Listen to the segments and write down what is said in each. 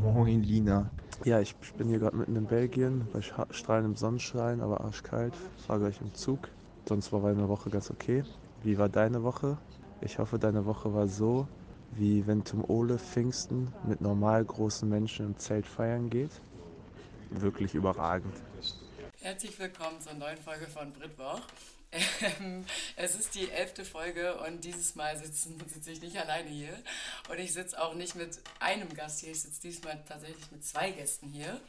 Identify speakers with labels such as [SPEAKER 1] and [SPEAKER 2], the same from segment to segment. [SPEAKER 1] Moin, Lina.
[SPEAKER 2] Ja, ich bin hier gerade mitten in Belgien, bei scha- strahlendem Sonnenschein, aber arschkalt. Ich war gleich im Zug. Sonst war meine Woche ganz okay. Wie war deine Woche? Ich hoffe, deine Woche war so, wie wenn Tom Ole Pfingsten mit normal großen Menschen im Zelt feiern geht. Wirklich überragend.
[SPEAKER 3] Herzlich willkommen zur neuen Folge von Britwoch. Ähm, es ist die elfte Folge und dieses Mal sitzen- sitze ich nicht alleine hier. Und ich sitze auch nicht mit einem Gast hier, ich sitze diesmal tatsächlich mit zwei Gästen hier.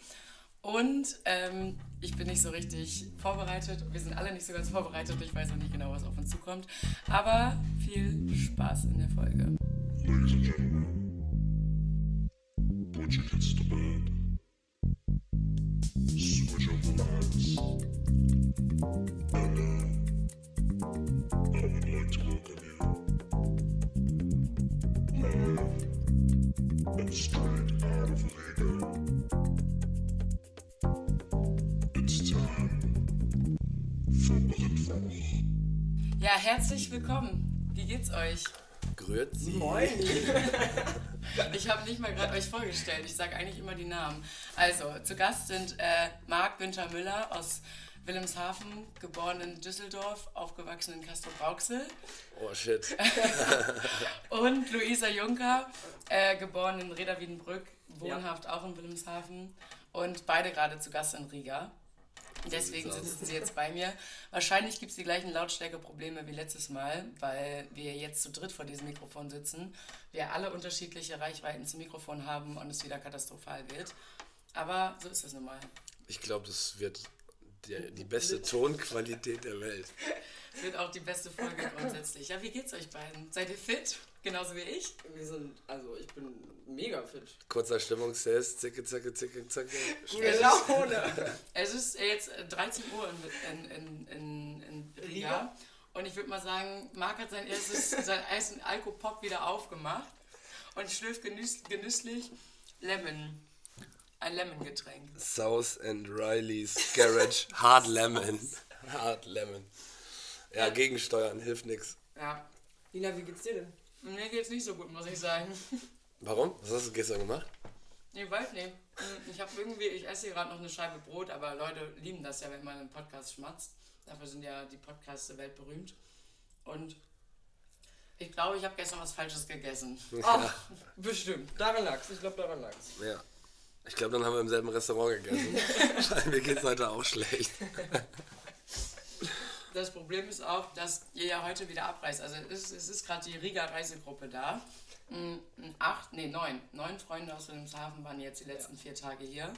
[SPEAKER 3] Und ähm, ich bin nicht so richtig vorbereitet. Wir sind alle nicht so ganz vorbereitet. Ich weiß auch nicht genau, was auf uns zukommt. Aber viel Spaß in der Folge.
[SPEAKER 4] Ladies and gentlemen, put your kids to bed. Switch off the lights. And now, I would like to welcome you live and straight out of Lego. It's time for Blitfall.
[SPEAKER 3] Ja, herzlich willkommen. Wie geht's euch?
[SPEAKER 5] Grüezi.
[SPEAKER 3] Ich habe nicht mal gerade euch vorgestellt. Ich sage eigentlich immer die Namen. Also, zu Gast sind äh, Marc Günther Müller aus Wilhelmshaven, geboren in Düsseldorf, aufgewachsen in Castrop-Rauxel.
[SPEAKER 5] Oh shit.
[SPEAKER 3] Und Luisa Juncker, äh, geboren in reda wiedenbrück wohnhaft auch in Wilhelmshaven. Und beide gerade zu Gast in Riga. Deswegen
[SPEAKER 5] sieht's aus.
[SPEAKER 3] sitzen sie jetzt bei mir. Wahrscheinlich gibt es die gleichen Lautstärkeprobleme wie letztes Mal, weil wir jetzt zu dritt vor diesem Mikrofon sitzen, wir alle unterschiedliche Reichweiten zum Mikrofon haben und es wieder katastrophal wird. Aber so ist das nun mal.
[SPEAKER 5] Ich glaube, das wird der, die beste Tonqualität der Welt.
[SPEAKER 3] Es wird auch die beste Folge grundsätzlich. Ja, wie geht's euch beiden? Seid ihr fit? Genauso wie ich?
[SPEAKER 6] Wir sind, also ich bin mega fit.
[SPEAKER 5] Kurzer Stimmungstest. Zicke, zacke, zicke, zacke.
[SPEAKER 6] Gute Laune.
[SPEAKER 3] Es ist jetzt äh, 13 Uhr in, in, in, in, in Riga.
[SPEAKER 6] Riga.
[SPEAKER 3] Und ich würde mal sagen, Marc hat sein erstes, sein ersten Alkopop wieder aufgemacht und schlürft genüss, genüsslich Lemon. Ein Lemon-Getränk.
[SPEAKER 5] South and Riley's Garage. Hard Lemon. Hard Lemon. Ja, gegensteuern hilft nichts.
[SPEAKER 3] Ja.
[SPEAKER 6] Lina, wie geht's dir denn?
[SPEAKER 3] Mir geht's nicht so gut, muss ich sagen.
[SPEAKER 5] Warum? Was hast du gestern gemacht?
[SPEAKER 3] Nee, weiß nicht. Mm, Ich habe irgendwie, ich esse hier gerade noch eine Scheibe Brot, aber Leute lieben das ja, wenn man einen Podcast schmatzt. Dafür sind ja die Podcasts der Welt berühmt. Und ich glaube, ich habe gestern was Falsches gegessen.
[SPEAKER 6] Ach,
[SPEAKER 3] Bestimmt.
[SPEAKER 6] daran lag's. Ich glaube, daran lag's.
[SPEAKER 5] Ja. Ich glaube, dann haben wir im selben Restaurant gegessen. Mir geht's heute auch schlecht.
[SPEAKER 3] Das Problem ist auch, dass ihr ja heute wieder abreist. Also es ist, es ist gerade die Riga-Reisegruppe da. Mm, Acht, nee, neun. Neun Freunde aus Wilhelmshaven waren jetzt die letzten vier Tage hier.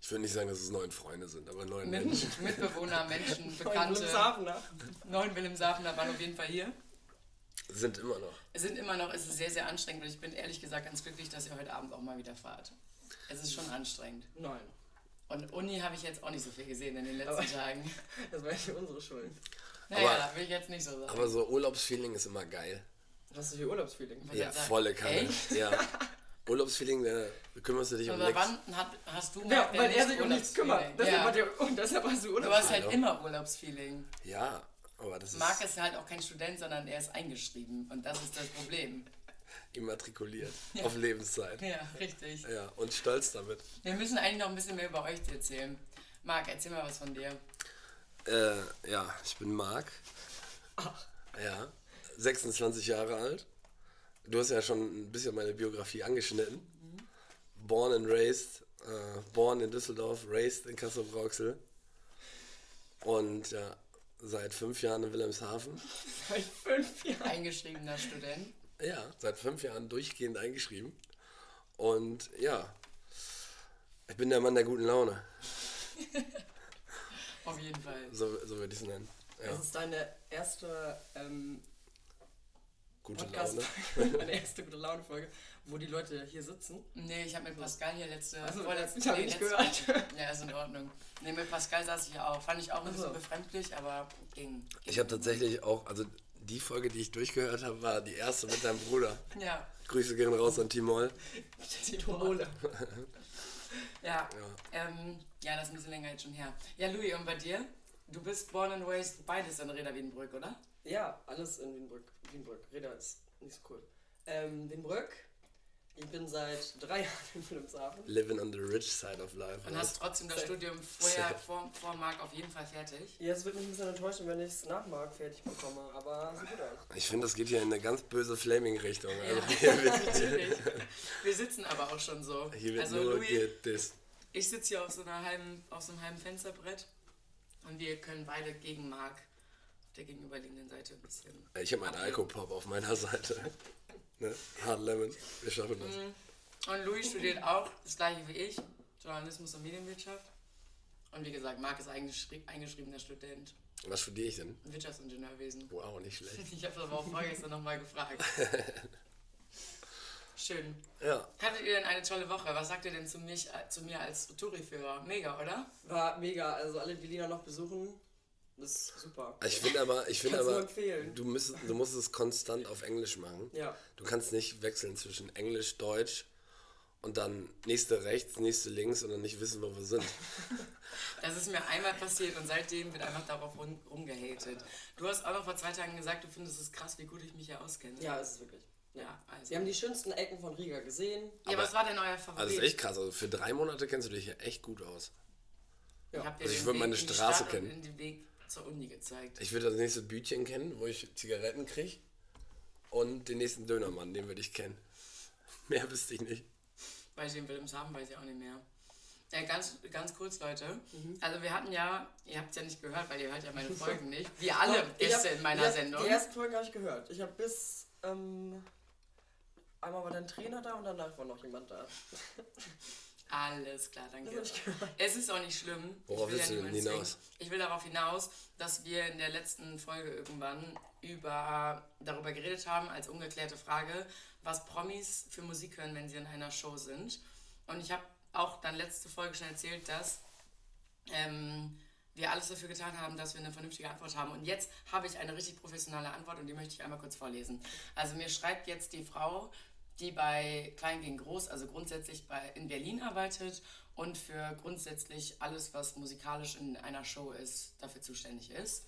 [SPEAKER 5] Ich würde nicht sagen, dass es neun Freunde sind, aber neun
[SPEAKER 3] Mit,
[SPEAKER 5] Menschen.
[SPEAKER 3] Mitbewohner, Menschen, Bekannte.
[SPEAKER 6] Wilhelmshavener.
[SPEAKER 3] Neun Wilhelmshavener waren auf jeden Fall hier.
[SPEAKER 5] Sind immer noch.
[SPEAKER 3] Es sind immer noch, es ist sehr, sehr anstrengend und ich bin ehrlich gesagt ganz glücklich, dass ihr heute Abend auch mal wieder fahrt. Es ist schon anstrengend.
[SPEAKER 6] Nein.
[SPEAKER 3] Und Uni habe ich jetzt auch nicht so viel gesehen in den letzten
[SPEAKER 6] Aber-
[SPEAKER 3] Tagen.
[SPEAKER 6] Das war nicht unsere Schuld.
[SPEAKER 3] Naja,
[SPEAKER 5] Aber-
[SPEAKER 3] da will ich jetzt nicht so sagen.
[SPEAKER 5] Aber so Urlaubsfeeling ist immer geil.
[SPEAKER 6] Hast du hier Urlaubsfeeling?
[SPEAKER 3] Wollte
[SPEAKER 5] Ja,
[SPEAKER 3] ich sagen.
[SPEAKER 5] volle Kanne.
[SPEAKER 3] Echt?
[SPEAKER 5] Ja. Urlaubsfeeling, da kümmerst du dich um
[SPEAKER 3] Aber
[SPEAKER 5] nichts.
[SPEAKER 3] wann hat, hast du
[SPEAKER 6] Ja,
[SPEAKER 3] Marc, denn
[SPEAKER 6] weil er
[SPEAKER 3] nicht
[SPEAKER 6] sich um nichts
[SPEAKER 3] Urlaubsfeeling?
[SPEAKER 6] kümmert. Deshalb,
[SPEAKER 3] Ja.
[SPEAKER 6] hat er, und deshalb hast du
[SPEAKER 3] Du hast
[SPEAKER 6] Urlaubsfeeling.
[SPEAKER 3] halt
[SPEAKER 5] Hallo.
[SPEAKER 3] immer Urlaubsfeeling.
[SPEAKER 5] Ja, aber das
[SPEAKER 3] Marc
[SPEAKER 5] ist
[SPEAKER 3] ist halt auch kein Student, sondern er ist eingeschrieben. Und das ist das Problem.
[SPEAKER 5] immatrikuliert. Auf Lebenszeit.
[SPEAKER 3] Ja, richtig.
[SPEAKER 5] Ja, und stolz damit.
[SPEAKER 3] Wir müssen eigentlich noch ein bisschen mehr über euch erzählen. Marc, erzähl mal was von dir.
[SPEAKER 5] Äh, ja, ich bin Marc. Ja, 26 Jahre alt. Du hast ja schon ein bisschen meine Biografie angeschnitten.
[SPEAKER 3] Mhm.
[SPEAKER 5] Born and raised, äh, born in Düsseldorf, raised in kassel brauxel Und ja, seit fünf Jahren in Wilhelmshaven.
[SPEAKER 6] Seit fünf Jahren.
[SPEAKER 3] Eingeschriebener Student.
[SPEAKER 5] Ja, seit fünf Jahren durchgehend eingeschrieben. Und ja, ich bin der Mann der guten Laune,
[SPEAKER 3] Auf jeden Fall.
[SPEAKER 5] so, so würde ich es nennen. Ja,
[SPEAKER 6] Das ist deine erste ähm,
[SPEAKER 5] gute Laune.
[SPEAKER 6] Podcast-Folge, deine erste gute Laune-Folge, wo die Leute hier sitzen.
[SPEAKER 3] Nee, ich habe mit Pascal hier letzte.
[SPEAKER 6] Also,
[SPEAKER 3] vorletzte-
[SPEAKER 6] ich habe
[SPEAKER 3] nee,
[SPEAKER 6] nicht
[SPEAKER 3] letzte-
[SPEAKER 6] gehört.
[SPEAKER 3] Ja, ist in Ordnung. Nee, mit Pascal saß ich ja auch. Fand ich auch ein bisschen
[SPEAKER 6] so.
[SPEAKER 3] befremdlich, aber ging. ging.
[SPEAKER 5] Ich habe tatsächlich auch, also die Folge, die ich durchgehört habe, war die erste mit deinem Bruder.
[SPEAKER 3] Ja,
[SPEAKER 5] Grüße gehen raus an Timol.
[SPEAKER 6] Die Hormone.
[SPEAKER 3] ja. Ähm, ja, das ist ein bisschen länger jetzt schon her. Ja, Louis, und bei dir? Du bist born and raised beides in Reda Wiedenbrück, oder?
[SPEAKER 6] Ja, alles in Wienbrück. Wienbrück. Reda ist nicht so cool. Ähm, Wienbrück. Ich bin seit drei Jahren in Wilhelmshaven.
[SPEAKER 5] Living on the rich side of life.
[SPEAKER 3] Und hast trotzdem das
[SPEAKER 6] Sehr.
[SPEAKER 3] Studium vorher,
[SPEAKER 5] Sehr.
[SPEAKER 3] vor, vor Marc auf jeden Fall fertig.
[SPEAKER 6] Jetzt wird mich ein bisschen enttäuschen, wenn ich es nach Marc fertig bekomme, aber sieht gut aus.
[SPEAKER 5] ich finde, das geht hier in eine ganz böse Flaming-Richtung. Also
[SPEAKER 3] Ja.
[SPEAKER 5] hier wird,
[SPEAKER 3] Natürlich. Wir sitzen aber auch schon so.
[SPEAKER 5] hier wird
[SPEAKER 3] Also
[SPEAKER 5] nur
[SPEAKER 3] Louis,
[SPEAKER 5] gedisst.
[SPEAKER 3] ich sitze hier auf so, einer halben, auf so einem halben Fensterbrett und wir können beide gegen Marc auf der gegenüberliegenden Seite ein bisschen.
[SPEAKER 5] Ich habe meinen Alkopop auf meiner Seite. ne? Hard Lemon. Wir schaffen das.
[SPEAKER 3] Mhm. Und Louis studiert auch das gleiche wie ich, Journalismus und Medienwirtschaft. Und wie gesagt, Marc ist eingeschrie eingeschriebener Student,
[SPEAKER 5] Was studiere ich denn?
[SPEAKER 3] Wirtschaftsingenieurwesen.
[SPEAKER 5] Wow, nicht schlecht.
[SPEAKER 3] Ich habe das aber auch vorgestern nochmal gefragt. Schön.
[SPEAKER 5] Ja,
[SPEAKER 3] Hattet ihr denn eine tolle Woche? Was sagt ihr denn zu, mich, äh, zu mir als Touriführer? Mega, oder?
[SPEAKER 6] War mega, also alle, die Lina noch besuchen, ist super.
[SPEAKER 5] ich finde aber, ich finde
[SPEAKER 6] Kannst du
[SPEAKER 5] aber,
[SPEAKER 6] empfehlen.
[SPEAKER 5] du, müsstest, du musst es konstant auf Englisch machen.
[SPEAKER 6] Ja.
[SPEAKER 5] Du kannst nicht wechseln zwischen Englisch, Deutsch und dann nächste rechts, nächste links und dann nicht wissen, wo wir sind.
[SPEAKER 3] Das ist mir einmal passiert und seitdem wird einfach darauf rum, rumgehatet. Du hast auch noch vor zwei Tagen gesagt, du findest es krass, wie gut ich mich hier auskenne.
[SPEAKER 6] Ja, ist es wirklich.
[SPEAKER 3] Ja, also.
[SPEAKER 6] Wir haben die schönsten Ecken von Riga gesehen.
[SPEAKER 3] Ja, was war denn euer Favorit?
[SPEAKER 5] Also das ist echt krass. Also für drei Monate kennst du dich hier echt gut aus.
[SPEAKER 3] Ich hab dir
[SPEAKER 5] Also ich
[SPEAKER 3] den
[SPEAKER 5] würd
[SPEAKER 3] Weg
[SPEAKER 5] meine
[SPEAKER 3] in die
[SPEAKER 5] Straße
[SPEAKER 3] Stadt
[SPEAKER 5] kennen.
[SPEAKER 3] Und in den Weg zur Uni gezeigt.
[SPEAKER 5] Ich würde das nächste Bütchen kennen, wo ich Zigaretten kriege. Und den nächsten Dönermann, den würde ich kennen. Mehr wüsste ich nicht.
[SPEAKER 3] Weil ich den Wilhelmshaven weiß ich auch nicht mehr. Äh, ganz, ganz kurz, Leute.
[SPEAKER 6] Mhm.
[SPEAKER 3] Also wir hatten ja, ihr habt es ja nicht gehört, weil ihr hört ja meine Folgen nicht. Wie alle
[SPEAKER 6] Ich
[SPEAKER 3] Gäste
[SPEAKER 6] hab-
[SPEAKER 3] in meiner
[SPEAKER 6] ich hab-
[SPEAKER 3] Sendung.
[SPEAKER 6] Die ersten Folgen habe ich gehört. Ich habe bis. Ähm, einmal war dein Trainer da und danach war noch jemand da.
[SPEAKER 3] Alles klar, danke.
[SPEAKER 6] Das hab ich gehört.
[SPEAKER 3] Es ist auch nicht schlimm. Ich
[SPEAKER 5] Worauf
[SPEAKER 3] will
[SPEAKER 5] willst du denn
[SPEAKER 3] niemanden zwingen.
[SPEAKER 5] hinaus?
[SPEAKER 3] Ich will darauf hinaus, dass wir in der letzten Folge irgendwann über, darüber geredet haben, als ungeklärte Frage, was Promis für Musik hören, wenn sie in einer Show sind. Und ich habe auch dann letzte Folge schon erzählt, dass ähm, wir alles dafür getan haben, dass wir eine vernünftige Antwort haben. Und jetzt habe ich eine richtig professionelle Antwort und die möchte ich einmal kurz vorlesen. Also mir schreibt jetzt die Frau, die bei Klein gegen Groß, also grundsätzlich bei, in Berlin arbeitet und für grundsätzlich alles, was musikalisch in einer Show ist, dafür zuständig ist.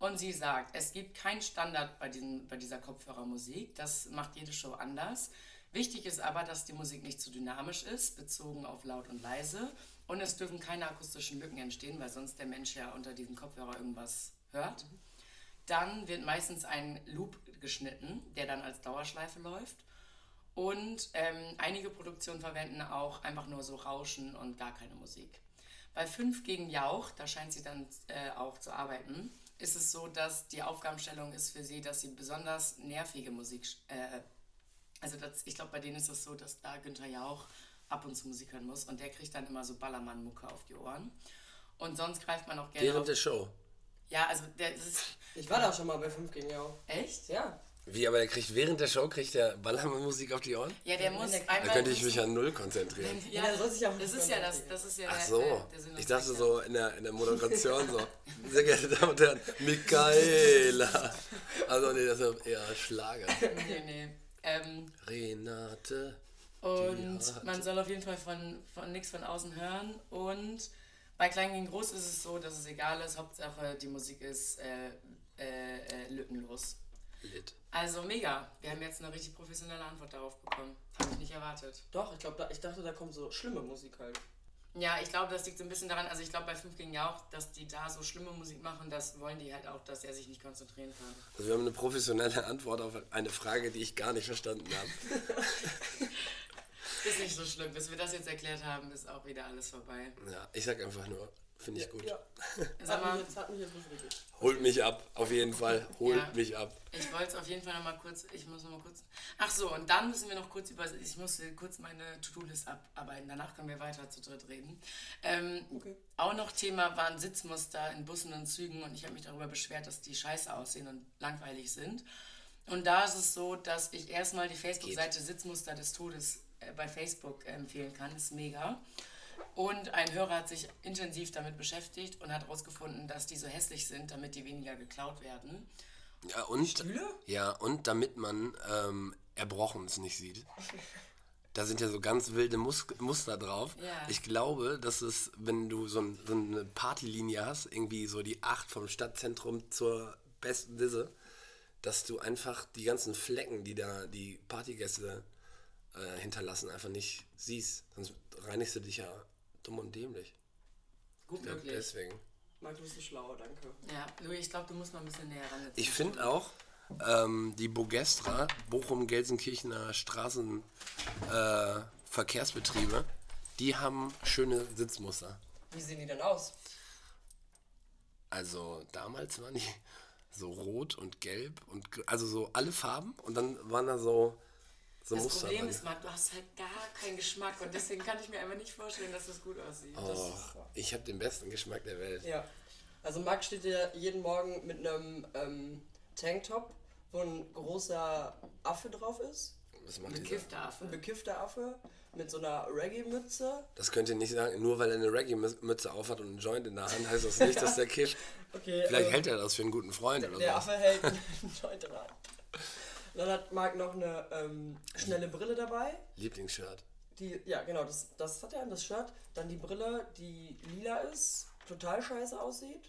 [SPEAKER 3] Und sie sagt, es gibt keinen Standard bei, diesem, bei dieser Kopfhörermusik. Das macht jede Show anders. Wichtig ist aber, dass die Musik nicht zu dynamisch ist, bezogen auf laut und leise. Und es dürfen keine akustischen Lücken entstehen, weil sonst der Mensch ja unter diesem Kopfhörer irgendwas hört. Dann wird meistens ein Loop geschnitten, der dann als Dauerschleife läuft. Und ähm, einige Produktionen verwenden auch einfach nur so Rauschen und gar keine Musik. Bei 5 gegen Jauch, da scheint sie dann äh, auch zu arbeiten, ist es so, dass die Aufgabenstellung ist für sie, dass sie besonders nervige Musik, sch- äh, also das, ich glaube, bei denen ist es so, dass da Günther Jauch ab und zu Musik hören muss und der kriegt dann immer so Ballermann-Mucke auf die Ohren. Und sonst greift man auch gerne
[SPEAKER 5] Während
[SPEAKER 3] auf,
[SPEAKER 5] der Show.
[SPEAKER 3] Ja, also der das ist...
[SPEAKER 6] Ich war da schon mal bei 5 gegen Jau.
[SPEAKER 3] Echt?
[SPEAKER 6] Ja.
[SPEAKER 5] Wie, aber der kriegt während der Show kriegt der Ballermann Musik auf die Ohren?
[SPEAKER 3] Ja, der muss
[SPEAKER 6] der-
[SPEAKER 5] Da
[SPEAKER 3] einmal...
[SPEAKER 5] könnte ich mich an null konzentrieren.
[SPEAKER 3] Ja,
[SPEAKER 6] Ja, der soll sich ja auch
[SPEAKER 3] das
[SPEAKER 6] nicht
[SPEAKER 3] ist
[SPEAKER 6] mehr
[SPEAKER 3] ja das,
[SPEAKER 6] bewegen.
[SPEAKER 3] das ist ja
[SPEAKER 5] Ach
[SPEAKER 3] der-
[SPEAKER 5] so.
[SPEAKER 3] Äh, der- der Sinn und
[SPEAKER 5] Ich dachte
[SPEAKER 3] Zweck
[SPEAKER 5] so in der, in der Moderation so. Sehr geehrte Damen und Herren, Michaela. Also nee, das ist eher Schlager.
[SPEAKER 3] dahinter. Nee, nee. Ähm,
[SPEAKER 5] Renate.
[SPEAKER 3] und
[SPEAKER 5] hat-
[SPEAKER 3] man soll auf jeden Fall von, von nichts von außen hören. Und bei Klein gegen Groß ist es so, dass es egal ist. Hauptsache, die Musik ist äh, äh, äh, lückenlos.
[SPEAKER 5] Lit.
[SPEAKER 3] Also mega. Wir haben jetzt eine richtig professionelle Antwort darauf bekommen. Habe ich nicht erwartet.
[SPEAKER 6] Doch, ich glaube, da, ich dachte, da kommt so schlimme Musik halt.
[SPEAKER 3] Ja, ich glaube, das liegt so ein bisschen daran, also ich glaube bei 5 gegen ja auch, dass die da so schlimme Musik machen, das wollen die halt auch, dass er sich nicht konzentrieren kann.
[SPEAKER 5] Also wir haben eine professionelle Antwort auf eine Frage, die ich gar nicht verstanden habe.
[SPEAKER 3] Ist nicht so schlimm. Bis wir das jetzt erklärt haben, ist auch wieder alles vorbei.
[SPEAKER 5] Ja, ich sag einfach nur, finde ich gut.
[SPEAKER 6] Ja.
[SPEAKER 3] Sag
[SPEAKER 6] Hat
[SPEAKER 3] mal,
[SPEAKER 6] mich jetzt, hat mich jetzt befriedigt.
[SPEAKER 5] Holt mich ab, auf jeden Fall. Holt
[SPEAKER 3] Ja.
[SPEAKER 5] mich ab.
[SPEAKER 3] ich wollte es auf jeden Fall nochmal kurz. Ich muss nochmal kurz. Ach so, und dann müssen wir noch kurz über. Ich muss kurz meine To-Do-List abarbeiten. Danach können wir weiter zu dritt reden. Ähm,
[SPEAKER 6] Okay.
[SPEAKER 3] Auch noch Thema waren Sitzmuster in Bussen und Zügen. Und ich habe mich darüber beschwert, dass die scheiße aussehen und langweilig sind. Und da ist es so, dass ich erstmal die Facebook-Seite Sitzmuster des Todes äh, bei Facebook empfehlen kann. Ist mega. Und ein Hörer hat sich intensiv damit beschäftigt und hat herausgefunden, dass die so hässlich sind, damit die weniger geklaut werden.
[SPEAKER 5] Ja, Äh, und, ja, und damit man ähm, Erbrochenes nicht sieht. Da sind ja so ganz wilde Mus Muster drauf.
[SPEAKER 3] Ja.
[SPEAKER 5] Ich glaube, dass es, wenn du so, ein, so eine Partylinie hast, irgendwie so die 8 vom Stadtzentrum zur besten Disse, dass du einfach die ganzen Flecken, die da die Partygäste äh, hinterlassen einfach nicht siehst. Sonst reinigst du dich ja dumm und dämlich.
[SPEAKER 6] Gut
[SPEAKER 5] Ja,
[SPEAKER 6] möglich.
[SPEAKER 5] deswegen.
[SPEAKER 6] Marc, du bist so schlau, danke.
[SPEAKER 3] Ja, Louis, ich glaube, du musst mal ein bisschen näher ran.
[SPEAKER 5] Ich finde auch, ähm, die Bogestra, Bochum-Gelsenkirchener Straßenverkehrsbetriebe, äh, Verkehrsbetriebe, die haben schöne Sitzmuster.
[SPEAKER 6] Wie sehen die denn aus?
[SPEAKER 5] Also damals waren die so rot und gelb und gr- also so alle Farben und dann waren da so, so
[SPEAKER 3] Das
[SPEAKER 5] Muster
[SPEAKER 3] Problem
[SPEAKER 5] dran.
[SPEAKER 3] ist, Marc, du hast halt gar keinen Geschmack und deswegen kann ich mir einfach nicht vorstellen, dass das gut aussieht.
[SPEAKER 5] oh, ich habe den besten Geschmack der Welt.
[SPEAKER 6] Ja. Also Marc steht ja jeden Morgen mit einem ähm, Tanktop, wo ein großer Affe drauf ist.
[SPEAKER 5] Das, macht dieser,
[SPEAKER 6] Ein
[SPEAKER 3] Giftaffe.
[SPEAKER 6] bekiffter Affe mit so einer Reggae-Mütze.
[SPEAKER 5] das könnt ihr nicht sagen, nur weil er eine Reggae-Mütze aufhat und einen Joint in der Hand, heißt das nicht, dass der kifft.
[SPEAKER 6] Okay,
[SPEAKER 5] Vielleicht
[SPEAKER 3] also
[SPEAKER 6] ähm,
[SPEAKER 5] hält er das für einen guten Freund oder
[SPEAKER 6] der
[SPEAKER 5] so.
[SPEAKER 6] Affe hält einen Joint rein. Dann hat Marc noch eine ähm, schnelle Brille dabei.
[SPEAKER 5] Lieblingsshirt.
[SPEAKER 6] Die, ja, genau, das, das hat er an, das Shirt. Dann die Brille, die lila ist, total scheiße aussieht.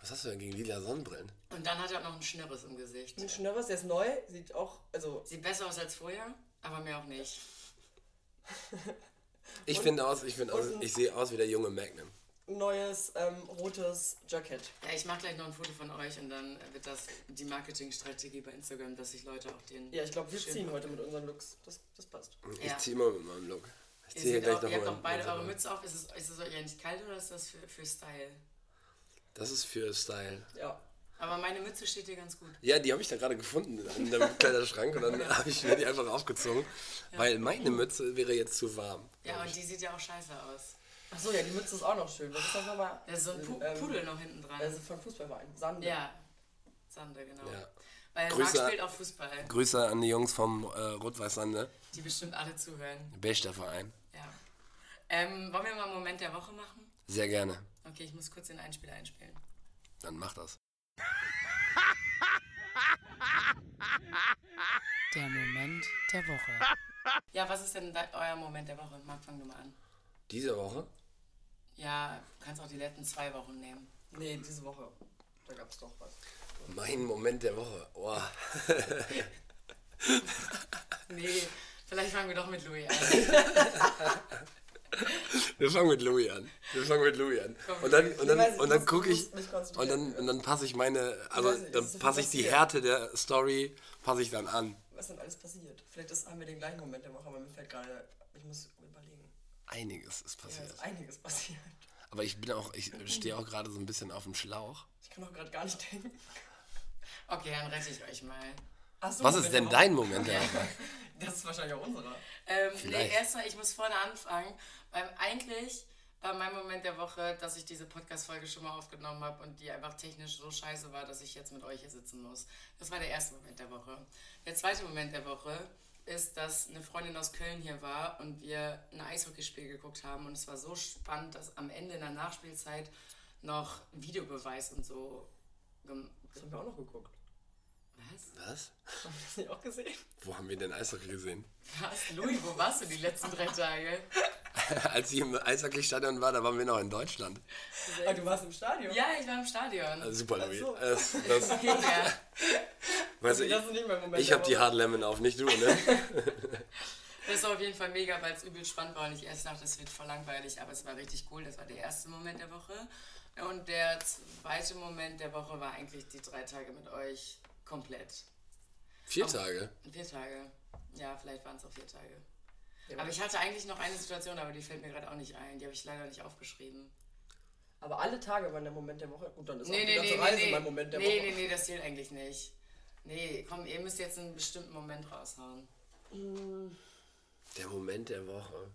[SPEAKER 5] Was hast du denn gegen lila Sonnenbrillen?
[SPEAKER 3] Und dann hat er auch noch ein Schnirres im Gesicht.
[SPEAKER 6] Ein Schnörres, der ist neu, sieht auch, also
[SPEAKER 3] Sieht besser aus als vorher, aber mehr auch nicht.
[SPEAKER 5] Ich finde aus, ich finde aus,
[SPEAKER 6] und-
[SPEAKER 5] ich sehe aus wie der junge Magnum.
[SPEAKER 6] ein neues ähm, rotes Jackett.
[SPEAKER 3] Ja, ich mache gleich noch ein Foto von euch und dann wird das die Marketingstrategie bei Instagram, dass sich Leute auch den.
[SPEAKER 6] Ja, ich glaube, wir
[SPEAKER 3] Schön.
[SPEAKER 6] ziehen heute mit unseren Looks. Das, das passt.
[SPEAKER 5] Ich
[SPEAKER 3] Ja.
[SPEAKER 5] ziehe mal mit meinem Look. Ich
[SPEAKER 3] Ihr,
[SPEAKER 5] ziehe hier
[SPEAKER 3] seht
[SPEAKER 5] gleich
[SPEAKER 3] auch,
[SPEAKER 5] noch
[SPEAKER 3] ihr habt
[SPEAKER 5] meinen-
[SPEAKER 3] auch beide
[SPEAKER 5] meinen
[SPEAKER 3] eure
[SPEAKER 5] Sachen.
[SPEAKER 3] Mütze auf. Ist es, ist es euch eigentlich kalt oder ist das für, für Style?
[SPEAKER 5] Das ist für Style.
[SPEAKER 6] Ja.
[SPEAKER 3] Aber meine Mütze steht dir ganz gut.
[SPEAKER 5] Ja, die habe ich da gerade gefunden in dem Kleiderschrank und dann habe ich mir die einfach aufgezogen, weil meine Mütze wäre jetzt zu warm.
[SPEAKER 3] Ja, und die sieht ja auch scheiße aus.
[SPEAKER 6] Achso, ja, die Mütze ist auch noch schön. Was ist das nochmal?
[SPEAKER 3] Da ist so ein Pu
[SPEAKER 6] Ähm,
[SPEAKER 3] Pudel noch hinten dran.
[SPEAKER 6] Also von Fußballverein. Sande.
[SPEAKER 3] ja, Sander, genau.
[SPEAKER 5] Ja.
[SPEAKER 3] Weil
[SPEAKER 5] Grüße-
[SPEAKER 3] Marc spielt auch Fußball,
[SPEAKER 5] Grüße an die Jungs vom äh, Rot-Weiß-Sande,
[SPEAKER 3] die bestimmt alle zuhören.
[SPEAKER 5] bester Verein.
[SPEAKER 3] Ja. Ähm, wollen wir mal einen Moment der Woche machen?
[SPEAKER 5] Sehr gerne.
[SPEAKER 3] Okay, ich muss kurz den Einspieler einspielen.
[SPEAKER 5] Dann mach das.
[SPEAKER 3] Der Moment der Woche. Ja, was ist denn de euer Moment der Woche? Marc, fang du mal an.
[SPEAKER 5] Diese Woche?
[SPEAKER 3] Ja, du kannst auch die letzten zwei Wochen nehmen.
[SPEAKER 6] Nee, diese Woche. Da gab's doch was.
[SPEAKER 5] Mein Moment der Woche. Boah.
[SPEAKER 3] Nee, vielleicht fangen wir doch mit Louis an.
[SPEAKER 5] Wir fangen mit Louis an. Wir fangen mit Louis an.
[SPEAKER 3] Komm,
[SPEAKER 5] Und dann, und
[SPEAKER 6] Ich weiß,
[SPEAKER 5] dann,
[SPEAKER 6] ich
[SPEAKER 5] und dann
[SPEAKER 6] muss-
[SPEAKER 5] gucke
[SPEAKER 6] muss
[SPEAKER 5] ich.
[SPEAKER 6] mich konzentrieren.
[SPEAKER 5] Und dann, und dann passe ich meine.
[SPEAKER 6] weiß
[SPEAKER 5] Also
[SPEAKER 6] nicht, es
[SPEAKER 5] dann
[SPEAKER 6] ist so
[SPEAKER 5] passe ich die
[SPEAKER 6] passiert.
[SPEAKER 5] Härte der Story, passe ich dann an.
[SPEAKER 6] Was denn alles passiert? Vielleicht ist, haben wir den gleichen Moment der Woche, aber mir fällt gerade. Ich muss überlegen.
[SPEAKER 5] Einiges ist
[SPEAKER 6] Ja,
[SPEAKER 5] passiert.
[SPEAKER 6] ist einiges passiert.
[SPEAKER 5] Aber ich bin auch, ich stehe auch gerade so ein bisschen auf dem Schlauch.
[SPEAKER 6] Ich kann auch gerade gar nicht denken.
[SPEAKER 3] Okay, dann rette ich euch mal.
[SPEAKER 6] Achso,
[SPEAKER 5] Was ist denn dein Moment der Woche?
[SPEAKER 6] Das ist wahrscheinlich auch unserer.
[SPEAKER 3] Ähm, nee,
[SPEAKER 5] Vielleicht.
[SPEAKER 3] erstmal, ich muss vorne anfangen. Beim eigentlich bei meinem Moment der Woche, dass ich diese Podcast-Folge schon mal aufgenommen habe und die einfach technisch so scheiße war, dass ich jetzt mit euch hier sitzen muss. Das war der erste Moment der Woche. Der zweite Moment der Woche ist, dass eine Freundin aus Köln hier war und wir ein Eishockeyspiel geguckt haben und es war so spannend, dass am Ende in der Nachspielzeit noch Videobeweis und so. gem-
[SPEAKER 6] Das haben wir auch noch geguckt.
[SPEAKER 3] Was?
[SPEAKER 5] Was?
[SPEAKER 6] Haben wir das nicht auch gesehen?
[SPEAKER 5] Wo haben wir denn Eishockey gesehen?
[SPEAKER 3] Was? Louis, wo warst du die letzten drei Tage?
[SPEAKER 5] Als ich im Eishockey-Stadion war, da waren wir noch in Deutschland.
[SPEAKER 6] Ah, du warst im Stadion.
[SPEAKER 3] Ja, ich war im Stadion.
[SPEAKER 5] Also super, Louis.
[SPEAKER 6] so. Also
[SPEAKER 5] Das, das,
[SPEAKER 3] Ja.
[SPEAKER 5] weißt du,
[SPEAKER 6] Das ist
[SPEAKER 5] Also ich
[SPEAKER 6] nicht mein Moment.
[SPEAKER 5] ich habe
[SPEAKER 6] der
[SPEAKER 5] die
[SPEAKER 6] Woche.
[SPEAKER 5] Hard Lemon auf, nicht du, ne?
[SPEAKER 3] Das war auf jeden Fall mega, weil es übel spannend war und ich erst dachte, es wird voll langweilig, aber es war richtig cool. Das war der erste Moment der Woche. Und der zweite Moment der Woche war eigentlich die drei Tage mit euch komplett.
[SPEAKER 5] Vier Tage.
[SPEAKER 3] Vier Tage. Ja, vielleicht waren es auch vier Tage.
[SPEAKER 6] Ja,
[SPEAKER 3] Aber ich hatte eigentlich noch eine Situation, aber die fällt mir gerade auch nicht ein. Die habe ich leider nicht aufgeschrieben.
[SPEAKER 6] Aber alle Tage waren der Moment der Woche. Gut, dann ist
[SPEAKER 3] Nee,
[SPEAKER 6] auch die
[SPEAKER 3] nee,
[SPEAKER 6] ganze
[SPEAKER 3] nee,
[SPEAKER 6] Reise
[SPEAKER 3] nee, nee.
[SPEAKER 6] mein Moment der
[SPEAKER 3] nee,
[SPEAKER 6] Woche.
[SPEAKER 3] nee, nee, das zählt eigentlich nicht. Nee, komm, ihr müsst jetzt einen bestimmten Moment raushauen.
[SPEAKER 5] Der Moment der Woche.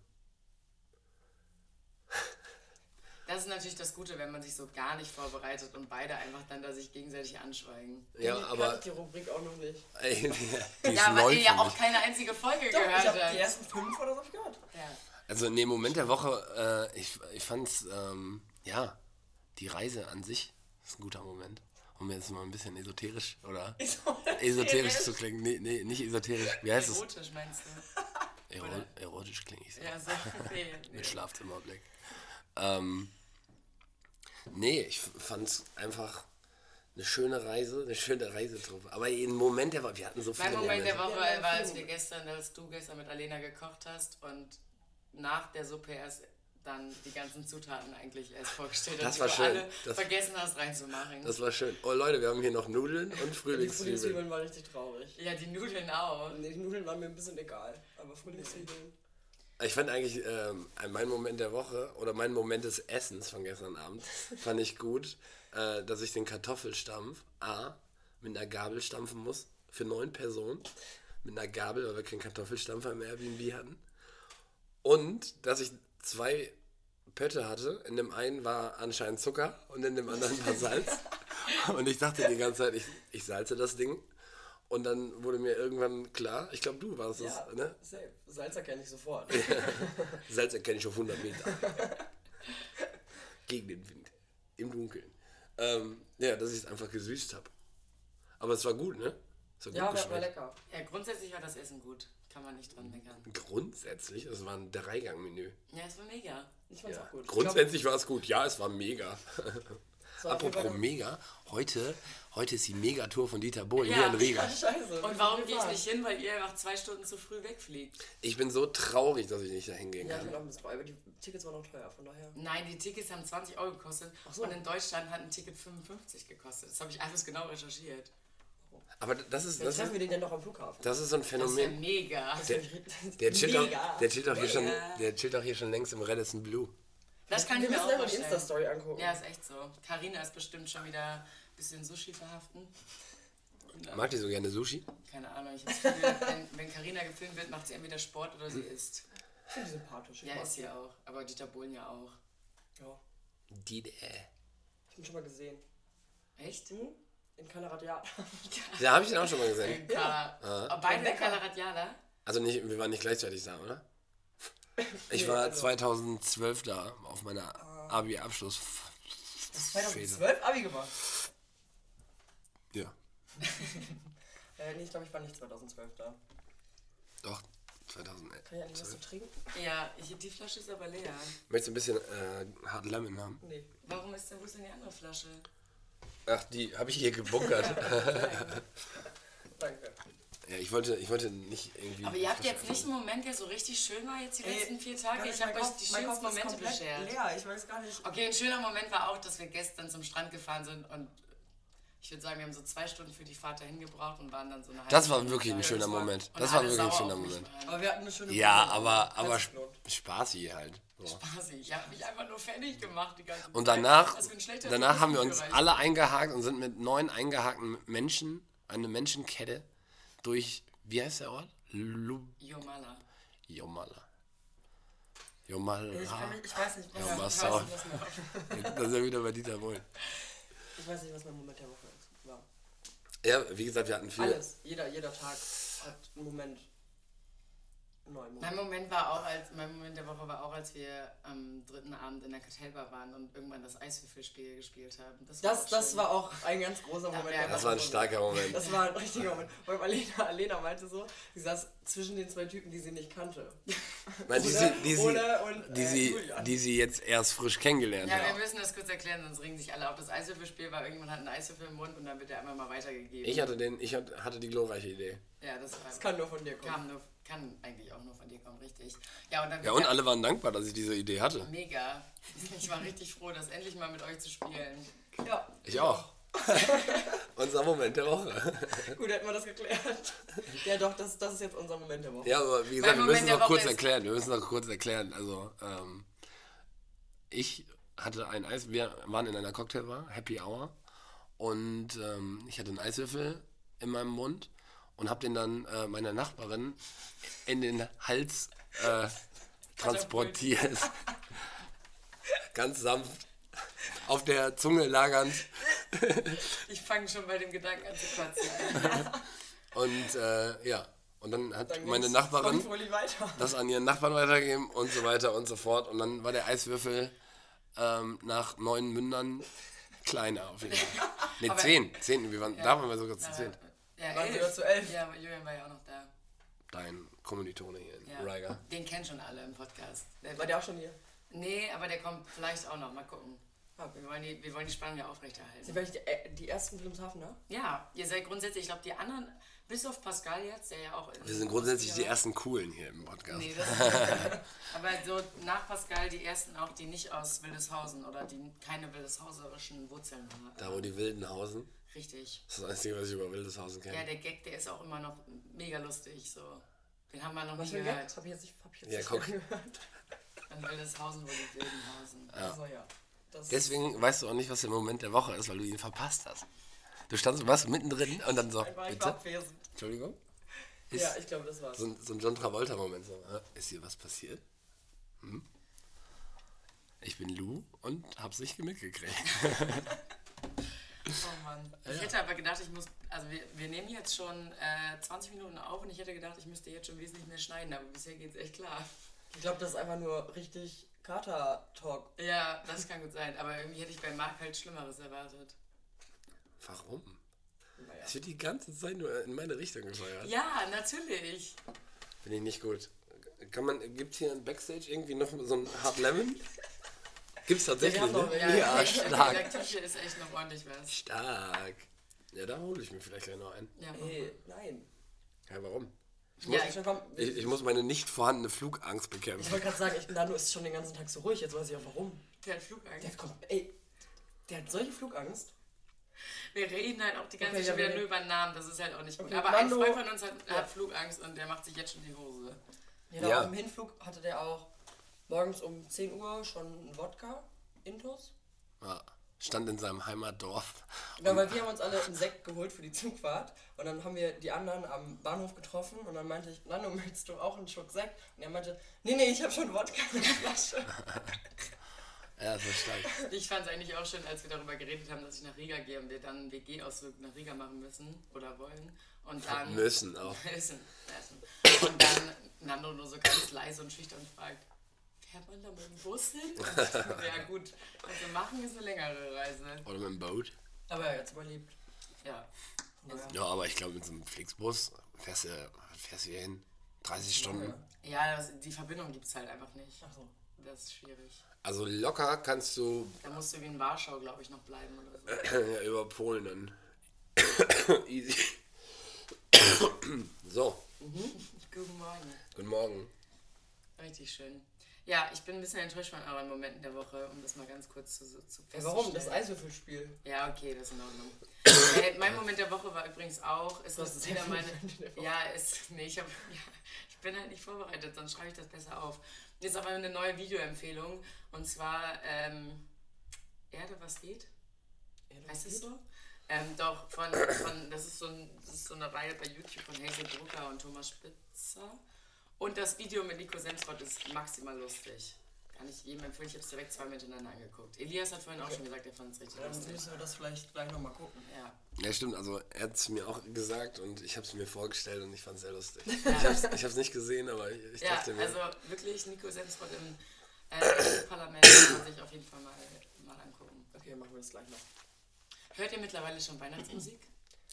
[SPEAKER 3] Das ist natürlich das Gute, wenn man sich so gar nicht vorbereitet und beide einfach dann da sich gegenseitig anschweigen.
[SPEAKER 5] Ja,
[SPEAKER 6] Die
[SPEAKER 5] aber.
[SPEAKER 6] kannte die Rubrik auch noch nicht.
[SPEAKER 5] Ey, die ist
[SPEAKER 3] Ja,
[SPEAKER 5] neu
[SPEAKER 3] weil ihr
[SPEAKER 5] für
[SPEAKER 3] ja
[SPEAKER 5] mich.
[SPEAKER 3] auch keine einzige Folge
[SPEAKER 6] Doch,
[SPEAKER 3] gehört
[SPEAKER 6] ich habe die
[SPEAKER 3] habt.
[SPEAKER 6] ersten fünf oder so hab ich gehört.
[SPEAKER 3] Ja.
[SPEAKER 5] Also in dem Moment der Woche, äh, ich, ich fand's, ähm, ja, die Reise an sich ist ein guter Moment. Um jetzt mal ein bisschen esoterisch oder esoterisch zu klingen. Nee, nee, nicht esoterisch. Wie heißt es?
[SPEAKER 3] Erotisch meinst du?
[SPEAKER 5] Ero erotisch klinge ich so.
[SPEAKER 3] Ja, so. Okay.
[SPEAKER 5] Mit Schlafzimmerblick. Ähm, nee, ich f- fand's einfach Eine schöne Reise, eine schöne Reisetruppe. Aber im Moment der Woche, wir hatten so viele.
[SPEAKER 3] Mein Moment der
[SPEAKER 5] Momente.
[SPEAKER 3] Woche
[SPEAKER 6] Ja,
[SPEAKER 3] war,
[SPEAKER 6] vielen
[SPEAKER 3] als wir
[SPEAKER 6] Dank.
[SPEAKER 3] gestern, als du gestern mit Alena gekocht hast und nach der Suppe erst dann die ganzen Zutaten eigentlich erst vorgestellt hast,
[SPEAKER 5] Das war
[SPEAKER 3] die du
[SPEAKER 5] schön.
[SPEAKER 3] alle
[SPEAKER 5] Das-
[SPEAKER 3] vergessen hast reinzumachen.
[SPEAKER 5] Das war schön. Oh Leute, wir haben hier noch Nudeln und
[SPEAKER 6] Die
[SPEAKER 5] Frühlingszwiebeln.
[SPEAKER 6] Frühlingszwiebeln waren richtig traurig.
[SPEAKER 3] ja, die Nudeln auch.
[SPEAKER 6] Nee, die Nudeln waren mir ein bisschen egal, aber Frühlingszwiebeln.
[SPEAKER 5] Ich fand eigentlich ähm, mein Moment der Woche oder mein Moment des Essens von gestern Abend fand ich gut, äh, dass ich den Kartoffelstampf A mit einer Gabel stampfen muss für neun Personen. Mit einer Gabel, weil wir keinen Kartoffelstampfer im Airbnb hatten. Und dass ich zwei Pötte hatte. In dem einen war anscheinend Zucker und in dem anderen war Salz. und ich dachte die ganze Zeit, ich, ich salze das Ding. Und dann wurde mir irgendwann klar, ich glaube, du warst
[SPEAKER 6] Ja,
[SPEAKER 5] es, ne?
[SPEAKER 6] safe. Salz erkenne ich sofort.
[SPEAKER 5] Salz erkenne ich auf 100 Meter. Gegen den Wind. Im Dunkeln. Ähm, ja, dass ich es einfach gesüßt habe. Aber es war gut, ne? Es hat gut
[SPEAKER 6] Ja, war, war
[SPEAKER 5] geschmeckt.
[SPEAKER 6] lecker.
[SPEAKER 3] Ja, grundsätzlich war das Essen gut. Kann man nicht dran meckern.
[SPEAKER 5] Grundsätzlich, es war ein Dreigangmenü.
[SPEAKER 3] Ja, es war mega.
[SPEAKER 6] Ich fand's
[SPEAKER 5] Ja.
[SPEAKER 6] auch gut.
[SPEAKER 5] Grundsätzlich war es gut. Ja, es war mega.
[SPEAKER 6] Ich glaub, es war auf jeden
[SPEAKER 5] Apropos
[SPEAKER 6] Fall-
[SPEAKER 5] mega, heute, heute ist die Megatour von Dieter Bohlen
[SPEAKER 3] Ja.
[SPEAKER 5] hier in Riga.
[SPEAKER 6] Scheiße.
[SPEAKER 3] Und warum gehe ich nicht hin? Weil ihr einfach zwei Stunden zu früh wegfliegt.
[SPEAKER 5] Ich bin so traurig, dass ich nicht da hingehen
[SPEAKER 6] Ja, genau.
[SPEAKER 5] kann.
[SPEAKER 6] ich bin auch ein bisschen, aber die Tickets waren auch teuer, von daher.
[SPEAKER 3] Nein, die Tickets haben 20 Euro gekostet
[SPEAKER 6] so.
[SPEAKER 3] und in Deutschland hat ein Ticket 55 gekostet. Das habe ich alles genau recherchiert.
[SPEAKER 5] Aber das ist,
[SPEAKER 6] Dann
[SPEAKER 5] das ist,
[SPEAKER 6] treffen wir den dann noch am Flughafen.
[SPEAKER 5] das ist so ein
[SPEAKER 3] Das ist ja
[SPEAKER 5] Phänomen.
[SPEAKER 3] mega.
[SPEAKER 5] Der, der, chillt auch,
[SPEAKER 6] Mega.
[SPEAKER 5] der, chillt auch hier schon, der chillt auch hier schon längst im Redison Blue.
[SPEAKER 3] Das kann
[SPEAKER 6] Wir
[SPEAKER 3] ich mir
[SPEAKER 6] müssen
[SPEAKER 3] auch
[SPEAKER 6] einfach die
[SPEAKER 3] vorstellen.
[SPEAKER 6] Insta-Story angucken.
[SPEAKER 3] Ja, ist echt so. Karina ist bestimmt schon wieder ein bisschen Sushi verhaften.
[SPEAKER 5] Mag die so gerne Sushi?
[SPEAKER 3] Keine Ahnung, ich hab's Gefühl, wenn- wenn Karina gefilmt wird, macht sie entweder Sport oder sie isst.
[SPEAKER 6] Ich finde die sympathisch.
[SPEAKER 3] Ja,
[SPEAKER 6] mag
[SPEAKER 3] ist
[SPEAKER 6] die.
[SPEAKER 3] sie auch. Aber Dieter Bohlen ja auch.
[SPEAKER 6] Ja.
[SPEAKER 5] Die, äh.
[SPEAKER 6] Ich hab ihn schon mal gesehen.
[SPEAKER 3] Echt?
[SPEAKER 6] Mhm. In Kanada, ja.
[SPEAKER 5] Da habe ich den auch schon mal gesehen.
[SPEAKER 3] Ja. Oh, beide
[SPEAKER 6] Lecker.
[SPEAKER 3] Kalaradianer?
[SPEAKER 5] Also nicht, wir waren nicht gleichzeitig da, oder? Ich
[SPEAKER 6] Nee,
[SPEAKER 5] war
[SPEAKER 6] also-
[SPEAKER 5] 2012 da auf meiner
[SPEAKER 3] Ah.
[SPEAKER 5] Abi-Abschluss.
[SPEAKER 6] 2012 Abi gemacht.
[SPEAKER 5] Ja,
[SPEAKER 6] Äh, nee, ich glaube, ich war nicht 2012 da.
[SPEAKER 5] doch. 2011.
[SPEAKER 6] Kann ich eigentlich was zu trinken?
[SPEAKER 3] Ja, ich, die Flasche ist aber leer.
[SPEAKER 5] Möchtest du ein bisschen äh, Hard Lemon haben?
[SPEAKER 6] Nee.
[SPEAKER 3] Warum ist denn, wo ist denn die andere Flasche?
[SPEAKER 5] Ach, die habe ich hier gebunkert.
[SPEAKER 6] Danke.
[SPEAKER 5] ja, ich wollte, ich wollte nicht irgendwie.
[SPEAKER 3] Aber ihr habt
[SPEAKER 5] Flasche
[SPEAKER 3] jetzt nicht einen Moment, der so richtig schön war jetzt die
[SPEAKER 6] Ey,
[SPEAKER 3] letzten vier Tage. Ich
[SPEAKER 6] Äh, gar nicht,
[SPEAKER 3] habe
[SPEAKER 6] mein
[SPEAKER 3] euch
[SPEAKER 6] Kopf-
[SPEAKER 3] die
[SPEAKER 6] mein
[SPEAKER 3] schönsten
[SPEAKER 6] Kopf ist
[SPEAKER 3] Momente
[SPEAKER 6] komplett
[SPEAKER 3] beschert.
[SPEAKER 6] Leer, ich weiß gar nicht.
[SPEAKER 3] Okay, ein schöner Moment war auch, dass wir gestern zum Strand gefahren sind und äh, ich würde sagen, wir haben so zwei Stunden für die Fahrt dahin gebraucht und waren dann so eine halbe
[SPEAKER 5] Das war
[SPEAKER 3] Stunde
[SPEAKER 5] wirklich ein
[SPEAKER 3] da.
[SPEAKER 5] schöner
[SPEAKER 6] das war-
[SPEAKER 5] Moment.
[SPEAKER 3] Und
[SPEAKER 5] Das war
[SPEAKER 3] alle
[SPEAKER 5] wirklich ein
[SPEAKER 3] sauer
[SPEAKER 5] schöner
[SPEAKER 3] auf mich
[SPEAKER 5] Moment.
[SPEAKER 3] waren.
[SPEAKER 6] Aber wir hatten eine schöne
[SPEAKER 5] Ja,
[SPEAKER 6] Runde.
[SPEAKER 5] aber, aber
[SPEAKER 6] Hat's
[SPEAKER 5] sp-
[SPEAKER 6] gelohnt.
[SPEAKER 5] spaßig halt. So.
[SPEAKER 3] Quasi, Also, Ich habe mich einfach nur fertig gemacht die ganze
[SPEAKER 5] Und
[SPEAKER 3] Zeit.
[SPEAKER 5] danach,
[SPEAKER 6] Also
[SPEAKER 3] Was für ein schlechter
[SPEAKER 5] danach haben wir uns
[SPEAKER 3] Führerschein.
[SPEAKER 5] alle eingehakt und sind mit neun eingehakten Menschen, eine Menschenkette, durch, wie heißt der Ort? Lu
[SPEAKER 3] Jomala.
[SPEAKER 5] Jomala. Jomala.
[SPEAKER 6] Ich, kann mich, ich weiß nicht, was,
[SPEAKER 5] Ja,
[SPEAKER 6] ich,
[SPEAKER 5] mach's
[SPEAKER 6] weiß
[SPEAKER 5] doch.
[SPEAKER 6] nicht, was mein,
[SPEAKER 5] Das ist ja wieder bei Dieter Bohlen.
[SPEAKER 6] ich weiß nicht, was mein Moment der Woche ist. War.
[SPEAKER 5] Ja, wie gesagt, wir hatten viel.
[SPEAKER 6] Alles. Jeder, jeder Tag hat einen Moment. Einen neuen Moment.
[SPEAKER 3] Mein Moment war auch, als mein Moment der Woche war auch, als wir am dritten Abend in der Kartellbar waren und irgendwann das Eiswürfelspiel gespielt haben. Das, war
[SPEAKER 6] Das,
[SPEAKER 3] auch
[SPEAKER 6] das
[SPEAKER 3] schön.
[SPEAKER 6] war auch ein ganz großer Moment.
[SPEAKER 3] ja,
[SPEAKER 6] der
[SPEAKER 5] Das
[SPEAKER 6] Woche.
[SPEAKER 5] war ein starker Moment.
[SPEAKER 6] Das war ein richtiger Moment. Weil Alena, Alena meinte so, sie saß zwischen den zwei Typen, die sie nicht kannte.
[SPEAKER 5] Nein, die, sie, die, sie,
[SPEAKER 6] Ole und
[SPEAKER 5] die,
[SPEAKER 6] äh,
[SPEAKER 5] sie,
[SPEAKER 6] Julian.
[SPEAKER 5] die sie jetzt erst frisch kennengelernt
[SPEAKER 3] Ja, wir
[SPEAKER 5] haben.
[SPEAKER 3] müssen das kurz erklären, sonst regen sich alle auf. Das Eiswürfelspiel war, irgendjemand hat einen Eiswürfel im Mund und dann wird er einfach mal weitergegeben.
[SPEAKER 5] Ich hatte, den, ich hat- hatte die glorreiche Idee.
[SPEAKER 3] ja, das, war,
[SPEAKER 6] Das kann nur von dir kommen.
[SPEAKER 3] kam nur, kann eigentlich auch nur von dir kommen, richtig. Ja, und dann
[SPEAKER 5] Ja, und alle waren dankbar, dass ich diese Idee hatte.
[SPEAKER 3] mega. Ich war richtig froh, das endlich mal mit euch zu spielen.
[SPEAKER 6] Ja,
[SPEAKER 5] Ich auch. Unser Moment der Woche.
[SPEAKER 6] gut, hätten wir das geklärt. Ja doch, das, das ist jetzt unser Moment der Woche.
[SPEAKER 5] Ja, aber wie gesagt, wir
[SPEAKER 3] Moment
[SPEAKER 5] müssen es
[SPEAKER 3] der
[SPEAKER 5] noch
[SPEAKER 3] Woche
[SPEAKER 5] kurz
[SPEAKER 3] ist-
[SPEAKER 5] erklären. Wir müssen es noch kurz erklären. Also, ähm, ich hatte ein Eis. Wir waren in einer Cocktailbar, Happy Hour. Und ähm, ich hatte einen Eiswürfel in meinem Mund und habe den dann äh, meiner Nachbarin in den Hals äh, transportiert. Ganz sanft. Auf der Zunge lagernd.
[SPEAKER 3] Ich fange schon bei dem Gedanken an zu kotzen.
[SPEAKER 5] Und äh, ja. Und dann hat
[SPEAKER 6] Dann
[SPEAKER 5] meine
[SPEAKER 6] ging's
[SPEAKER 5] Nachbarin.
[SPEAKER 6] Fröhlich weiter.
[SPEAKER 5] das an ihren Nachbarn weitergeben und so weiter und so fort. Und dann war der Eiswürfel ähm, nach neun Mündern kleiner auf jeden Fall. Ne,
[SPEAKER 3] Aber-
[SPEAKER 5] zehn. Zehn. Wir waren, Da waren wir sogar zu zehn.
[SPEAKER 3] Ja,
[SPEAKER 6] Waren wir
[SPEAKER 3] elf.
[SPEAKER 6] zu elf?
[SPEAKER 3] Ja, aber Julian war ja auch noch da.
[SPEAKER 5] Dein Kommilitone hier in
[SPEAKER 3] Ja.
[SPEAKER 5] Riga.
[SPEAKER 3] Den kennen schon alle im Podcast. Der
[SPEAKER 6] War
[SPEAKER 3] wird,
[SPEAKER 6] der auch schon hier?
[SPEAKER 3] nee, aber der kommt vielleicht auch noch. Mal gucken.
[SPEAKER 6] Ah, okay.
[SPEAKER 3] Wir wollen die, wir wollen die Spannung ja aufrechterhalten.
[SPEAKER 6] Sind vielleicht die, äh, die ersten Wilhelmshavener?
[SPEAKER 3] Ja, ihr seid grundsätzlich, ich glaube, die anderen, bis auf Pascal jetzt, der ja auch.
[SPEAKER 5] Wir sind grundsätzlich die ersten Coolen hier im Podcast.
[SPEAKER 3] Nee, das ist Aber so nach Pascal die ersten auch, die nicht aus Wildeshausen oder die keine wildeshauserischen Wurzeln haben.
[SPEAKER 5] Da, wo die Wilden hausen.
[SPEAKER 3] Richtig.
[SPEAKER 5] Das ist das Einzige, was ich über Wildeshausen
[SPEAKER 3] Ja,
[SPEAKER 5] kenne.
[SPEAKER 3] der Gag, der ist auch immer noch mega lustig. So. Den haben wir noch
[SPEAKER 6] Was
[SPEAKER 3] nicht
[SPEAKER 6] für ein
[SPEAKER 3] gehört.
[SPEAKER 6] Gag? Hab ich jetzt nicht, hab ich jetzt
[SPEAKER 5] Ja,
[SPEAKER 6] nicht
[SPEAKER 5] guck.
[SPEAKER 6] gehört.
[SPEAKER 3] An Wildeshausen, wo die Wilden hausen.
[SPEAKER 6] Also ja. Das
[SPEAKER 5] Deswegen weißt du auch nicht, was der Moment der Woche ist, weil du ihn verpasst hast. Du standst und warst mittendrin und dann so,
[SPEAKER 6] war ich war
[SPEAKER 5] bitte?
[SPEAKER 6] abwesend.
[SPEAKER 5] Entschuldigung? Ist
[SPEAKER 6] Ja, ich glaube, das war's.
[SPEAKER 5] so, ein, so ein John Travolta-Moment. So, äh, ist hier was passiert? Hm? Ich bin Lou und hab's nicht mitgekriegt.
[SPEAKER 3] Oh Mann. Ich hätte aber gedacht, ich muss. Also, wir, wir nehmen jetzt schon äh, 20 Minuten auf und ich hätte gedacht, ich müsste jetzt schon wesentlich mehr schneiden, aber bisher geht's echt klar.
[SPEAKER 6] Ich glaube, das ist einfach nur richtig Kater-Talk.
[SPEAKER 3] Ja, das kann gut sein, aber irgendwie hätte ich bei Marc halt Schlimmeres erwartet.
[SPEAKER 5] Warum? Es wird die ganze Zeit nur in meine Richtung gefeuert.
[SPEAKER 3] Ja, natürlich.
[SPEAKER 5] Finde ich nicht gut. Kann man, gibt hier ein Backstage irgendwie noch so ein Hard Lemon? Gibt's tatsächlich,
[SPEAKER 6] haben noch-
[SPEAKER 5] ne?
[SPEAKER 6] ja,
[SPEAKER 5] ja,
[SPEAKER 3] In der
[SPEAKER 5] stark.
[SPEAKER 3] Küche ist echt noch ordentlich was.
[SPEAKER 5] Stark. Ja, da hole ich mir vielleicht gleich noch einen.
[SPEAKER 3] Ja,
[SPEAKER 6] Hey, nein.
[SPEAKER 5] Ja, warum? Ich muss,
[SPEAKER 3] Ja,
[SPEAKER 6] Ich, ich wollte
[SPEAKER 5] ich, ich muss meine nicht vorhandene Flugangst bekämpfen.
[SPEAKER 6] gerade sagen, ich, Nano ist schon den ganzen Tag so ruhig, jetzt weiß ich auch warum.
[SPEAKER 3] der hat halt Flugangst.
[SPEAKER 6] Der kommt, ey, der hat solche Flugangst.
[SPEAKER 3] Wir reden halt auch die ganze
[SPEAKER 6] Okay,
[SPEAKER 3] Zeit
[SPEAKER 6] ja,
[SPEAKER 3] wieder
[SPEAKER 6] wir-
[SPEAKER 3] nur über Namen, das ist halt auch nicht gut.
[SPEAKER 6] Okay,
[SPEAKER 3] aber ein
[SPEAKER 6] Nando-
[SPEAKER 3] Freund von uns hat,
[SPEAKER 6] Ja.
[SPEAKER 3] hat Flugangst und der macht sich jetzt schon die Hose.
[SPEAKER 6] Genau,
[SPEAKER 5] Ja.
[SPEAKER 6] im Hinflug hatte der auch morgens um 10 Uhr schon einen Wodka, Intus.
[SPEAKER 5] Ja, stand in seinem Heimatdorf.
[SPEAKER 6] Genau, weil wir haben uns alle einen Sekt geholt für die Zugfahrt und dann haben wir die anderen am Bahnhof getroffen und dann meinte ich, Nando, möchtest du auch einen Schluck Sekt? Und er meinte, nee, nee, ich habe schon Wodka in der Flasche.
[SPEAKER 5] Ja, das ist stark.
[SPEAKER 3] Ich fand es eigentlich auch schön, als wir darüber geredet haben, dass ich nach Riga gehe und wir dann einen WG-Ausflug nach Riga machen müssen oder wollen. Und dann.
[SPEAKER 5] Müssen auch.
[SPEAKER 3] Müssen, müssen. Und dann Nando nur so ganz leise und schüchtern fragt: Fährt man da mit dem Bus hin? Und ich dachte, ja, gut. Was wir machen, ist eine längere Reise.
[SPEAKER 5] Oder mit dem Boot.
[SPEAKER 6] Aber er hat's überlebt.
[SPEAKER 3] Ja.
[SPEAKER 5] Ja, aber ich glaube, mit so einem Flixbus fährst du, fährst du hier hin. 30 Stunden.
[SPEAKER 3] Ja, das, die Verbindung gibt es halt einfach nicht.
[SPEAKER 6] Ach so.
[SPEAKER 3] Das ist schwierig.
[SPEAKER 5] Also locker kannst du
[SPEAKER 3] Da musst du wie in Warschau, glaube ich, noch bleiben oder so.
[SPEAKER 5] Ja, über Polen dann. Easy. so,
[SPEAKER 3] Guten Morgen.
[SPEAKER 5] guten Morgen.
[SPEAKER 3] Richtig schön. Ja, ich bin ein bisschen enttäuscht von euren Momenten der Woche, um das mal ganz kurz zu, zu
[SPEAKER 6] Ja, warum? Das
[SPEAKER 3] festzustellen.
[SPEAKER 6] Eiswürfelspiel.
[SPEAKER 3] Ja, okay, das ist in Ordnung. äh, mein Moment der Woche war übrigens auch, es
[SPEAKER 6] hast
[SPEAKER 3] ist
[SPEAKER 6] sehr
[SPEAKER 3] wieder
[SPEAKER 6] viele
[SPEAKER 3] meine.
[SPEAKER 6] Momente der Woche.
[SPEAKER 3] Ja, es, nee, ich, hab, ja, ich bin halt nicht vorbereitet, sonst schreibe ich das besser auf. Jetzt aber eine neue Videoempfehlung und zwar ähm, Erde, was geht? Heißt das so? Ähm, doch, von, von, das, ist so ein, das ist so eine Reihe bei YouTube von Hazel Drucker und Thomas Spitzer. Und das Video mit Nico Semsrott ist maximal lustig. Kann ich jedem empfehlen. Ich habe es direkt zweimal hintereinander angeguckt. Elias hat vorhin auch schon gesagt, er fand es richtig
[SPEAKER 6] Dann
[SPEAKER 3] lustig.
[SPEAKER 6] müssen wir das vielleicht gleich nochmal gucken.
[SPEAKER 3] Ja.
[SPEAKER 5] Ja, stimmt, also er hat es mir auch gesagt und ich habe es mir vorgestellt und ich fand es sehr lustig. Ich habe es nicht gesehen, aber ich, ich
[SPEAKER 3] Ja,
[SPEAKER 5] dachte mir,
[SPEAKER 3] also wirklich Nico Semsrott im äh, Parlament kann man sich auf jeden Fall mal, mal angucken.
[SPEAKER 6] Okay, machen wir das gleich noch.
[SPEAKER 3] Hört ihr mittlerweile schon Weihnachtsmusik?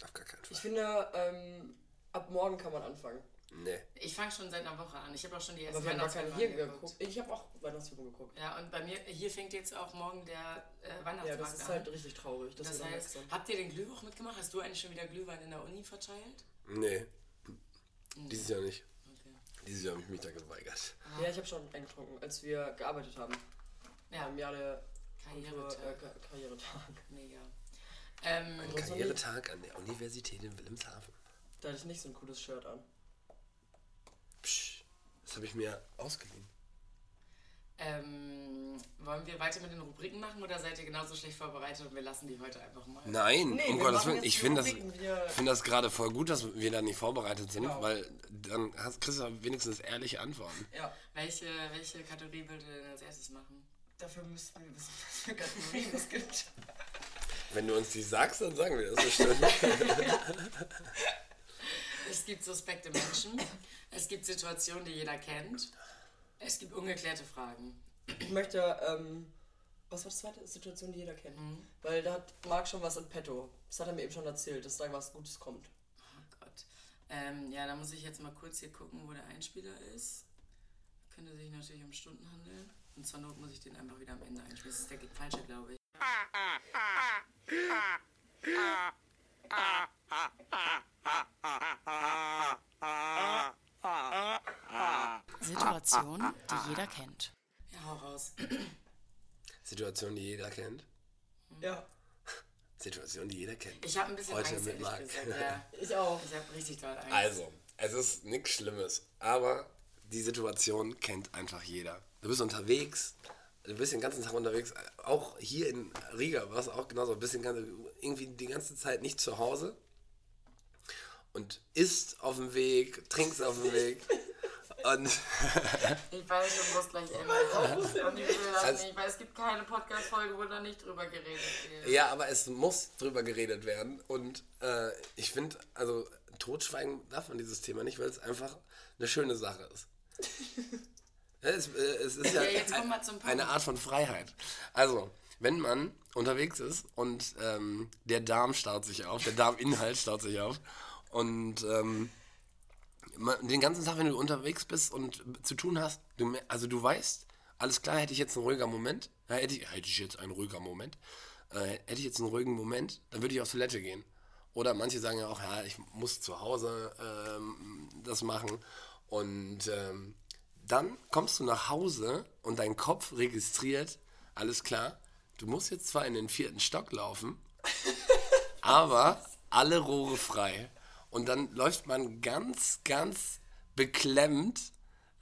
[SPEAKER 5] auf gar keinen
[SPEAKER 6] Ich
[SPEAKER 5] Fall.
[SPEAKER 6] finde, ähm, ab morgen kann man anfangen.
[SPEAKER 5] Nee.
[SPEAKER 3] Ich fange schon seit einer Woche an. Ich habe auch schon die erste
[SPEAKER 6] Aber wir haben gar keine
[SPEAKER 3] Weihnachtsfilme
[SPEAKER 6] hier
[SPEAKER 3] angeguckt.
[SPEAKER 6] geguckt. Ich habe auch Weihnachtsfilme geguckt.
[SPEAKER 3] Ja, und bei mir, hier fängt jetzt auch morgen der äh, Weihnachtsmarkt
[SPEAKER 6] Ja, das ist
[SPEAKER 3] an.
[SPEAKER 6] halt richtig traurig. Das,
[SPEAKER 3] das
[SPEAKER 6] wir dann
[SPEAKER 3] heißt,
[SPEAKER 6] weg sind.
[SPEAKER 3] habt ihr den Glühwein mitgemacht? Hast du eigentlich schon wieder Glühwein in der Uni verteilt?
[SPEAKER 5] Nee. Dieses Jahr nicht.
[SPEAKER 3] Okay.
[SPEAKER 5] Dieses Jahr habe ich mich da geweigert.
[SPEAKER 6] Ja, ich habe schon eingetrunken, als wir gearbeitet haben.
[SPEAKER 3] Ja,
[SPEAKER 6] Im Jahr der
[SPEAKER 3] Karrieretag.
[SPEAKER 6] Äh, Ka- Karrieretag.
[SPEAKER 3] mega. Ähm,
[SPEAKER 6] Rosalie?
[SPEAKER 5] Karrieretag an der Universität in Wilhelmshaven.
[SPEAKER 6] Da hatte ich nicht so ein cooles Shirt an.
[SPEAKER 5] Oh Psch, das habe ich mir ausgeliehen.
[SPEAKER 3] ähm, wollen wir weiter mit den Rubriken machen oder seid ihr genauso schlecht vorbereitet und wir lassen die heute einfach mal?
[SPEAKER 5] Nein,
[SPEAKER 6] Nee,
[SPEAKER 5] um
[SPEAKER 6] wir
[SPEAKER 5] Gottes
[SPEAKER 6] machen
[SPEAKER 5] Willen.
[SPEAKER 6] jetzt
[SPEAKER 5] Ich
[SPEAKER 6] die
[SPEAKER 5] finde das,
[SPEAKER 6] Rubriken, wir-
[SPEAKER 5] ich finde das gerade voll gut, dass wir da nicht vorbereitet sind,
[SPEAKER 6] Genau.
[SPEAKER 5] weil dann hast, kriegst du wenigstens ehrliche Antworten.
[SPEAKER 6] Ja,
[SPEAKER 3] Welche, welche Kategorie würdet ihr denn als erstes machen?
[SPEAKER 6] dafür müssten wir wissen, was für Kategorien es gibt.
[SPEAKER 5] Wenn du uns die sagst, dann sagen wir das bestimmt.
[SPEAKER 3] Es gibt suspekte Menschen, es gibt Situationen, die jeder kennt, es gibt ungeklärte Fragen.
[SPEAKER 6] Ich möchte, ähm, was war das zweite? Situation, die jeder kennt. Weil da hat Marc schon was in petto. Das hat er mir eben schon erzählt, dass da was Gutes kommt.
[SPEAKER 3] Oh Gott. Ähm, ja, da muss ich jetzt mal kurz hier gucken, wo der Einspieler ist. Könnte sich natürlich um Stunden handeln. Und zur Not muss ich den einfach wieder am Ende einspielen. Das ist der falsche, glaube ich. Situation, die jeder kennt.
[SPEAKER 6] Ja, hau raus.
[SPEAKER 5] Situation, die jeder kennt.
[SPEAKER 6] Mhm. Ja,
[SPEAKER 5] Situation, die jeder kennt.
[SPEAKER 3] Ich habe ein bisschen
[SPEAKER 5] Heute
[SPEAKER 3] Angst,
[SPEAKER 5] mit
[SPEAKER 3] ehrlich
[SPEAKER 5] Marc.
[SPEAKER 3] gesagt. Ja.
[SPEAKER 6] ich auch.
[SPEAKER 3] Ich habe richtig doll Angst.
[SPEAKER 5] Also, es ist nichts Schlimmes, aber die Situation kennt einfach jeder. Du bist unterwegs, du bist den ganzen Tag unterwegs, auch hier in Riga war es auch genauso, ein bisschen ganz- irgendwie die ganze Zeit nicht zu Hause und isst auf dem Weg, trinkst auf dem Weg und
[SPEAKER 3] Ich weiß, du musst gleich enden. Und ich will das
[SPEAKER 5] Also-
[SPEAKER 3] nicht, weil es gibt keine Podcast-Folge, wo da nicht drüber geredet wird.
[SPEAKER 5] Ja, aber es muss drüber geredet werden. Und äh, ich finde, also totschweigen darf man dieses Thema nicht, weil es einfach eine schöne Sache ist. Ja, es, äh, es ist ja,
[SPEAKER 3] Ja, jetzt komm mal zum Punkt.
[SPEAKER 5] eine Art von Freiheit. Also, wenn man unterwegs ist und ähm, der Darm staut sich auf, der Darminhalt staut sich auf und ähm, ma- den ganzen Tag, wenn du unterwegs bist und b- zu tun hast, du, mer- also du weißt, alles klar, hätte ich jetzt einen ruhiger Moment, ja, hätte, ich, hätte ich jetzt einen ruhiger Moment, äh, hätte ich jetzt einen ruhigen Moment, dann würde ich auf Toilette gehen. Oder manche sagen ja auch, ja, ich muss zu Hause ähm, das machen. Und ähm, dann kommst du nach Hause und dein Kopf registriert, alles klar, du musst jetzt zwar in den vierten Stock laufen, aber alle Rohre frei. Und dann läuft man ganz, ganz beklemmt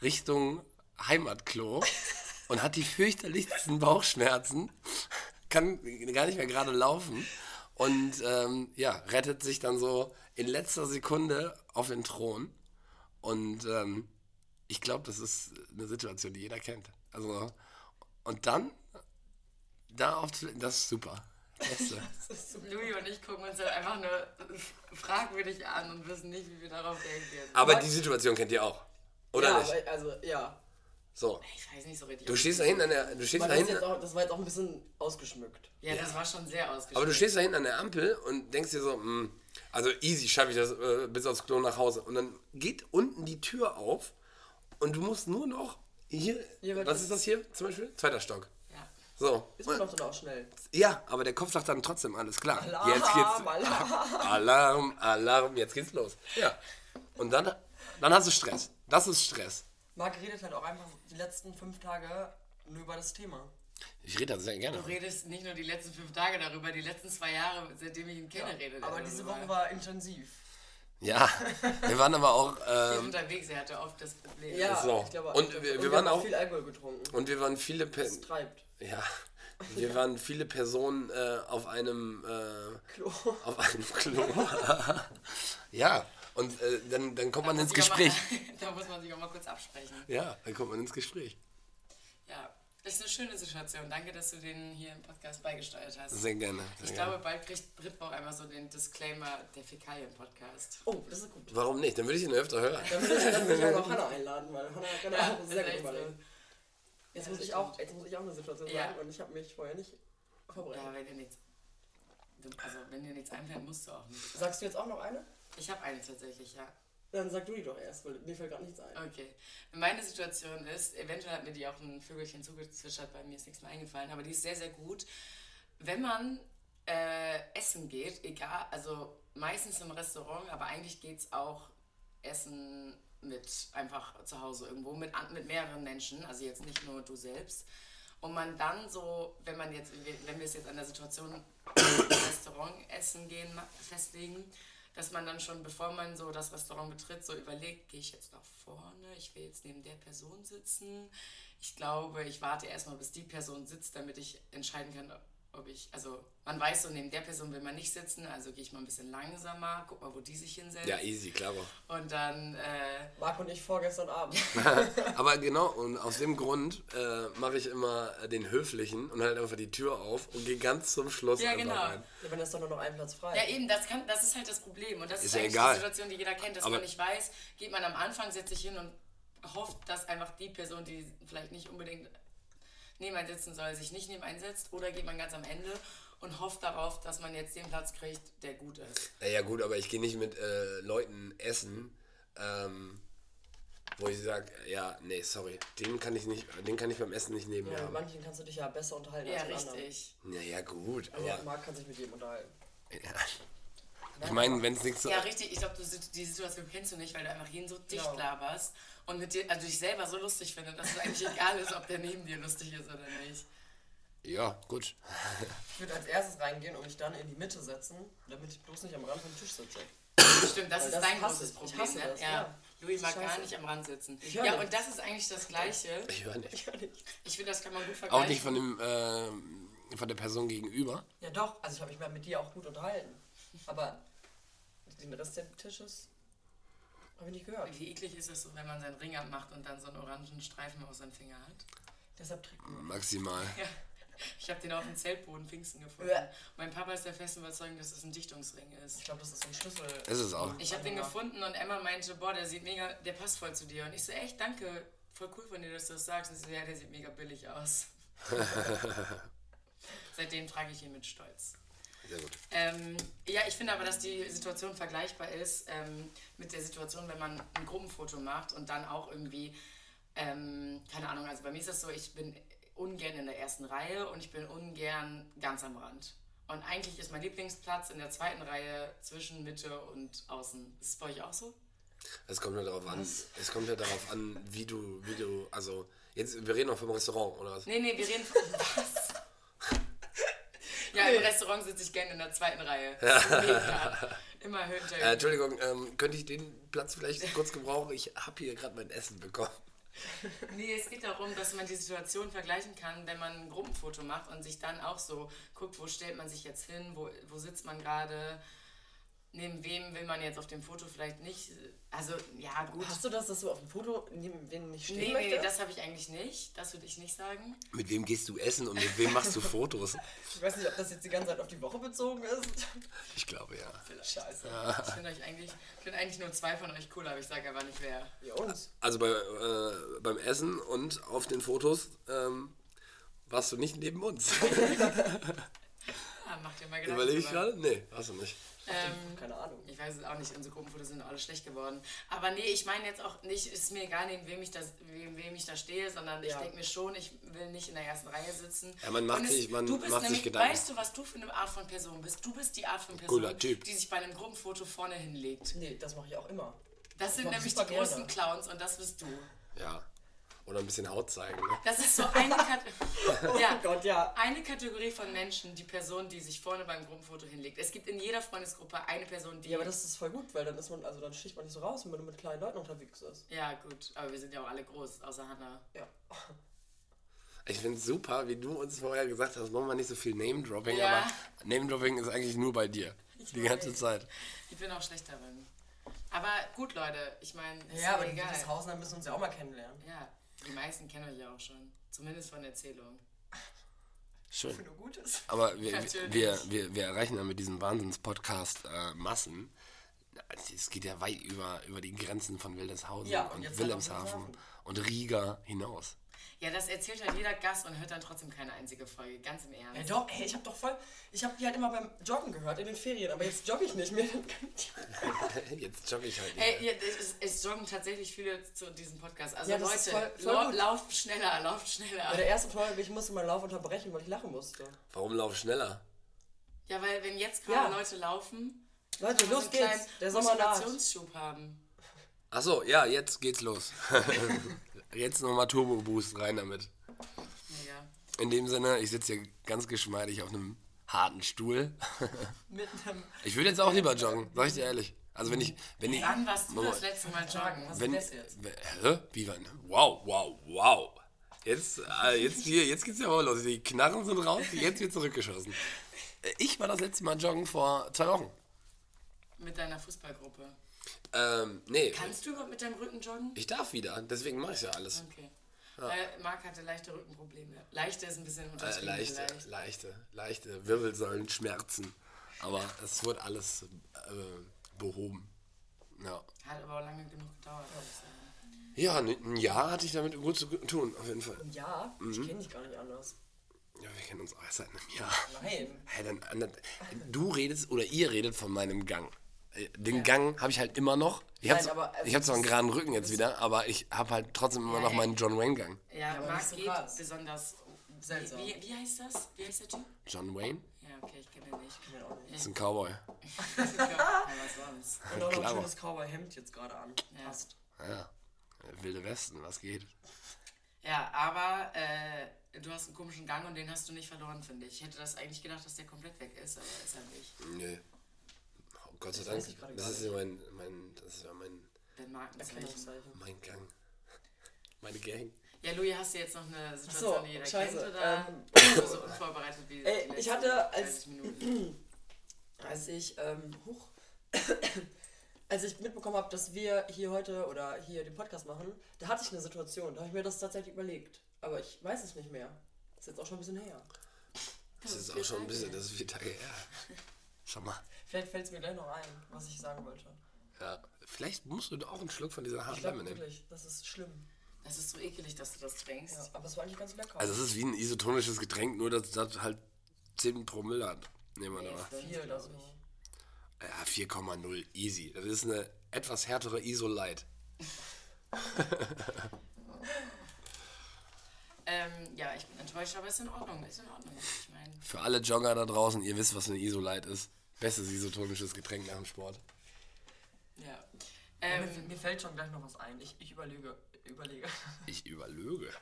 [SPEAKER 5] Richtung Heimatklo und hat die fürchterlichsten Bauchschmerzen, kann gar nicht mehr gerade laufen und ähm, ja, rettet sich dann so in letzter Sekunde auf den Thron. Und ähm, ich glaube, das ist eine Situation, die jeder kennt. Also, und dann, da auf, das ist super. Beste.
[SPEAKER 3] Louis und ich gucken uns halt einfach nur fragwürdig an und wissen nicht, wie wir darauf reagieren.
[SPEAKER 5] Aber die Situation kennt ihr auch. Oder
[SPEAKER 6] ja,
[SPEAKER 5] nicht?
[SPEAKER 6] aber also, ja.
[SPEAKER 5] So.
[SPEAKER 3] Ich weiß nicht so richtig.
[SPEAKER 5] Du stehst da hinten an der. Du stehst
[SPEAKER 6] Aber
[SPEAKER 5] da
[SPEAKER 6] das, ist
[SPEAKER 5] hinten,
[SPEAKER 6] jetzt auch, das war jetzt auch ein bisschen ausgeschmückt.
[SPEAKER 3] ja, das war schon sehr
[SPEAKER 5] aber du
[SPEAKER 3] ausgeschlossen.
[SPEAKER 5] stehst da hinten an der Ampel und denkst dir so, "Hm, also easy, schaffe ich das äh, bis aufs Klo nach Hause. Und dann geht unten die Tür auf und du musst nur noch hier.
[SPEAKER 6] Ja, aber
[SPEAKER 5] was
[SPEAKER 6] das-
[SPEAKER 5] ist das hier zum Beispiel? Zweiter Stock.
[SPEAKER 3] Ja.
[SPEAKER 5] So.
[SPEAKER 6] Ist man doch dann auch schnell.
[SPEAKER 5] Ja, aber der Kopf sagt dann trotzdem, alles klar.
[SPEAKER 6] Alarm,
[SPEAKER 5] jetzt geht's.
[SPEAKER 6] Alarm.
[SPEAKER 5] Alarm, Alarm, jetzt geht's los. Ja. Und dann, dann hast du Stress. Das ist Stress.
[SPEAKER 6] Marc redet halt auch einfach die letzten fünf Tage nur über das Thema.
[SPEAKER 5] Ich rede da sehr gerne.
[SPEAKER 3] Du redest nicht nur die letzten fünf Tage darüber, die letzten zwei Jahre, seitdem ich ihn kenne, redet er
[SPEAKER 6] Aber diese
[SPEAKER 3] darüber.
[SPEAKER 6] Woche war intensiv.
[SPEAKER 5] Ja. Wir waren aber auch.
[SPEAKER 3] Ich
[SPEAKER 5] Ähm,
[SPEAKER 3] bin unterwegs, er hatte oft das Problem.
[SPEAKER 6] Ja,
[SPEAKER 5] So.
[SPEAKER 6] ich glaube.
[SPEAKER 5] Und wir- wir
[SPEAKER 6] haben
[SPEAKER 5] waren auch-
[SPEAKER 6] viel Alkohol getrunken.
[SPEAKER 5] Und wir waren viele per
[SPEAKER 6] Das treibt.
[SPEAKER 5] ja, wir waren viele Personen äh, auf einem äh,
[SPEAKER 6] Klo.
[SPEAKER 5] auf einem Klo. ja, und äh, dann, dann kommt man ins
[SPEAKER 3] Muss ich auch
[SPEAKER 5] Gespräch.
[SPEAKER 3] Mal, da muss man sich auch mal kurz absprechen.
[SPEAKER 5] Ja, dann kommt man ins Gespräch.
[SPEAKER 3] Ja, ist eine schöne Situation. Danke, dass du den hier im Podcast beigesteuert hast.
[SPEAKER 5] Sehr gerne. Sehr
[SPEAKER 3] Ich
[SPEAKER 5] gerne.
[SPEAKER 3] glaube, bald kriegt Brit auch einmal so den Disclaimer der Fäkalien-Podcast.
[SPEAKER 6] Oh, das ist gut.
[SPEAKER 5] Warum nicht? Dann würde ich ihn öfter hören.
[SPEAKER 6] Dann würde ich, dann würde ich auch noch Hannah einladen, weil Hannah kann ja auch sehr gut
[SPEAKER 3] vielleicht so.
[SPEAKER 6] überlegen. Jetzt,
[SPEAKER 3] Ja,
[SPEAKER 6] muss
[SPEAKER 3] das
[SPEAKER 6] ich auch, jetzt muss ich auch eine Situation
[SPEAKER 3] Ja.
[SPEAKER 6] sagen und ich habe mich vorher nicht vorbereitet.
[SPEAKER 3] Ja, wenn dir nichts. du- Also, wenn dir nichts einfällt, musst du auch nicht.
[SPEAKER 6] Sagst du jetzt auch noch eine?
[SPEAKER 3] Ich habe eine tatsächlich, ja.
[SPEAKER 6] Dann sag du die doch erst, weil mir fällt gerade nichts ein.
[SPEAKER 3] Okay. Meine Situation ist, eventuell hat mir die auch ein Vögelchen zugezwitschert, bei mir ist nichts mehr eingefallen, aber die ist sehr, sehr gut. Wenn man äh, essen geht, egal, also meistens im Restaurant, aber eigentlich geht es auch essen mit einfach zu Hause irgendwo, mit, an- mit mehreren Menschen, also jetzt nicht nur du selbst. Und man dann so, wenn man jetzt, wenn wir es jetzt an der Situation Restaurant essen gehen ma- festlegen, dass man dann schon, bevor man so das Restaurant betritt, so überlegt, gehe ich jetzt nach vorne, ich will jetzt neben der Person sitzen. Ich glaube, ich warte erstmal, bis die Person sitzt, damit ich entscheiden kann, ob ich, also man weiß so, neben der Person will man nicht sitzen, also gehe ich mal ein bisschen langsamer, guck mal, wo die sich hinsetzt.
[SPEAKER 5] Ja, easy, klar.
[SPEAKER 3] Und dann, äh,
[SPEAKER 6] Marc und ich vorgestern Abend.
[SPEAKER 5] Aber genau, und aus dem Grund äh, mache ich immer äh, den Höflichen und halt einfach die Tür auf und gehe ganz zum Schluss
[SPEAKER 3] Ja,
[SPEAKER 5] einfach
[SPEAKER 3] genau.
[SPEAKER 5] rein.
[SPEAKER 6] Ja, wenn das doch nur noch ein Platz frei.
[SPEAKER 3] Ja, eben, das, kann, das ist halt das Problem. Und das ist,
[SPEAKER 5] ja
[SPEAKER 3] eigentlich
[SPEAKER 5] egal.
[SPEAKER 3] die Situation, die jeder kennt, dass
[SPEAKER 5] Aber-
[SPEAKER 3] man nicht weiß, geht man am Anfang, setzt sich hin und hofft, dass einfach die Person, die vielleicht nicht unbedingt neben einen sitzen soll, sich nicht neben einen setzt. Oder geht man ganz am Ende und hofft darauf, dass man jetzt den Platz kriegt, der gut ist.
[SPEAKER 5] Naja, gut, aber ich gehe nicht mit äh, Leuten essen, ähm, wo ich sage, ja, nee, sorry, den kann ich nicht, den kann ich beim Essen nicht neben mir
[SPEAKER 6] Ja, mit
[SPEAKER 5] haben.
[SPEAKER 6] manchen kannst du dich ja besser unterhalten
[SPEAKER 3] Ja,
[SPEAKER 6] als mit anderen.
[SPEAKER 3] richtig.
[SPEAKER 5] Naja, gut, aber.
[SPEAKER 6] Ja, Marc kann sich mit jedem unterhalten.
[SPEAKER 5] Ja. Ich meine, wenn es nichts so.
[SPEAKER 3] Ja, richtig. Ich glaube, du- die Situation kennst du nicht, weil du einfach jeden so dicht
[SPEAKER 6] Genau.
[SPEAKER 3] laberst und mit dir, also dich selber so lustig findest, dass es eigentlich egal ist, ob der neben dir lustig ist oder nicht.
[SPEAKER 5] Ja, gut.
[SPEAKER 6] Ich würde als erstes reingehen und mich dann in die Mitte setzen, damit ich bloß nicht am Rand vom Tisch sitze.
[SPEAKER 3] Stimmt, das
[SPEAKER 6] Weil
[SPEAKER 3] ist
[SPEAKER 6] das
[SPEAKER 3] dein
[SPEAKER 6] hasse
[SPEAKER 3] großes
[SPEAKER 6] ich. Ich
[SPEAKER 3] Problem.
[SPEAKER 6] hasse
[SPEAKER 3] ne?
[SPEAKER 6] das,
[SPEAKER 3] ja.
[SPEAKER 6] ja.
[SPEAKER 3] Louis mag
[SPEAKER 6] Scheiße.
[SPEAKER 3] gar nicht am Rand sitzen.
[SPEAKER 6] Ich höre
[SPEAKER 3] Ja,
[SPEAKER 6] nichts.
[SPEAKER 3] und das ist eigentlich das Gleiche.
[SPEAKER 5] Ich höre nicht.
[SPEAKER 3] Ich finde, das kann man gut vergleichen.
[SPEAKER 5] Auch nicht von dem, ähm, von der Person gegenüber.
[SPEAKER 6] Ja doch, also ich habe mich mal mit dir auch gut unterhalten. Aber den Rest des Tisches habe ich nicht gehört.
[SPEAKER 3] Wie eklig ist es, wenn man seinen Ring abmacht und dann so einen orangen Streifen auf seinem Finger hat?
[SPEAKER 6] Deshalb trägt man.
[SPEAKER 5] Maximal.
[SPEAKER 3] Ja. Ich habe den auf dem Zeltboden Pfingsten gefunden.
[SPEAKER 6] Uah.
[SPEAKER 3] Mein Papa ist der festen Überzeugung, dass es ein Dichtungsring ist.
[SPEAKER 6] Ich glaube, das ist so ein Schlüssel.
[SPEAKER 5] Ist es auch.
[SPEAKER 3] Ich habe den gefunden und Emma meinte, boah, der sieht mega, der passt voll zu dir. Und ich so, echt, danke, voll cool von dir, dass du das sagst. Und sie so, ja, der sieht mega billig aus. Seitdem trage ich ihn mit Stolz.
[SPEAKER 5] Sehr gut.
[SPEAKER 3] Ähm, ja, ich finde aber, dass die Situation vergleichbar ist ähm, mit der Situation, wenn man ein Gruppenfoto macht und dann auch irgendwie, ähm, keine Ahnung, also bei mir ist das so, ich bin ungern in der ersten Reihe und ich bin ungern ganz am Rand. Und eigentlich ist mein Lieblingsplatz in der zweiten Reihe zwischen Mitte und Außen. Ist es bei euch auch so?
[SPEAKER 5] Es kommt ja darauf an. Es kommt ja darauf an, wie du, wie du, also jetzt, wir reden auch vom Restaurant, oder was? Äh,
[SPEAKER 3] Nee, nee, wir reden von was? ja, im Restaurant sitze ich gerne in der zweiten Reihe. Mega. Immer hinter
[SPEAKER 5] Äh, Entschuldigung, ähm, könnte ich den Platz vielleicht kurz gebrauchen? Ich habe hier gerade mein Essen bekommen.
[SPEAKER 3] Nee, es geht darum, dass man die Situation vergleichen kann, wenn man ein Gruppenfoto macht und sich dann auch so guckt, wo stellt man sich jetzt hin, wo, wo sitzt man gerade, neben wem will man jetzt auf dem Foto vielleicht nicht. Also, ja, gut.
[SPEAKER 6] Hast du das, dass du auf dem Foto neben wen nicht stehen
[SPEAKER 3] Nee, nee,
[SPEAKER 6] möchtest?
[SPEAKER 3] das habe ich eigentlich nicht. Das würde ich nicht sagen.
[SPEAKER 5] Mit wem gehst du essen und mit wem machst du Fotos?
[SPEAKER 6] ich weiß nicht, ob das jetzt die ganze Zeit auf die Woche bezogen ist.
[SPEAKER 5] Ich glaube ja.
[SPEAKER 6] Scheiße.
[SPEAKER 3] Ich finde euch eigentlich, ich finde eigentlich nur zwei von euch cool, aber ich sage aber nicht wer.
[SPEAKER 6] Ja, und?
[SPEAKER 5] Also bei, äh, beim Essen und auf den Fotos ähm, warst du nicht neben uns.
[SPEAKER 3] Ah, macht ihr mal Gedanken.
[SPEAKER 5] Überlege ich
[SPEAKER 3] drüber.
[SPEAKER 5] gerade? Nee, warst du nicht.
[SPEAKER 3] Ähm,
[SPEAKER 6] Keine Ahnung.
[SPEAKER 3] Ich weiß es auch nicht, unsere Gruppenfotos sind alle schlecht geworden. Aber nee, ich meine jetzt auch nicht, ist mir egal, neben wem ich, das, wem, wem ich da stehe, sondern ich
[SPEAKER 6] Ja.
[SPEAKER 3] denke mir schon, ich will nicht in der ersten Reihe sitzen.
[SPEAKER 5] Ja, man macht
[SPEAKER 3] Und
[SPEAKER 5] sich- man
[SPEAKER 3] du bist
[SPEAKER 5] macht sich
[SPEAKER 3] nämlich,
[SPEAKER 5] Gedanken.
[SPEAKER 3] Weißt du, was du für eine Art von Person bist? Du bist die Art von Person,
[SPEAKER 5] Cooler Typ.
[SPEAKER 3] die sich bei einem Gruppenfoto vorne hinlegt.
[SPEAKER 6] Nee, das mache ich auch immer.
[SPEAKER 3] Das sind
[SPEAKER 6] mach ich
[SPEAKER 3] nämlich die
[SPEAKER 6] super gerne.
[SPEAKER 3] großen Clowns und das bist du.
[SPEAKER 5] Ja. Oder ein bisschen Haut zeigen. Ne?
[SPEAKER 3] Das ist so eine Kategorie. ja.
[SPEAKER 6] Oh Gott, ja.
[SPEAKER 3] Eine Kategorie von Menschen, die Person, die sich vorne beim Gruppenfoto hinlegt. Es gibt in jeder Freundesgruppe eine Person, die.
[SPEAKER 6] Ja, aber das ist voll gut, weil dann ist man, also dann sticht man nicht so raus, wenn man mit kleinen Leuten unterwegs ist.
[SPEAKER 3] ja gut, aber wir sind ja auch alle groß, außer Hannah.
[SPEAKER 6] Ja.
[SPEAKER 5] Ich finde es super, wie du uns vorher gesagt hast, machen wir nicht so viel Name-Dropping,
[SPEAKER 3] Ja.
[SPEAKER 5] aber Name-Dropping ist eigentlich nur bei dir. die ganze
[SPEAKER 3] weiß.
[SPEAKER 5] Zeit.
[SPEAKER 3] Ich bin auch schlecht darin. Aber gut, Leute, ich meine, ist
[SPEAKER 6] Ja, aber
[SPEAKER 3] mir
[SPEAKER 6] die
[SPEAKER 3] egal.
[SPEAKER 6] Hausen müssen uns ja auch mal kennenlernen.
[SPEAKER 3] Ja, die meisten kennen euch ja auch schon. Zumindest von Erzählung.
[SPEAKER 5] Schön.
[SPEAKER 6] Wenn du gut ist.
[SPEAKER 5] Aber wir,
[SPEAKER 3] Natürlich.
[SPEAKER 5] wir, wir, wir erreichen ja mit diesem Wahnsinns-Podcast äh, Massen. Also Es geht ja weit über, über die Grenzen von Wilhelmshausen
[SPEAKER 6] Ja, und
[SPEAKER 5] und,
[SPEAKER 6] jetzt dann auch
[SPEAKER 5] Wilhelmshaven
[SPEAKER 6] Wilhelmshaven.
[SPEAKER 5] und Riga hinaus.
[SPEAKER 3] Ja, das erzählt halt jeder Gast und hört dann trotzdem keine einzige Folge. Ganz im
[SPEAKER 6] Ja,
[SPEAKER 3] Ernst.
[SPEAKER 6] Äh, doch, ey, ich hab doch voll. Ich hab die halt immer beim Joggen gehört in den Ferien, aber jetzt jogge ich nicht mehr.
[SPEAKER 5] Jetzt jogge ich halt nicht.
[SPEAKER 3] Hey, ja, es, es joggen tatsächlich viele zu diesem Podcast. Also
[SPEAKER 6] Ja, das
[SPEAKER 3] Leute,
[SPEAKER 6] ist voll- voll
[SPEAKER 3] lau-
[SPEAKER 6] gut.
[SPEAKER 3] lauft schneller, lauft
[SPEAKER 6] Bei der
[SPEAKER 3] schneller.
[SPEAKER 6] ersten Folge, ich musste meinen Lauf unterbrechen, weil ich lachen musste.
[SPEAKER 5] Warum lauf schneller?
[SPEAKER 3] Ja, weil wenn jetzt gerade
[SPEAKER 6] Ja.
[SPEAKER 3] Leute laufen,
[SPEAKER 6] Leute,
[SPEAKER 3] so
[SPEAKER 6] los
[SPEAKER 3] einen kleinen
[SPEAKER 6] geht's. Der Sommer naht.
[SPEAKER 3] Motivationsschub haben.
[SPEAKER 5] Achso, ja, jetzt geht's los. jetzt nochmal Turbo-Boost rein damit.
[SPEAKER 3] Mega.
[SPEAKER 5] In dem Sinne, ich sitze hier ganz geschmeidig auf einem harten Stuhl.
[SPEAKER 6] Mit einem.
[SPEAKER 5] Ich würde jetzt auch lieber joggen, sag ich dir ehrlich. Also wenn ich, wenn ich,
[SPEAKER 3] Wann warst du
[SPEAKER 5] Moment.
[SPEAKER 3] das letzte Mal joggen?
[SPEAKER 6] Was
[SPEAKER 5] wenn,
[SPEAKER 6] ist das jetzt?
[SPEAKER 5] wenn- hä? Wie wann? Wow, wow, wow. Jetzt, äh, jetzt hier, jetzt geht's ja wohl los. Die Knarren sind raus, jetzt wird zurückgeschossen. Äh, Ich war das letzte Mal joggen vor zwei Wochen.
[SPEAKER 3] Mit deiner Fußballgruppe.
[SPEAKER 5] Ähm, nee,
[SPEAKER 3] Kannst du überhaupt mit deinem Rücken joggen?
[SPEAKER 5] ich darf wieder, deswegen mache ich ja alles.
[SPEAKER 3] Okay. Äh, Marc hatte leichte Rückenprobleme. Leichte ist ein bisschen
[SPEAKER 5] Äh,
[SPEAKER 3] unterschrieben.
[SPEAKER 5] leichte,
[SPEAKER 3] vielleicht.
[SPEAKER 5] leichte, leichte Wirbelsäulenschmerzen. Aber es wurde alles äh, behoben. Ja.
[SPEAKER 3] Hat aber auch lange genug gedauert. würde ich sagen.
[SPEAKER 5] Ja, n- ein Jahr hatte ich damit gut zu tun, auf jeden Fall.
[SPEAKER 6] Ja, ich kenne dich gar nicht anders.
[SPEAKER 5] Ja, wir kennen uns auch erst seit einem Jahr.
[SPEAKER 6] Nein.
[SPEAKER 5] Hä, dann, ander- du redest oder ihr redet von meinem Gang. äh, den Gang habe ich halt immer noch. Ich habe
[SPEAKER 6] Nein, aber, also,
[SPEAKER 5] ich hab zwar einen
[SPEAKER 6] das-
[SPEAKER 5] geraden Rücken jetzt wieder, aber ich habe halt trotzdem immer
[SPEAKER 3] Ja,
[SPEAKER 5] noch
[SPEAKER 3] ja.
[SPEAKER 5] meinen John Wayne Gang.
[SPEAKER 3] Ja,
[SPEAKER 6] aber
[SPEAKER 3] Marc
[SPEAKER 6] nicht so
[SPEAKER 3] geht
[SPEAKER 6] krass.
[SPEAKER 3] besonders.
[SPEAKER 6] Seltsam.
[SPEAKER 3] Wie, wie heißt das? Wie heißt der Typ?
[SPEAKER 5] John Wayne?
[SPEAKER 3] Ja, okay, ich kenne den nicht.
[SPEAKER 5] Ist ein Cowboy.
[SPEAKER 3] Ja, was sonst?
[SPEAKER 6] Und auch noch
[SPEAKER 5] Klar.
[SPEAKER 6] ein schönes Cowboy-Hemd jetzt gerade an.
[SPEAKER 3] Ja.
[SPEAKER 6] Passt.
[SPEAKER 5] Ah Ja. Wilde Westen, was geht?
[SPEAKER 3] Ja, aber äh, du hast einen komischen Gang und den hast du nicht verloren, finde ich. Ich hätte das eigentlich gedacht, dass der komplett weg ist, aber ist er nicht.
[SPEAKER 5] Nö. Oh, Gott sei
[SPEAKER 6] weiß ich
[SPEAKER 5] Dank.
[SPEAKER 6] gerade
[SPEAKER 5] Das
[SPEAKER 6] gar
[SPEAKER 5] ist ja mein, mein, das ist ja mein,
[SPEAKER 3] Dann mag das nicht.
[SPEAKER 6] Erkennungszeichen.
[SPEAKER 5] mein Gang. Meine Gang.
[SPEAKER 3] Ja, Louis, hast du jetzt noch eine Situation,
[SPEAKER 6] Ach so,
[SPEAKER 3] die jeder
[SPEAKER 6] scheiße,
[SPEAKER 3] kennt? Oder
[SPEAKER 6] ähm,
[SPEAKER 3] bist du so unvorbereitet wie die
[SPEAKER 6] Ey, ich
[SPEAKER 3] letzten
[SPEAKER 6] hatte als-
[SPEAKER 3] 30 Minuten?
[SPEAKER 6] Als ich, ähm, hoch, als ich mitbekommen habe, dass wir hier heute oder hier den Podcast machen, da hatte ich eine Situation, da habe ich mir das tatsächlich überlegt. Aber ich weiß es nicht mehr. Ist jetzt auch schon ein bisschen her.
[SPEAKER 5] Das ist auch schon ein bisschen, das ist vier Tage her. Schau mal.
[SPEAKER 6] Vielleicht fällt es mir gleich noch ein, was ich sagen wollte.
[SPEAKER 5] Ja. Vielleicht musst du auch einen Schluck von dieser
[SPEAKER 6] Ich
[SPEAKER 5] harten
[SPEAKER 6] glaube
[SPEAKER 5] Lemme nehmen.
[SPEAKER 6] wirklich, das ist schlimm.
[SPEAKER 3] Das ist so ekelig, dass du das trinkst.
[SPEAKER 6] Ja, aber es war eigentlich ganz lecker.
[SPEAKER 5] Also es ist wie ein isotonisches Getränk, nur dass das halt 10 Promille hat. Nehmen wir da mal.
[SPEAKER 6] viel oder so.
[SPEAKER 5] Ja, 4,0 easy. Das ist eine etwas härtere Isolite.
[SPEAKER 3] Ähm, ja, ich bin enttäuscht, aber ist in Ordnung. Ist in Ordnung. Ich meine,
[SPEAKER 5] Für alle Jogger da draußen, ihr wisst, was eine Isolite ist. Bestes isotonisches Getränk nach dem Sport.
[SPEAKER 3] ja.
[SPEAKER 6] Mir-
[SPEAKER 3] Ähm,
[SPEAKER 6] mir fällt schon gleich noch was ein. Ich, ich überlege. überlege.
[SPEAKER 5] Ich überlöge.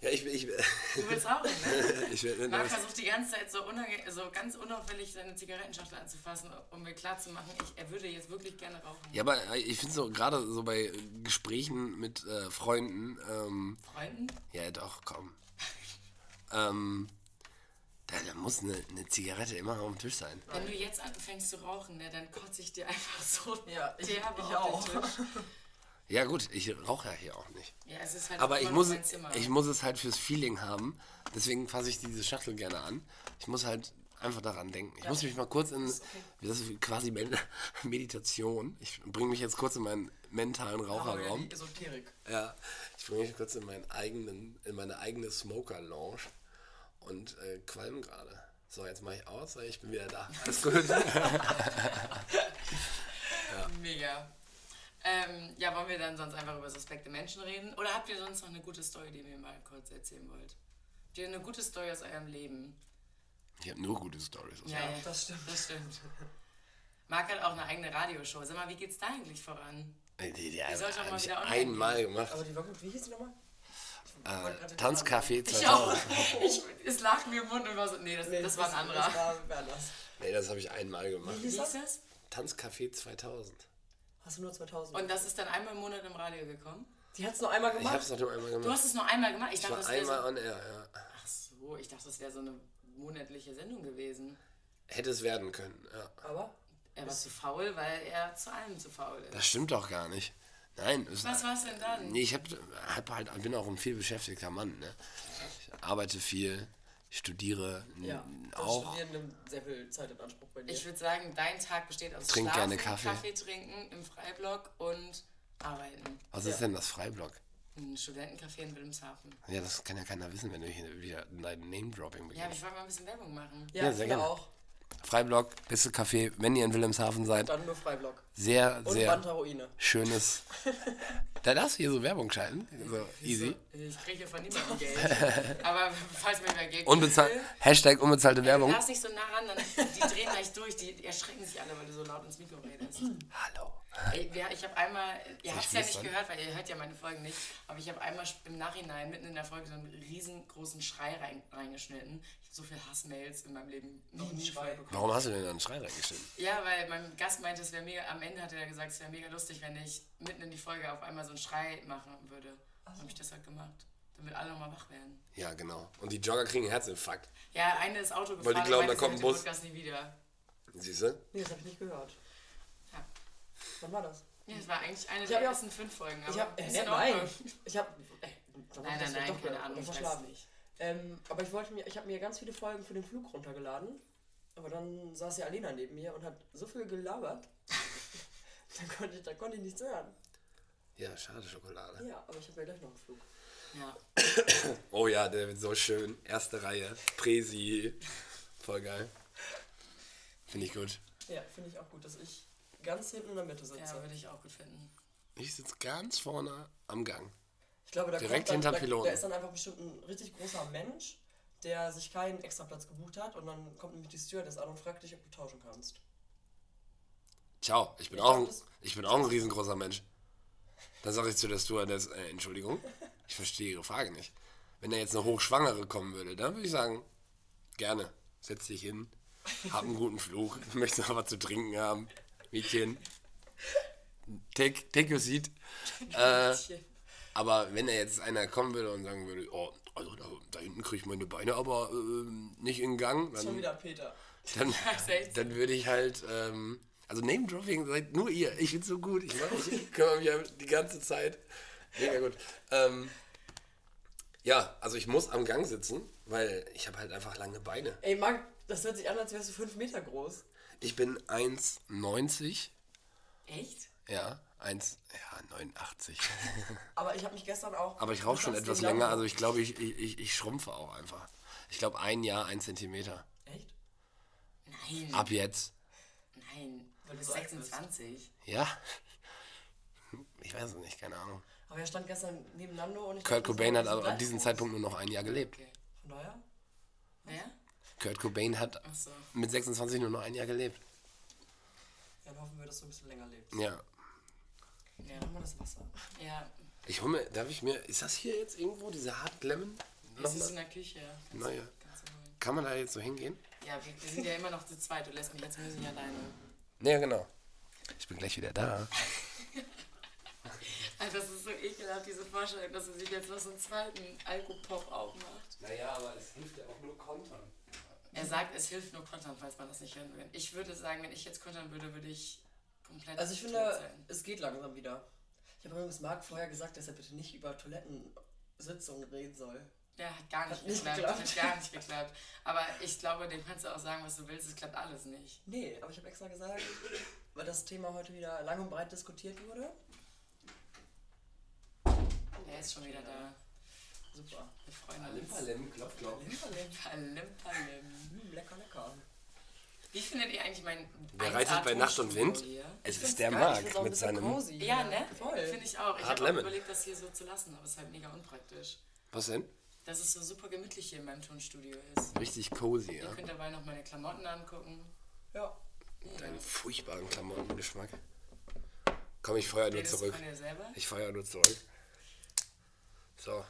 [SPEAKER 5] Ja, ich ich,
[SPEAKER 3] du willst auch nicht, ne?
[SPEAKER 5] ich werde
[SPEAKER 3] Marc versucht die ganze Zeit so, unange- so ganz unauffällig seine Zigarettenschachtel anzufassen, um mir klarzumachen, ich, er würde jetzt wirklich gerne rauchen.
[SPEAKER 5] Ja, aber ich finde so gerade so bei Gesprächen mit äh, Freunden, ähm,
[SPEAKER 3] Freunden?
[SPEAKER 5] ja doch, komm. ähm, da, da muss eine, eine Zigarette immer auf dem Tisch sein.
[SPEAKER 3] Wenn du jetzt anfängst zu rauchen, ne, dann kotze ich dir einfach so
[SPEAKER 6] Ja, ich-
[SPEAKER 3] derbe
[SPEAKER 6] ich
[SPEAKER 3] auf den
[SPEAKER 6] auch.
[SPEAKER 3] Tisch.
[SPEAKER 5] Ja gut, ich rauche ja hier auch nicht.
[SPEAKER 3] Ja, es ist halt
[SPEAKER 5] Aber
[SPEAKER 3] immer
[SPEAKER 5] ich
[SPEAKER 3] noch
[SPEAKER 5] muss,
[SPEAKER 3] mein Zimmer.
[SPEAKER 5] ich muss es halt fürs Feeling haben. Deswegen fasse ich diese Schachtel gerne an. Ich muss halt einfach daran denken. Ich muss mich mal kurz in. Das ist quasi Men- Meditation. Ich bringe mich jetzt kurz in meinen mentalen Raucherraum.
[SPEAKER 6] die Esoterik.
[SPEAKER 5] Ja, ich bringe mich kurz in meinen eigenen, in meine eigene Smoker-Lounge und äh, qualm gerade. So, jetzt mache ich aus, weil ich bin wieder da. Alles gut.
[SPEAKER 3] Mega. Ähm, ja, wollen wir dann sonst einfach über suspekte Menschen reden? Oder habt ihr sonst noch eine gute Story, die ihr mir mal kurz erzählen wollt? Habt ihr eine gute Story aus eurem Leben?
[SPEAKER 5] Ich habe nur gute Stories.
[SPEAKER 3] ja,
[SPEAKER 6] Das stimmt.
[SPEAKER 3] das stimmt. Marc hat auch eine eigene Radioshow. Sag mal, wie geht's da eigentlich voran?
[SPEAKER 5] Die, die, die,
[SPEAKER 3] sollte auch mal
[SPEAKER 5] hab ich
[SPEAKER 3] wieder online
[SPEAKER 5] einmal gemacht.
[SPEAKER 6] Aber die war gut. Wie hieß die nochmal? wollte gerade
[SPEAKER 5] Äh,
[SPEAKER 6] den
[SPEAKER 5] Tanzcafé
[SPEAKER 3] Ich auch.
[SPEAKER 5] 2000.
[SPEAKER 3] Ich, es lag mir im Mund und war so, nee, das, das war ein
[SPEAKER 6] Das
[SPEAKER 3] anderer.
[SPEAKER 6] war wer anders.
[SPEAKER 5] Nee, das habe ich einmal gemacht.
[SPEAKER 3] Wie hieß das?
[SPEAKER 5] Tanzcafé 2000.
[SPEAKER 6] Hast du nur 2000?
[SPEAKER 3] Und das ist dann einmal im Monat im Radio gekommen.
[SPEAKER 6] die hat es nur einmal
[SPEAKER 5] Ich habe
[SPEAKER 6] gemacht.
[SPEAKER 5] es noch nur einmal
[SPEAKER 3] Du
[SPEAKER 5] gemacht.
[SPEAKER 3] hast es nur einmal gemacht. Ich
[SPEAKER 5] Ich
[SPEAKER 3] dachte,
[SPEAKER 5] war
[SPEAKER 3] das wäre
[SPEAKER 5] einmal
[SPEAKER 3] so,
[SPEAKER 5] on air, ja.
[SPEAKER 3] ach so, ich dachte, das wäre so eine monatliche Sendung gewesen.
[SPEAKER 5] Hätte es werden können, ja.
[SPEAKER 6] Aber
[SPEAKER 3] Er war zu faul, weil er zu allem zu faul ist.
[SPEAKER 5] Das stimmt doch gar nicht. Nein, es-
[SPEAKER 3] Was war's denn dann?
[SPEAKER 5] Nee, ich hab, hab halt, bin auch ein viel beschäftigter Mann, ne? Ich arbeite viel, ich studiere n-
[SPEAKER 6] ja, das
[SPEAKER 5] auch.
[SPEAKER 6] Studieren nimmt sehr viel Zeit in Anspruch bei dir.
[SPEAKER 3] Ich würde sagen, dein Tag besteht aus
[SPEAKER 5] Trink
[SPEAKER 3] Schlafen,
[SPEAKER 5] gerne Kaffee.
[SPEAKER 3] trinken im Freiblock und arbeiten.
[SPEAKER 5] Was ist denn das Freiblock?
[SPEAKER 3] Ein Studentencafé in Wilhelmshaven.
[SPEAKER 5] Ja, das kann ja keiner wissen, wenn du hier wieder dein Name-Dropping
[SPEAKER 3] Ja, aber
[SPEAKER 5] beginnst.
[SPEAKER 3] ich wollte mal ein bisschen Werbung machen.
[SPEAKER 6] ja,
[SPEAKER 5] ja,
[SPEAKER 6] ja,
[SPEAKER 5] sehr
[SPEAKER 6] sehr
[SPEAKER 5] gerne.
[SPEAKER 6] auch.
[SPEAKER 5] Freiblock, beste Café, wenn ihr in Wilhelmshaven seid.
[SPEAKER 6] Dann nur Freiblock.
[SPEAKER 5] Sehr,
[SPEAKER 6] Und
[SPEAKER 5] sehr
[SPEAKER 6] Wanderruine.
[SPEAKER 5] schönes. Da darfst du hier so Werbung schalten. So easy.
[SPEAKER 3] Ich kriege hier von niemandem Geld. aber falls mir wer Geld
[SPEAKER 5] Unbezahl
[SPEAKER 3] geben will,
[SPEAKER 5] Hashtag unbezahlte
[SPEAKER 3] Du
[SPEAKER 5] Werbung.
[SPEAKER 3] darfst nicht so nah ran, dann, die drehen gleich durch, die erschrecken sich alle, weil du so laut ins Mikro redest.
[SPEAKER 5] Hallo.
[SPEAKER 3] Ey, wir- ich habe einmal, ihr habt es ja nicht
[SPEAKER 5] flüstern?
[SPEAKER 3] gehört, weil ihr hört ja meine Folgen nicht, aber ich habe einmal im Nachhinein, mitten in der Folge, so einen riesengroßen Schrei rein, reingeschnitten. Ich habe so viel Hassmails in meinem Leben noch nie vorher bekommen.
[SPEAKER 5] Warum hast du denn da einen Schrei reingeschnitten?
[SPEAKER 3] Ja, weil mein Gast meinte, es wäre mega, am Ende hat er gesagt, es wäre mega lustig, wenn ich mitten in die Folge auf einmal so einen Schrei machen würde. Dann habe ich das halt gemacht, damit alle nochmal wach werden.
[SPEAKER 5] Ja, genau. Und die Jogger kriegen einen Herzinfarkt.
[SPEAKER 3] Ja, eine ist Auto gefahren,
[SPEAKER 5] die
[SPEAKER 3] und
[SPEAKER 5] glauben,
[SPEAKER 3] meinte,
[SPEAKER 5] da kommt
[SPEAKER 3] sie hört den
[SPEAKER 5] ein Bus.
[SPEAKER 3] Podcast nie wieder.
[SPEAKER 5] Siehst du?
[SPEAKER 6] Nee, das habe ich nicht gehört.
[SPEAKER 3] Ja.
[SPEAKER 6] Wann war das?
[SPEAKER 3] Ja, das war eigentlich eine
[SPEAKER 6] hab
[SPEAKER 3] der
[SPEAKER 6] ja-
[SPEAKER 3] ersten fünf Folgen.
[SPEAKER 6] Ich
[SPEAKER 3] aber
[SPEAKER 6] habe.
[SPEAKER 3] ist
[SPEAKER 6] Äh,
[SPEAKER 3] in
[SPEAKER 6] nein.
[SPEAKER 3] Ordnung.
[SPEAKER 6] Ich habe. Äh,
[SPEAKER 3] Nein, nein, nein, keine Ahnung, ich weiß
[SPEAKER 6] Verschlafen.
[SPEAKER 3] nicht.
[SPEAKER 6] Ähm, aber ich wollte mir, ich habe mir ganz viele Folgen für den Flug runtergeladen. Aber dann saß ja Alena neben mir und hat so viel gelabert. da konnte ich, da konnte ich nichts hören.
[SPEAKER 5] Ja, schade Schokolade.
[SPEAKER 6] Ja, aber ich habe ja gleich noch einen Flug.
[SPEAKER 3] Ja.
[SPEAKER 5] Oh ja, der wird so schön. Erste Reihe. Presi. Voll geil. Finde ich gut.
[SPEAKER 6] Ja, finde ich auch gut, dass ich ganz hinten in der Mitte sitze.
[SPEAKER 3] Ja, würde ich auch gut finden.
[SPEAKER 5] Ich sitze ganz vorne am Gang.
[SPEAKER 6] Ich glaube, da
[SPEAKER 5] Direkt
[SPEAKER 6] kommt dann,
[SPEAKER 5] hinter
[SPEAKER 6] da,
[SPEAKER 5] Pylonen.
[SPEAKER 6] da ist dann einfach bestimmt ein richtig großer Mensch, der sich keinen Extraplatz gebucht hat und dann kommt nämlich die Stewardess an und fragt dich, ob du tauschen kannst.
[SPEAKER 5] Ciao, ich bin,
[SPEAKER 6] Ja,
[SPEAKER 5] auch, ein,
[SPEAKER 6] das-
[SPEAKER 5] ich bin auch ein riesengroßer Mensch. Dann sage ich zu der Stewardess, äh, Entschuldigung, ich verstehe Ihre Frage nicht. Wenn da jetzt eine Hochschwangere kommen würde, dann würde ich sagen, gerne, setz dich hin, hab einen guten Flug, möchtest noch was zu trinken haben, Mädchen, take, take your seat. Äh, aber wenn da jetzt einer kommen würde und sagen würde, oh, also da, da hinten kriege ich meine Beine aber ähm, nicht in Gang,
[SPEAKER 6] Schon
[SPEAKER 5] dann,
[SPEAKER 6] wieder Peter.
[SPEAKER 5] dann,
[SPEAKER 3] ist echt so.
[SPEAKER 5] dann würde ich halt, ähm, also Name-Dropping seid nur ihr. Ich bin so gut. Ich, mach- ich kümmere mich ja die ganze Zeit. Mega gut. Ähm, ja, also ich muss am Gang sitzen, weil ich habe halt einfach lange Beine.
[SPEAKER 6] Ey, Marc, das hört sich an, als wärst du 5 Meter groß.
[SPEAKER 5] Ich bin 1,90.
[SPEAKER 3] Echt?
[SPEAKER 5] Ja, 1, ja, 89.
[SPEAKER 6] Aber ich habe mich gestern auch.
[SPEAKER 5] Aber ich rauche schon
[SPEAKER 6] Das
[SPEAKER 5] etwas
[SPEAKER 6] Ding lang-
[SPEAKER 5] länger, also ich glaube, ich, ich, ich- ich schrumpfe auch einfach. Ich glaube, ein Jahr, ein Zentimeter.
[SPEAKER 6] Echt?
[SPEAKER 3] Nein.
[SPEAKER 5] Ab jetzt.
[SPEAKER 3] Nein. Ah. Du
[SPEAKER 6] Weil du
[SPEAKER 3] bist
[SPEAKER 6] so alt bist.
[SPEAKER 3] 26.
[SPEAKER 5] Ja. Ich weiß es nicht, keine Ahnung.
[SPEAKER 6] Aber er stand gestern neben Nando und ich.
[SPEAKER 5] Kurt
[SPEAKER 6] dachte,
[SPEAKER 5] Cobain
[SPEAKER 6] so,
[SPEAKER 5] hat
[SPEAKER 6] wir sind
[SPEAKER 5] aber ab
[SPEAKER 6] gleich
[SPEAKER 5] diesem
[SPEAKER 6] groß.
[SPEAKER 5] Zeitpunkt nur noch ein Jahr gelebt.
[SPEAKER 3] Okay.
[SPEAKER 6] Von daher?
[SPEAKER 3] Wer?
[SPEAKER 5] Kurt Cobain hat
[SPEAKER 3] Achso.
[SPEAKER 5] mit 26 nur noch ein Jahr gelebt.
[SPEAKER 6] Dann hoffen wir, dass du ein bisschen länger lebst.
[SPEAKER 5] Ja.
[SPEAKER 3] Ja.
[SPEAKER 6] Nimm mal das Wasser.
[SPEAKER 3] Ja.
[SPEAKER 5] Ich hole mir, darf ich mir, ist das hier jetzt irgendwo, diese Hard Lemon?
[SPEAKER 3] Das ist in
[SPEAKER 5] Nochmal?
[SPEAKER 3] der Küche. Kannst du-
[SPEAKER 5] Naja.
[SPEAKER 3] kannst du holen.
[SPEAKER 5] Kann man da jetzt so hingehen?
[SPEAKER 3] Ja, wir, wir sind ja immer noch zu zweit. Du lässt mich jetzt ein bisschen alleine.
[SPEAKER 5] Ja, genau. Ich bin gleich wieder da.
[SPEAKER 3] Alter, das ist so ekelhaft, diese Vorstellung, dass er sich jetzt noch so einen zweiten Alkopop aufmacht.
[SPEAKER 5] Naja, aber es hilft ja auch nur kontern.
[SPEAKER 3] Er sagt, es hilft nur kontern, falls man das nicht hören will. Ich würde sagen, wenn ich jetzt kontern würde, würde ich komplett
[SPEAKER 6] Also ich
[SPEAKER 3] tot
[SPEAKER 6] finde,
[SPEAKER 3] sein.
[SPEAKER 6] es geht langsam wieder. Ich habe übrigens Marc vorher gesagt, dass er bitte nicht über Toilettensitzungen reden soll.
[SPEAKER 3] Ja, hat gar nicht
[SPEAKER 6] Hat nicht
[SPEAKER 3] geklappt. Hat
[SPEAKER 6] geklappt.
[SPEAKER 3] gar nicht geklappt. Aber ich glaube, dem kannst du auch sagen, was du willst. Es klappt alles nicht.
[SPEAKER 6] Nee, aber ich habe extra gesagt, weil das Thema heute wieder lang und breit diskutiert wurde.
[SPEAKER 3] Er ist schon wieder da.
[SPEAKER 6] Super.
[SPEAKER 3] Wir freuen uns.
[SPEAKER 5] klopf, klopf.
[SPEAKER 3] Palim, palim.
[SPEAKER 6] Hm, lecker, lecker.
[SPEAKER 3] Wie findet ihr eigentlich mein
[SPEAKER 5] Wer reitet bei Nacht und Wind?
[SPEAKER 3] Hier?
[SPEAKER 5] Es
[SPEAKER 6] Find's
[SPEAKER 5] ist der
[SPEAKER 6] geil, ich find's auch
[SPEAKER 5] Marc
[SPEAKER 6] ein
[SPEAKER 5] mit
[SPEAKER 6] bisschen
[SPEAKER 5] seinem.
[SPEAKER 6] Cozy.
[SPEAKER 3] Ja, ne?
[SPEAKER 6] Voll.
[SPEAKER 3] Finde ich auch. Ich habe
[SPEAKER 5] Hard
[SPEAKER 3] auch
[SPEAKER 5] Lemon.
[SPEAKER 3] überlegt, das hier so zu lassen, aber es ist halt mega unpraktisch.
[SPEAKER 5] Was denn?
[SPEAKER 3] Dass es so super gemütlich hier in meinem Tonstudio ist.
[SPEAKER 5] Richtig cozy,
[SPEAKER 3] Ihr
[SPEAKER 5] ja.
[SPEAKER 3] könnt dabei noch meine Klamotten angucken.
[SPEAKER 6] Ja.
[SPEAKER 5] Deinen furchtbaren Klamottengeschmack. Komm, ich feuer nur
[SPEAKER 3] Redest
[SPEAKER 5] zurück.
[SPEAKER 3] du von dir selber?
[SPEAKER 5] Ich feuer nur zurück. So,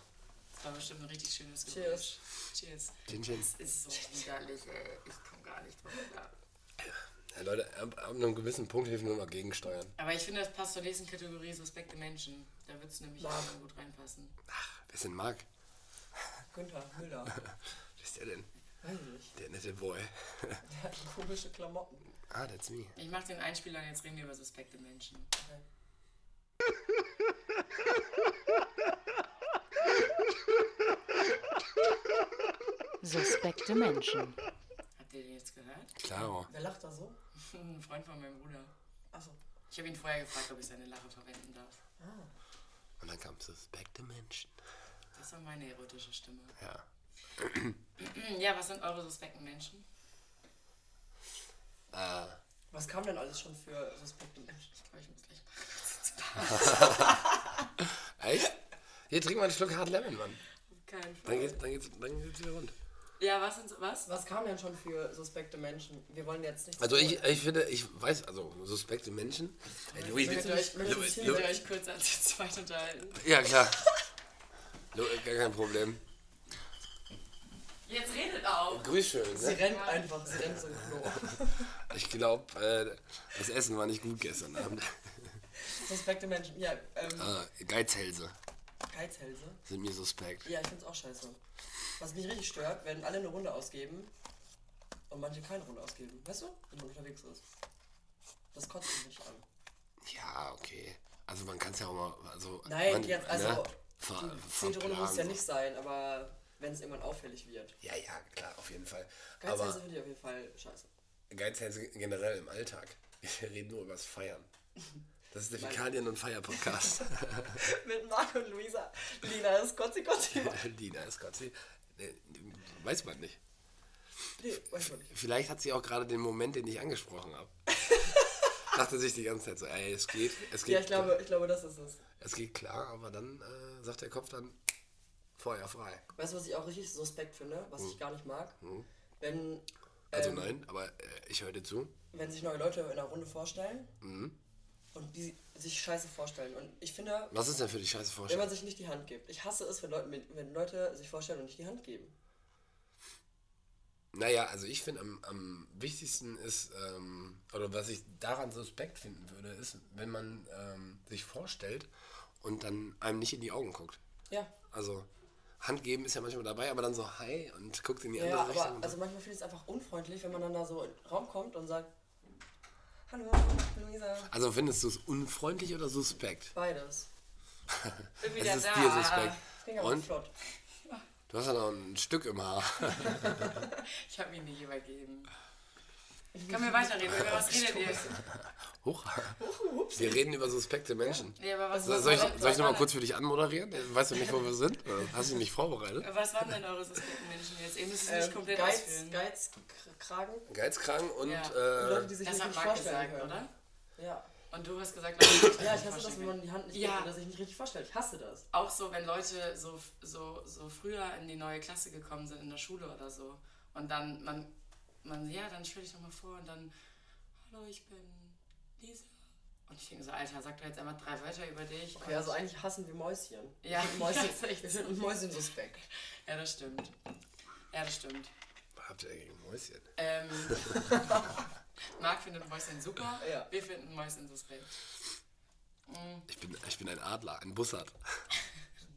[SPEAKER 3] Das war bestimmt ein richtig schönes Gefühl.
[SPEAKER 6] Cheers.
[SPEAKER 3] Cheers.
[SPEAKER 5] Chin Chin.
[SPEAKER 3] Das ist so widerlich, ey. Ich komme gar nicht drauf klar.
[SPEAKER 5] Ja, Leute, ab, ab einem gewissen Punkt hilft nur noch gegensteuern.
[SPEAKER 3] Aber ich finde, das passt zur nächsten Kategorie Suspekte Menschen. Da wird es nämlich auch gut reinpassen.
[SPEAKER 5] Wer ist denn Marc?
[SPEAKER 6] Günther, Müller.
[SPEAKER 5] Wer ist der denn?
[SPEAKER 6] Weiß ich nicht.
[SPEAKER 5] Der nette Boy.
[SPEAKER 6] Der hat komische Klamotten.
[SPEAKER 5] Ah, that's me.
[SPEAKER 3] Ich mache den Einspieler und jetzt reden wir über suspekte Menschen.
[SPEAKER 1] Suspekte Menschen.
[SPEAKER 3] Habt ihr den jetzt gehört?
[SPEAKER 5] Klaro.
[SPEAKER 6] Wer lacht da so? Also,
[SPEAKER 3] Ein Freund von meinem Bruder.
[SPEAKER 6] Achso.
[SPEAKER 3] Ich habe ihn vorher gefragt, ob ich seine Lache verwenden darf.
[SPEAKER 5] Und dann kam suspekte Menschen.
[SPEAKER 3] Das war meine erotische Stimme.
[SPEAKER 5] Ja.
[SPEAKER 3] Ja, was sind eure suspekten Menschen?
[SPEAKER 5] Äh,
[SPEAKER 6] Was kam denn alles schon für Suspekte Menschen?
[SPEAKER 3] Ich glaube, ich muss gleich mal.
[SPEAKER 5] echt? Hier, trink mal einen Schluck Hard Lemon, Mann.
[SPEAKER 3] Kein
[SPEAKER 5] Dann
[SPEAKER 3] Fall.
[SPEAKER 5] geht's, dann geht's, dann geht's wieder rund.
[SPEAKER 3] Ja, was sind was?
[SPEAKER 6] Was kam denn schon für suspekte Menschen? Wir wollen jetzt nicht.
[SPEAKER 5] Also ich, ich finde, ich weiß, also suspekte Menschen. Äh, Louis,
[SPEAKER 6] Möchtet ihr euch- möchtet ihr euch-
[SPEAKER 5] Louis,
[SPEAKER 3] Könnt ihr
[SPEAKER 5] Louis,
[SPEAKER 3] euch kurz als ihr zweit unterhalten?
[SPEAKER 5] ja klar. Louis, gar kein Problem.
[SPEAKER 3] Jetzt redet auch!
[SPEAKER 5] Grüß schön.
[SPEAKER 6] Sie
[SPEAKER 5] Ne?
[SPEAKER 6] rennt einfach, sie rennt so im Klo.
[SPEAKER 5] Ich glaube, äh, das Essen war nicht gut gestern Abend.
[SPEAKER 6] Suspekte Menschen. Ja, ähm,
[SPEAKER 5] Äh, Geizhälse
[SPEAKER 6] Geizhälse.
[SPEAKER 5] sind mir suspekt.
[SPEAKER 6] Ja, ich find's auch scheiße. Was mich richtig stört, wenn alle eine Runde ausgeben und manche keine Runde ausgeben. Weißt du? Wenn man unterwegs ist. Das kotzt mich an.
[SPEAKER 5] Ja, okay. Also man kann es ja auch mal, also
[SPEAKER 6] Nein,
[SPEAKER 5] man,
[SPEAKER 6] jetzt, also,
[SPEAKER 5] ver,
[SPEAKER 6] Die zehnte Runde muss ja
[SPEAKER 5] verplanen.
[SPEAKER 6] nicht sein, aber wenn es irgendwann auffällig wird.
[SPEAKER 5] Ja, ja, klar, auf jeden Fall.
[SPEAKER 6] Geizhälse
[SPEAKER 5] Aber
[SPEAKER 6] finde ich auf jeden Fall scheiße.
[SPEAKER 5] Geizhälse generell im Alltag. Wir reden nur übers Feiern. Das ist der Fäkalien- und Feier-Podcast.
[SPEAKER 6] Mit Marc und Luisa. Lina ist Kotzi Kotzi.
[SPEAKER 5] Lina ist Gott. Weiß man nicht.
[SPEAKER 6] Nee, weiß man nicht.
[SPEAKER 5] Vielleicht hat sie auch gerade den Moment, den ich angesprochen habe. Dachte sich die ganze Zeit so, ey, es geht, es geht,
[SPEAKER 6] Ja, ich glaube, ich glaube, das ist es.
[SPEAKER 5] es geht klar, aber dann äh, sagt der Kopf dann Feuer frei.
[SPEAKER 6] Weißt du, was ich auch richtig suspekt finde, was ich gar nicht mag? Wenn,
[SPEAKER 5] Hm. Also
[SPEAKER 6] ähm,
[SPEAKER 5] nein, aber äh, ich höre dir zu.
[SPEAKER 6] wenn sich neue Leute in einer Runde vorstellen
[SPEAKER 5] Mhm.
[SPEAKER 6] und die sich scheiße vorstellen. Und ich finde,
[SPEAKER 5] Was ist denn für die scheiße
[SPEAKER 6] wenn
[SPEAKER 5] Vorstellung?
[SPEAKER 6] man sich nicht die Hand gibt. Ich hasse es, wenn Leute, wenn- wenn Leute sich vorstellen und nicht die Hand geben.
[SPEAKER 5] Naja, also ich finde am, am wichtigsten ist, ähm, oder was ich daran suspekt finden würde, ist, wenn man ähm, sich vorstellt und dann einem nicht in die Augen guckt.
[SPEAKER 6] Ja.
[SPEAKER 5] Also Hand geben ist ja manchmal dabei, aber dann so hi und guckt in die
[SPEAKER 6] Ja,
[SPEAKER 5] andere Richtung.
[SPEAKER 6] aber
[SPEAKER 5] und so.
[SPEAKER 6] also manchmal finde ich es einfach unfreundlich, wenn man dann da so in den Raum kommt und sagt, Hallo, Luisa.
[SPEAKER 5] also findest du es unfreundlich oder suspekt?
[SPEAKER 6] Beides.
[SPEAKER 3] Bin wieder
[SPEAKER 5] Es ist
[SPEAKER 3] da.
[SPEAKER 5] dir suspekt.
[SPEAKER 6] Das ging aber
[SPEAKER 5] Und?
[SPEAKER 6] flott.
[SPEAKER 5] Du hast ja noch ein Stück im Haar.
[SPEAKER 3] Ich habe ihn nicht übergeben. Können wir weiterreden? Über was redet ihr?
[SPEAKER 5] Hoch. Wir reden über suspekte Menschen.
[SPEAKER 3] Nee, aber was,
[SPEAKER 5] So,
[SPEAKER 3] was,
[SPEAKER 5] soll ich,
[SPEAKER 3] was,
[SPEAKER 5] soll ich nochmal
[SPEAKER 3] waren
[SPEAKER 5] kurz für dich anmoderieren? Weißt du nicht, wo wir sind? Hast du dich nicht vorbereitet?
[SPEAKER 3] denn- Was waren denn eure suspekten Menschen jetzt? Ihr müsst es nicht komplett
[SPEAKER 6] Ähm, Geiz,
[SPEAKER 3] ausführen.
[SPEAKER 6] Geiz, K- Kragen.
[SPEAKER 5] Geizkrank und
[SPEAKER 3] Ja.
[SPEAKER 5] äh,
[SPEAKER 6] Leute, die sich
[SPEAKER 3] Das
[SPEAKER 6] nicht
[SPEAKER 3] hat
[SPEAKER 6] richtig
[SPEAKER 3] Marc
[SPEAKER 6] vorstellen
[SPEAKER 3] gesagt,
[SPEAKER 6] können.
[SPEAKER 3] oder?
[SPEAKER 6] Ja.
[SPEAKER 3] Und du hast gesagt, Leute, ich
[SPEAKER 6] Ja, ich hasse das, wenn man die Hand nicht
[SPEAKER 3] Ja.
[SPEAKER 6] gibt oder sich nicht richtig vorstellt. Ich hasse das.
[SPEAKER 3] auch so, wenn Leute so, so, so früher in die neue Klasse gekommen sind, in der Schule oder so. Und dann, man, man ja, dann stell dich nochmal vor und dann, hallo, ich bin Lisa. Und ich denke so, Alter, sag doch jetzt einmal drei Wörter über dich.
[SPEAKER 6] Okay, also eigentlich hassen wir Mäuschen.
[SPEAKER 3] Ja,
[SPEAKER 6] Wir sind Mäuschen,
[SPEAKER 3] das ist echt
[SPEAKER 6] wir sind ein Mäuschen-Suspekt.
[SPEAKER 3] ja, das stimmt. Ja, das stimmt.
[SPEAKER 5] habt ihr gegen Mäuschen?
[SPEAKER 3] Ähm, Marc findet Mäuschen super,
[SPEAKER 6] Ja.
[SPEAKER 3] wir finden Mäuschen suspekt.
[SPEAKER 5] Ich bin, ich bin ein Adler, ein Bussard.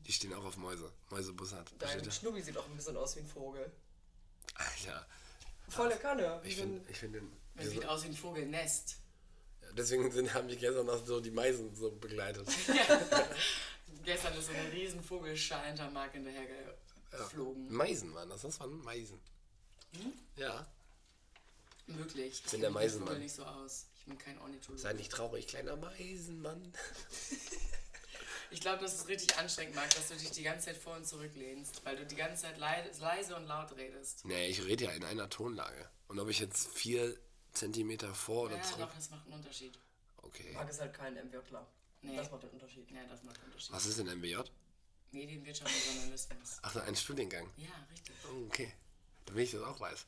[SPEAKER 5] Die stehen auch auf Mäuse. Mäuse Bussard.
[SPEAKER 6] Dein Schnubbi sieht auch ein bisschen aus wie ein Vogel.
[SPEAKER 5] Ja,
[SPEAKER 6] Volle Kanne.
[SPEAKER 5] ich
[SPEAKER 6] Wie so ein-
[SPEAKER 5] finde ich find den.
[SPEAKER 3] Das sieht aus wie ein Vogelnest.
[SPEAKER 5] Deswegen sind, haben mich gestern noch so die Meisen so begleitet.
[SPEAKER 3] Gestern ist so ein riesen Vogelschar hinter Marc hinterher geflogen. Hm?
[SPEAKER 5] Meisen waren das, das waren Meisen. Ja.
[SPEAKER 3] Möglich. Ich
[SPEAKER 5] bin der
[SPEAKER 3] kenn mich mit
[SPEAKER 5] Meisenmann.
[SPEAKER 3] Vögeln nicht so aus. Ich bin kein Ornithologe.
[SPEAKER 5] Sei nicht traurig, kleiner Meisenmann.
[SPEAKER 3] Ich glaube, das ist richtig anstrengend, Marc, dass du dich die ganze Zeit vor und zurück lehnst, weil du die ganze Zeit lei- leise und laut redest.
[SPEAKER 5] Nee, ich rede ja in einer Tonlage. Und ob ich jetzt vier Zentimeter vor oder
[SPEAKER 3] Ja,
[SPEAKER 5] zurück.
[SPEAKER 3] doch, das macht einen Unterschied.
[SPEAKER 5] Okay.
[SPEAKER 6] Marc ist halt kein MWler.
[SPEAKER 3] Nee.
[SPEAKER 6] Das macht den Unterschied.
[SPEAKER 3] Ja, das macht einen Unterschied.
[SPEAKER 5] Was ist denn MBJ?
[SPEAKER 3] Medienwirtschaft und Journalismus.
[SPEAKER 5] Ach, ein Studiengang.
[SPEAKER 3] Ja, richtig.
[SPEAKER 5] Oh, Okay. Damit ich das auch weiß.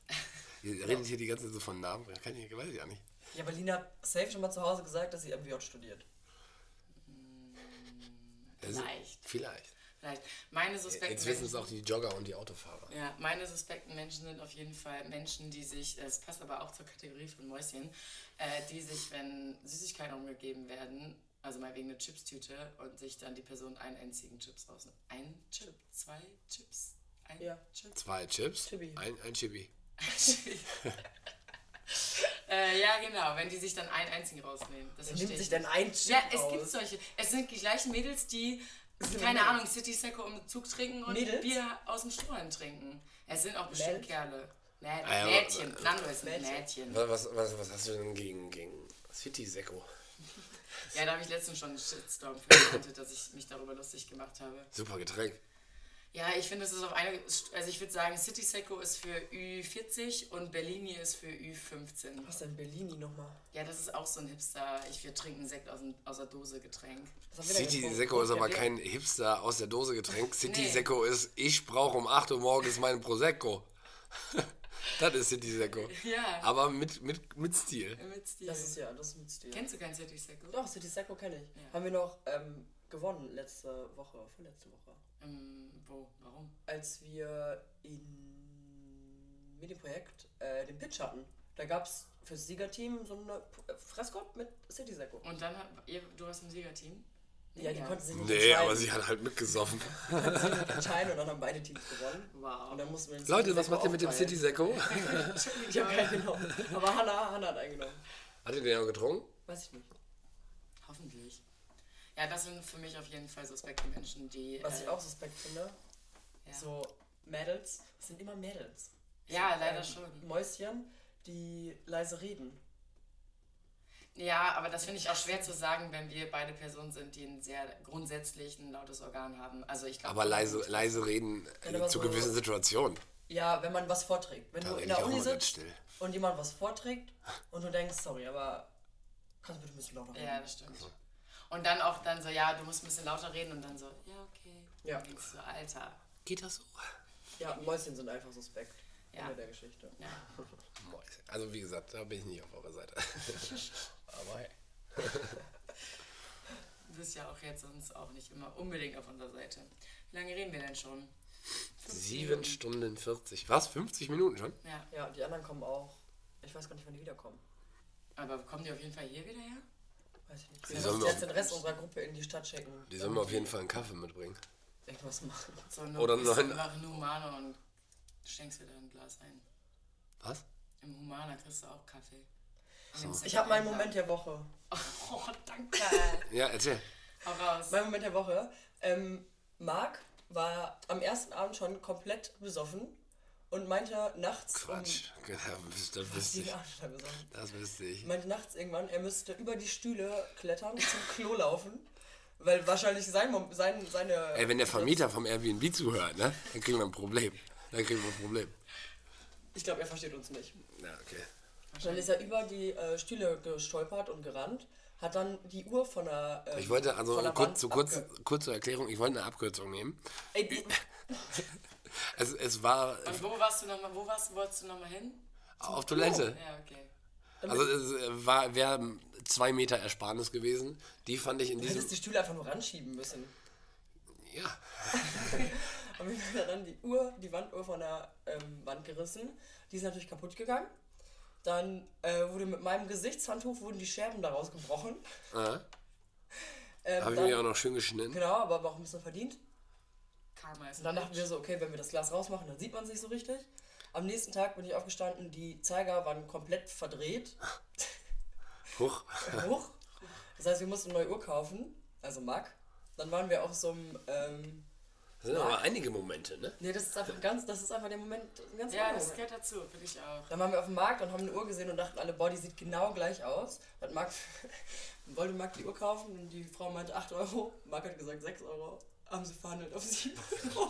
[SPEAKER 5] Ihr redet hier die ganze Zeit so von Namen. Kann ich, weiß ich ja nicht.
[SPEAKER 6] Ja, aber Lina hat safe schon mal zu Hause gesagt, dass sie MWJ studiert.
[SPEAKER 5] Das ist-
[SPEAKER 3] Vielleicht.
[SPEAKER 5] Vielleicht.
[SPEAKER 3] Vielleicht. Meine suspekten
[SPEAKER 5] Jetzt wissen es
[SPEAKER 3] Menschen-
[SPEAKER 5] auch die Jogger und die Autofahrer.
[SPEAKER 3] Ja, meine suspekten Menschen sind auf jeden Fall Menschen, die sich, es passt aber auch zur Kategorie von Mäuschen, äh, die sich, wenn Süßigkeiten umgegeben werden, also mal wegen eine Chipstüte und sich dann die Person einen einzigen Chips ausnimmt. Ein Chip, zwei Chips, ein
[SPEAKER 6] Ja.
[SPEAKER 3] Chip.
[SPEAKER 5] Zwei Chips,
[SPEAKER 6] Chibi.
[SPEAKER 5] ein, ein Chibi.
[SPEAKER 3] äh, ja, genau, wenn die sich dann einen einzigen rausnehmen. Das verstehe
[SPEAKER 6] Nimmt
[SPEAKER 3] ich
[SPEAKER 6] sich dann
[SPEAKER 3] nicht.
[SPEAKER 6] ein Chip
[SPEAKER 3] Ja, es
[SPEAKER 6] raus.
[SPEAKER 3] gibt solche. Es sind die gleichen Mädels, die,
[SPEAKER 6] sind
[SPEAKER 3] keine
[SPEAKER 6] Mädels.
[SPEAKER 3] Ahnung, City Seco um Zug trinken und
[SPEAKER 6] Mädels?
[SPEAKER 3] Bier aus dem Strohhalm trinken. Es sind auch bestimmt
[SPEAKER 6] Mädels?
[SPEAKER 3] Kerle. Mäd
[SPEAKER 5] Ah, ja, aber-
[SPEAKER 3] Mädchen. Nando ist ein
[SPEAKER 6] Mädchen.
[SPEAKER 3] Mädchen.
[SPEAKER 5] Was, was, was, was hast du denn gegen, gegen City Seko?
[SPEAKER 3] Ja, da habe ich letztens schon einen Shitstorm für geerntet, dass ich mich darüber lustig gemacht habe.
[SPEAKER 5] Super Getränk.
[SPEAKER 3] Ja, ich finde, es ist auf eine. Also, ich würde sagen, City Seco ist für Ü40 und Bellini ist für Ü15.
[SPEAKER 6] Was denn Bellini nochmal?
[SPEAKER 3] Ja, das ist auch so ein Hipster. Ich wir trinken Sekt aus, dem, aus der Dose Getränk.
[SPEAKER 6] Was haben wir denn
[SPEAKER 5] City
[SPEAKER 6] getrunken?
[SPEAKER 5] Seko ist aber
[SPEAKER 3] wir-
[SPEAKER 5] kein Hipster aus der Dose Getränk. City
[SPEAKER 3] Nee.
[SPEAKER 5] Seko ist, ich brauche um 8 Uhr morgens meinen Prosecco. das ist City Seko.
[SPEAKER 3] Ja.
[SPEAKER 5] Aber mit, mit, mit Stil.
[SPEAKER 3] Mit Stil.
[SPEAKER 6] Das ist ja, das ist mit Stil.
[SPEAKER 3] Kennst du kein City Seco?
[SPEAKER 6] Doch, City Sacco kenne ich. Haben wir noch ähm, gewonnen letzte Woche, vorletzte Woche.
[SPEAKER 3] Ähm, wo? Warum?
[SPEAKER 6] Als wir in, mit dem Projekt äh, den Pitch hatten. Da gab es fürs Siegerteam so eine P- äh, Fresko mit City Sacco.
[SPEAKER 3] Und dann, hab, ihr, du warst im Siegerteam?
[SPEAKER 6] Ja, die konnten sich nicht
[SPEAKER 5] Nee,
[SPEAKER 6] entscheiden.
[SPEAKER 5] aber sie hat halt mitgesoffen.
[SPEAKER 6] entscheiden und dann haben beide Teams gewonnen.
[SPEAKER 3] Wow.
[SPEAKER 6] Und dann mussten wir den
[SPEAKER 5] Leute,
[SPEAKER 6] City
[SPEAKER 5] was
[SPEAKER 6] Sacco
[SPEAKER 5] macht ihr mit dem
[SPEAKER 6] aufteilen.
[SPEAKER 5] City Seko?
[SPEAKER 6] Ich habe keinen genommen. Aber Hannah, Hannah hat einen genommen.
[SPEAKER 5] Hat ihr den auch getrunken?
[SPEAKER 6] Weiß ich nicht.
[SPEAKER 3] Hoffentlich. Ja, das sind für mich auf jeden Fall suspekte Menschen, die.
[SPEAKER 6] Was
[SPEAKER 3] äh,
[SPEAKER 6] ich auch suspekt finde,
[SPEAKER 3] Ja.
[SPEAKER 6] so Mädels, es sind immer Mädels.
[SPEAKER 3] ja,
[SPEAKER 6] So,
[SPEAKER 3] leider
[SPEAKER 6] ähm,
[SPEAKER 3] schon.
[SPEAKER 6] Mäuschen, die leise reden.
[SPEAKER 3] Ja, aber das finde ich auch schwer zu sagen, wenn wir beide Personen sind, die ein sehr grundsätzlich ein lautes Organ haben. Also ich glaube.
[SPEAKER 5] Aber leise, leise reden äh,
[SPEAKER 6] aber
[SPEAKER 5] zu
[SPEAKER 6] so-
[SPEAKER 5] gewissen Situationen.
[SPEAKER 6] Ja, wenn man was vorträgt. Wenn
[SPEAKER 5] Da
[SPEAKER 6] du
[SPEAKER 5] rede
[SPEAKER 6] in
[SPEAKER 5] ich
[SPEAKER 6] der
[SPEAKER 5] auch
[SPEAKER 6] Uni
[SPEAKER 5] immer ganz
[SPEAKER 6] sitzt
[SPEAKER 5] still.
[SPEAKER 6] und jemand was vorträgt und du denkst, sorry, aber kannst du bitte ein bisschen lauter reden?
[SPEAKER 3] Ja, das stimmt. Und dann auch dann so, ja, du musst ein bisschen lauter reden und dann so, ja, okay.
[SPEAKER 6] Ja.
[SPEAKER 3] Dann denkst du, Alter.
[SPEAKER 5] Geht das so?
[SPEAKER 6] Ja, Mäuschen sind einfach suspekt.
[SPEAKER 3] Ja.
[SPEAKER 6] Ende der Geschichte.
[SPEAKER 3] Ja.
[SPEAKER 5] Also wie gesagt, da bin ich nicht auf eurer Seite. Aber hey.
[SPEAKER 3] Du bist ja auch jetzt sonst auch nicht immer unbedingt auf unserer Seite. Wie lange reden wir denn schon?
[SPEAKER 5] Sieben Stunden 40. Was? 50 Minuten schon?
[SPEAKER 3] Ja.
[SPEAKER 6] Ja, die anderen kommen auch. Ich weiß gar nicht, wann die wiederkommen.
[SPEAKER 3] Aber kommen die auf jeden Fall hier wieder her?
[SPEAKER 6] Weiß ich nicht.
[SPEAKER 5] Die
[SPEAKER 6] Wir
[SPEAKER 5] sollen
[SPEAKER 6] müssen
[SPEAKER 5] wir
[SPEAKER 6] jetzt
[SPEAKER 5] auf-
[SPEAKER 6] den Rest unserer Gruppe in die Stadt schicken.
[SPEAKER 5] Die sollen mir auf jeden Fall einen Kaffee mitbringen.
[SPEAKER 6] Irgendwas machen.
[SPEAKER 3] So, nur
[SPEAKER 5] Oder
[SPEAKER 3] bist du
[SPEAKER 5] nein.
[SPEAKER 3] einfach nur Humano und schenkst dir dann ein Glas ein.
[SPEAKER 5] Was?
[SPEAKER 3] Im Humana kriegst du auch Kaffee. Nimmst dir
[SPEAKER 6] Ich habe meinen
[SPEAKER 3] einen
[SPEAKER 6] Moment der Woche.
[SPEAKER 3] Glas. Oh, danke.
[SPEAKER 5] Ja, erzähl.
[SPEAKER 3] Hau raus.
[SPEAKER 6] Mein Moment der Woche. Ähm, Marc war am ersten Abend schon komplett besoffen und meinte nachts.
[SPEAKER 5] Quatsch. Das das
[SPEAKER 6] Um,
[SPEAKER 5] wüsste
[SPEAKER 6] die
[SPEAKER 5] ich.
[SPEAKER 6] Arme schon besoffen.
[SPEAKER 5] Das wüsste ich.
[SPEAKER 6] meinte nachts irgendwann, er müsste über die Stühle klettern, zum Klo laufen. Weil wahrscheinlich sein, Mom- sein, seine.
[SPEAKER 5] Ey, wenn der Vermieter vom Airbnb zuhört, ne? Dann kriegen wir ein Problem. Dann kriegen wir ein Problem.
[SPEAKER 6] Ich glaube, er versteht uns nicht.
[SPEAKER 5] Ja, okay.
[SPEAKER 6] Dann ist er über die äh, Stühle gestolpert und gerannt, hat dann die Uhr von der. ähm,
[SPEAKER 5] Ich wollte, also
[SPEAKER 6] von der
[SPEAKER 5] kurz,
[SPEAKER 6] Wand
[SPEAKER 5] zu kurz,
[SPEAKER 6] abge-
[SPEAKER 5] kurz zur Erklärung, ich wollte eine Abkürzung nehmen.
[SPEAKER 6] Ey, die,
[SPEAKER 5] Es, es war
[SPEAKER 3] Und wo warst du nochmal, wo warst, wolltest du nochmal hin?
[SPEAKER 5] auf Toilette.
[SPEAKER 3] Ja, okay.
[SPEAKER 5] Also es war, wäre zwei Meter Ersparnis gewesen. Die fand ich in
[SPEAKER 6] du hättest
[SPEAKER 5] diesem...
[SPEAKER 6] die Stühle einfach nur ranschieben müssen.
[SPEAKER 5] Ja,
[SPEAKER 6] Und wir haben dann die Uhr, die Wanduhr von der ähm, Wand gerissen. Die ist natürlich kaputt gegangen. Dann äh, wurde mit meinem Gesichtshandtuch wurden die Scherben daraus gebrochen.
[SPEAKER 5] äh,
[SPEAKER 6] Ähm,
[SPEAKER 5] habe ich
[SPEAKER 6] dann,
[SPEAKER 5] mir auch noch schön geschnitten.
[SPEAKER 6] genau, aber war auch ein bisschen verdient.
[SPEAKER 3] Karma ist
[SPEAKER 6] Und dann
[SPEAKER 3] ein
[SPEAKER 6] dachten wir so, okay, wenn wir das Glas rausmachen, dann sieht man es nicht so richtig. Am nächsten Tag bin ich aufgestanden, die Zeiger waren komplett verdreht.
[SPEAKER 5] Huch.
[SPEAKER 6] hoch. Das heißt, wir mussten eine neue Uhr kaufen, also Mark. Dann waren wir auf so einem. Ähm,
[SPEAKER 5] Das sind aber einige Momente, ne?
[SPEAKER 6] nee, das ist einfach ganz, das ist einfach der Moment, ein ganz
[SPEAKER 3] Ja,
[SPEAKER 6] anderer
[SPEAKER 3] das
[SPEAKER 6] Moment.
[SPEAKER 3] gehört dazu, finde ich auch.
[SPEAKER 6] Dann waren wir auf dem Markt und haben eine Uhr gesehen und dachten alle, boah, die sieht genau gleich aus. Dann hat Marc, wollte Marc die Uhr kaufen und die Frau meinte 8 Euro. Marc hat gesagt 6 Euro. Haben sie verhandelt auf 7 Euro.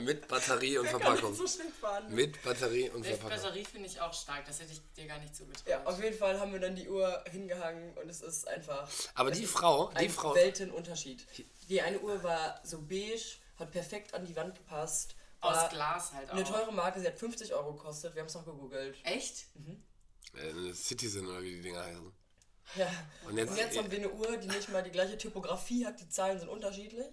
[SPEAKER 5] Mit Batterie und
[SPEAKER 6] Wer kann denn
[SPEAKER 5] Verpackung.
[SPEAKER 6] so schnell verhandeln?
[SPEAKER 5] Mit Batterie und
[SPEAKER 3] Die
[SPEAKER 5] Verpackung.
[SPEAKER 3] Batterie finde ich auch stark, das hätte ich dir gar nicht zugetraut.
[SPEAKER 6] Ja, auf jeden Fall haben wir dann die Uhr hingehangen und es ist einfach
[SPEAKER 5] Aber die Frau, die
[SPEAKER 6] ein
[SPEAKER 5] Frau...
[SPEAKER 6] Weltenunterschied. Die eine Uhr war so beige, hat perfekt an die Wand gepasst.
[SPEAKER 3] Aus
[SPEAKER 6] war
[SPEAKER 3] Glas halt auch.
[SPEAKER 6] Eine teure Marke, sie hat 50 Euro gekostet, wir haben es noch gegoogelt.
[SPEAKER 3] Echt?
[SPEAKER 5] Äh, Citizen oder wie die Dinger heißen.
[SPEAKER 6] Ja.
[SPEAKER 5] Und jetzt,
[SPEAKER 6] Und jetzt haben wir eine Uhr, die nicht mal die gleiche Typografie hat, die Zahlen sind unterschiedlich.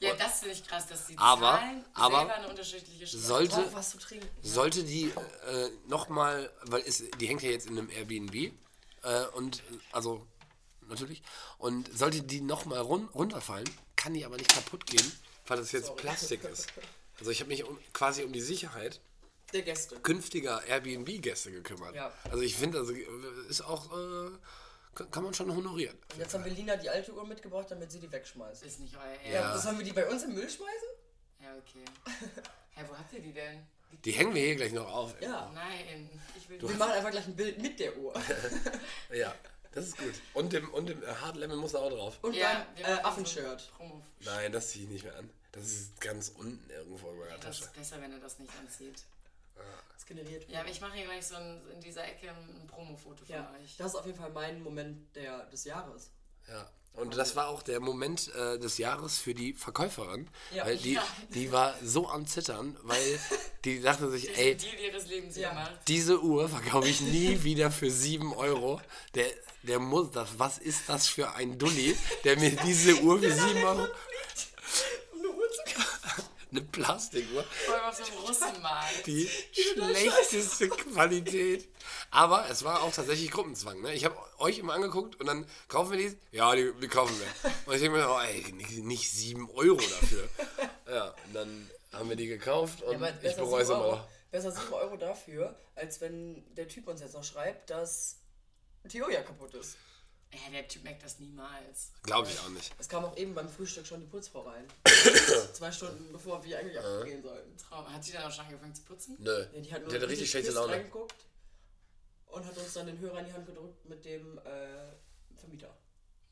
[SPEAKER 3] Ja, das finde ich krass, dass die
[SPEAKER 5] Aber-
[SPEAKER 3] Zahlen
[SPEAKER 5] aber
[SPEAKER 3] selber eine unterschiedliche Sprache
[SPEAKER 5] sollte,
[SPEAKER 6] Brauch was zu trinken.
[SPEAKER 5] sollte die äh, nochmal, weil ist, die hängt ja jetzt in einem Airbnb äh, und äh, also natürlich und sollte die nochmal run runterfallen, kann die aber nicht kaputt gehen, weil das jetzt Plastik ist. Also ich habe mich um, quasi um die Sicherheit
[SPEAKER 6] Der Gäste.
[SPEAKER 5] künftiger Airbnb-Gäste gekümmert.
[SPEAKER 6] Ja.
[SPEAKER 5] Also ich finde, also ist auch äh, kann- kann man schon honorieren.
[SPEAKER 6] Und jetzt haben wir Lina die alte Uhr mitgebracht, damit sie die wegschmeißt.
[SPEAKER 3] Ist nicht euer
[SPEAKER 6] Ja.
[SPEAKER 3] Ernst.
[SPEAKER 6] aber Sollen wir die bei uns im Müll schmeißen?
[SPEAKER 3] Ja, okay. Hä, wo habt ihr die denn?
[SPEAKER 5] Die hängen wir hier gleich noch auf. ey.
[SPEAKER 6] Ja.
[SPEAKER 3] Nein, ich will
[SPEAKER 6] Wir machen einfach gleich ein Bild mit der Uhr.
[SPEAKER 5] Ja, das ist gut. Und dem und dem äh, Hard Lemon muss da auch drauf.
[SPEAKER 6] Und
[SPEAKER 3] Ja,
[SPEAKER 6] beim
[SPEAKER 3] wir
[SPEAKER 6] äh,
[SPEAKER 3] machen so-
[SPEAKER 6] Affenshirt.
[SPEAKER 3] Promo.
[SPEAKER 5] Nein, das ziehe ich nicht mehr an. Das ist ganz unten irgendwo in meiner
[SPEAKER 3] Das
[SPEAKER 5] Tasche.
[SPEAKER 3] ist besser, wenn er das nicht anzieht.
[SPEAKER 6] Das generiert.
[SPEAKER 3] Ja, aber ich mache hier gleich so ein, in dieser Ecke ein Promo-Foto von
[SPEAKER 6] Ja,
[SPEAKER 3] euch.
[SPEAKER 6] das ist auf jeden Fall mein Moment der, des Jahres.
[SPEAKER 5] Ja. Und das war auch der Moment äh, des Jahres für die Verkäuferin,
[SPEAKER 6] Ja.
[SPEAKER 5] weil die,
[SPEAKER 3] Ja.
[SPEAKER 5] die war so am Zittern, weil die dachte sich, ey,
[SPEAKER 3] Die Deal ihres Lebens
[SPEAKER 6] Ja.
[SPEAKER 3] gemacht.
[SPEAKER 5] diese Uhr verkaufe ich nie wieder für 7 Euro. Der, der muss das, was ist das für ein Dulli, der mir diese Uhr
[SPEAKER 6] Genau,
[SPEAKER 5] für 7 Euro,
[SPEAKER 6] Um eine Uhr zu kaufen.
[SPEAKER 5] eine Plastikuhr,
[SPEAKER 3] Vor allem auf so einem Russenmarkt.
[SPEAKER 5] die schlechteste Qualität. Aber es war auch tatsächlich Gruppenzwang. Ne? Ich habe euch immer angeguckt und dann kaufen wir die. Ja, die, die kaufen wir. Und ich denke mir, oh, ey, nicht- nicht 7 Euro dafür. ja, und dann haben wir die gekauft und
[SPEAKER 6] Aber
[SPEAKER 5] ich
[SPEAKER 6] besser
[SPEAKER 5] bereue es
[SPEAKER 6] sieben
[SPEAKER 5] immer
[SPEAKER 6] Euro-
[SPEAKER 5] noch.
[SPEAKER 6] Besser 7 Euro dafür, als wenn der Typ uns jetzt noch schreibt, dass die Uhr ja kaputt ist.
[SPEAKER 3] Ja, der Typ merkt das niemals.
[SPEAKER 5] Glaube ich auch nicht.
[SPEAKER 6] Es kam auch eben beim Frühstück schon die Putzfrau rein. Zwei Stunden bevor wir eigentlich abgehen sollten.
[SPEAKER 3] Traum. Hat die dann auch schon angefangen zu putzen?
[SPEAKER 5] Nö.
[SPEAKER 6] Ja,
[SPEAKER 5] die,
[SPEAKER 6] die hat nur
[SPEAKER 5] hatte richtig schlechte
[SPEAKER 6] pisst
[SPEAKER 5] Laune.
[SPEAKER 6] reingeguckt und hat uns dann den Hörer in die Hand gedrückt mit dem äh, Vermieter.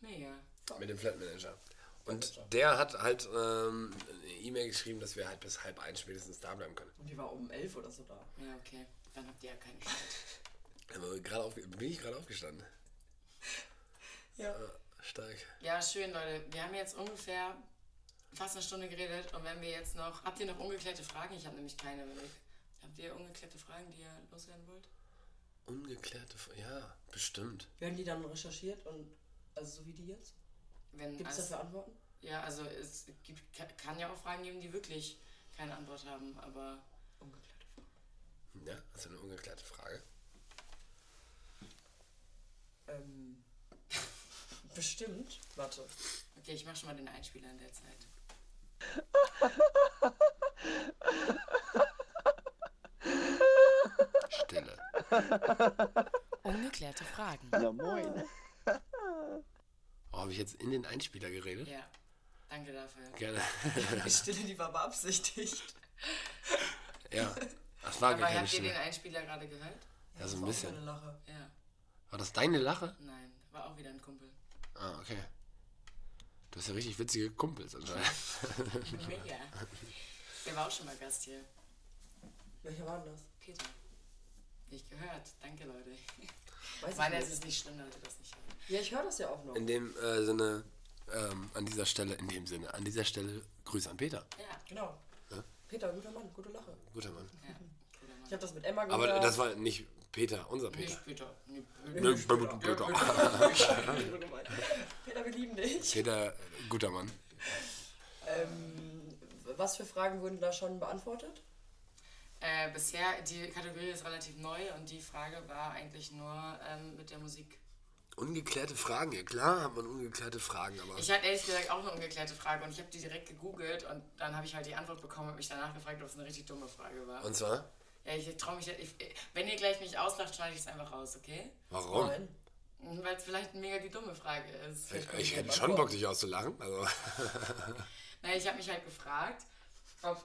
[SPEAKER 3] Mega.
[SPEAKER 5] Mit dem Flatmanager. Und der hat halt ähm, eine E-Mail geschrieben, dass wir halt bis halb eins spätestens da bleiben können.
[SPEAKER 6] Und die war um elf oder so da.
[SPEAKER 3] Ja, okay. Dann habt ihr ja keine Chance.
[SPEAKER 5] Aber gerade auf, bin ich gerade aufgestanden. Ah,
[SPEAKER 6] Ja.
[SPEAKER 5] Stark.
[SPEAKER 3] Ja, schön, Leute. Wir haben jetzt ungefähr fast eine Stunde geredet und wenn wir jetzt noch. Habt ihr noch ungeklärte Fragen? Ich habe nämlich keine. wenn ich- Habt ihr ungeklärte Fragen, die ihr loswerden wollt?
[SPEAKER 5] Ungeklärte Fra- Ja, bestimmt.
[SPEAKER 6] Werden die dann recherchiert und also so wie die jetzt?
[SPEAKER 3] Wenn
[SPEAKER 6] Gibt es
[SPEAKER 3] alles-
[SPEAKER 6] dafür Antworten?
[SPEAKER 3] Ja, also es gibt, ka- kann ja auch Fragen geben, die wirklich keine Antwort haben, aber
[SPEAKER 6] Ungeklärte
[SPEAKER 5] Ja, also eine ungeklärte Frage.
[SPEAKER 6] Fragen. Ähm. Bestimmt. Warte.
[SPEAKER 3] okay, ich mache schon mal den Einspieler in der Zeit.
[SPEAKER 5] Stille.
[SPEAKER 3] Ungeklärte Fragen.
[SPEAKER 5] Oh, habe ich jetzt in den Einspieler geredet?
[SPEAKER 3] Ja, danke dafür.
[SPEAKER 5] Gerne.
[SPEAKER 6] Die Stille, die war beabsichtigt.
[SPEAKER 5] ja. Das war gar
[SPEAKER 3] Aber
[SPEAKER 5] keine
[SPEAKER 3] habt ihr den
[SPEAKER 5] Stille.
[SPEAKER 3] Einspieler gerade gehört?
[SPEAKER 5] Ja, so ein
[SPEAKER 6] war auch
[SPEAKER 5] bisschen.
[SPEAKER 6] keine Lache.
[SPEAKER 3] Ja,
[SPEAKER 5] War das deine Lache?
[SPEAKER 3] nein, war auch wieder ein Kumpel.
[SPEAKER 5] Ah, okay. Du hast ja richtig witzige Kumpels anscheinend.
[SPEAKER 3] Mega. Der war auch schon mal Gast hier.
[SPEAKER 6] Welcher war denn das?
[SPEAKER 3] Peter. Nicht gehört. Danke, Leute.
[SPEAKER 6] Weiß
[SPEAKER 3] Ich meine,
[SPEAKER 6] ich
[SPEAKER 3] es
[SPEAKER 6] nicht.
[SPEAKER 3] ist nicht schlimm, Leute, das nicht hören.
[SPEAKER 6] Ja, ich höre das ja auch noch.
[SPEAKER 5] In dem äh, Sinne, ähm, an dieser Stelle, in dem Sinne, an dieser Stelle Grüße an Peter.
[SPEAKER 3] Ja,
[SPEAKER 6] Genau. Peter, guter Mann, gute Lache.
[SPEAKER 5] Guter Mann.
[SPEAKER 3] ja. Guter Mann.
[SPEAKER 6] Ich habe das mit Emma
[SPEAKER 5] Aber
[SPEAKER 6] gehört.
[SPEAKER 5] das war nicht Peter, unser Peter.
[SPEAKER 3] Nicht Peter. Nicht
[SPEAKER 5] Ne,
[SPEAKER 3] Peter.
[SPEAKER 5] Peter.
[SPEAKER 6] Peter, wir lieben dich.
[SPEAKER 5] Peter, äh, guter Mann.
[SPEAKER 6] Ähm, was für Fragen wurden da schon beantwortet?
[SPEAKER 3] Äh, bisher, die Kategorie ist relativ neu und die Frage war eigentlich nur ähm, mit der Musik.
[SPEAKER 5] Ungeklärte Fragen, ja klar hat man ungeklärte Fragen, aber
[SPEAKER 3] Ich hatte ehrlich gesagt auch eine ungeklärte Frage und ich habe die direkt gegoogelt und dann habe ich halt die Antwort bekommen und mich danach gefragt, ob es eine richtig dumme Frage war.
[SPEAKER 5] Und zwar?
[SPEAKER 3] ja, ich traue mich, ich, wenn ihr gleich mich auslacht, schneide ich es einfach raus, okay?
[SPEAKER 5] Warum?
[SPEAKER 6] Nein.
[SPEAKER 3] Weil es vielleicht eine mega die dumme Frage ist.
[SPEAKER 5] Ich, ich hätte schon Bock, dich auszulachen. Also,
[SPEAKER 3] Na, ich habe mich halt gefragt, ob,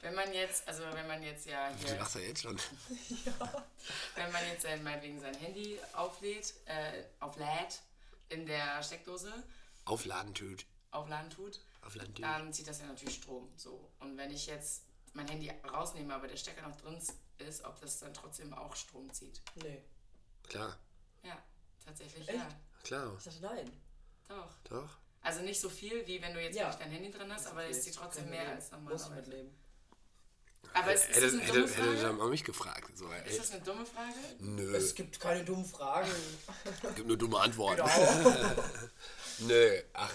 [SPEAKER 3] wenn man jetzt, also wenn man jetzt ja
[SPEAKER 5] du
[SPEAKER 3] hier
[SPEAKER 5] lachst ja jetzt schon.
[SPEAKER 3] Wenn man jetzt sein, meinetwegen sein Handy auflädt, äh, auflädt in der Steckdose,
[SPEAKER 5] Aufladen tut.
[SPEAKER 3] aufladen tut,
[SPEAKER 5] Aufladen tut.
[SPEAKER 3] dann zieht das ja natürlich Strom. So. Und wenn ich jetzt mein Handy rausnehme, aber der Stecker noch drin ist, ob das dann trotzdem auch Strom zieht.
[SPEAKER 6] Nee.
[SPEAKER 5] Klar,
[SPEAKER 3] Ja, tatsächlich
[SPEAKER 6] Echt?
[SPEAKER 3] ja.
[SPEAKER 5] klar,
[SPEAKER 6] Ich dachte nein.
[SPEAKER 3] Doch.
[SPEAKER 5] doch.
[SPEAKER 3] Also nicht so viel, wie wenn du jetzt
[SPEAKER 6] Ja.
[SPEAKER 3] wirklich dein Handy drin hast, aber es zieht trotzdem mehr als
[SPEAKER 6] Muss ich
[SPEAKER 3] normal.
[SPEAKER 6] mitleben.
[SPEAKER 3] Aber es, ist das
[SPEAKER 5] Hätte,
[SPEAKER 3] eine dumme
[SPEAKER 5] hätte, hätte
[SPEAKER 3] Frage?
[SPEAKER 5] dann auch mich gefragt. So, ey,
[SPEAKER 3] Ist das eine dumme Frage?
[SPEAKER 5] nö,
[SPEAKER 6] Es gibt keine dummen Fragen.
[SPEAKER 5] gibt nur dumme Antworten.
[SPEAKER 6] Genau.
[SPEAKER 5] Nö, ach.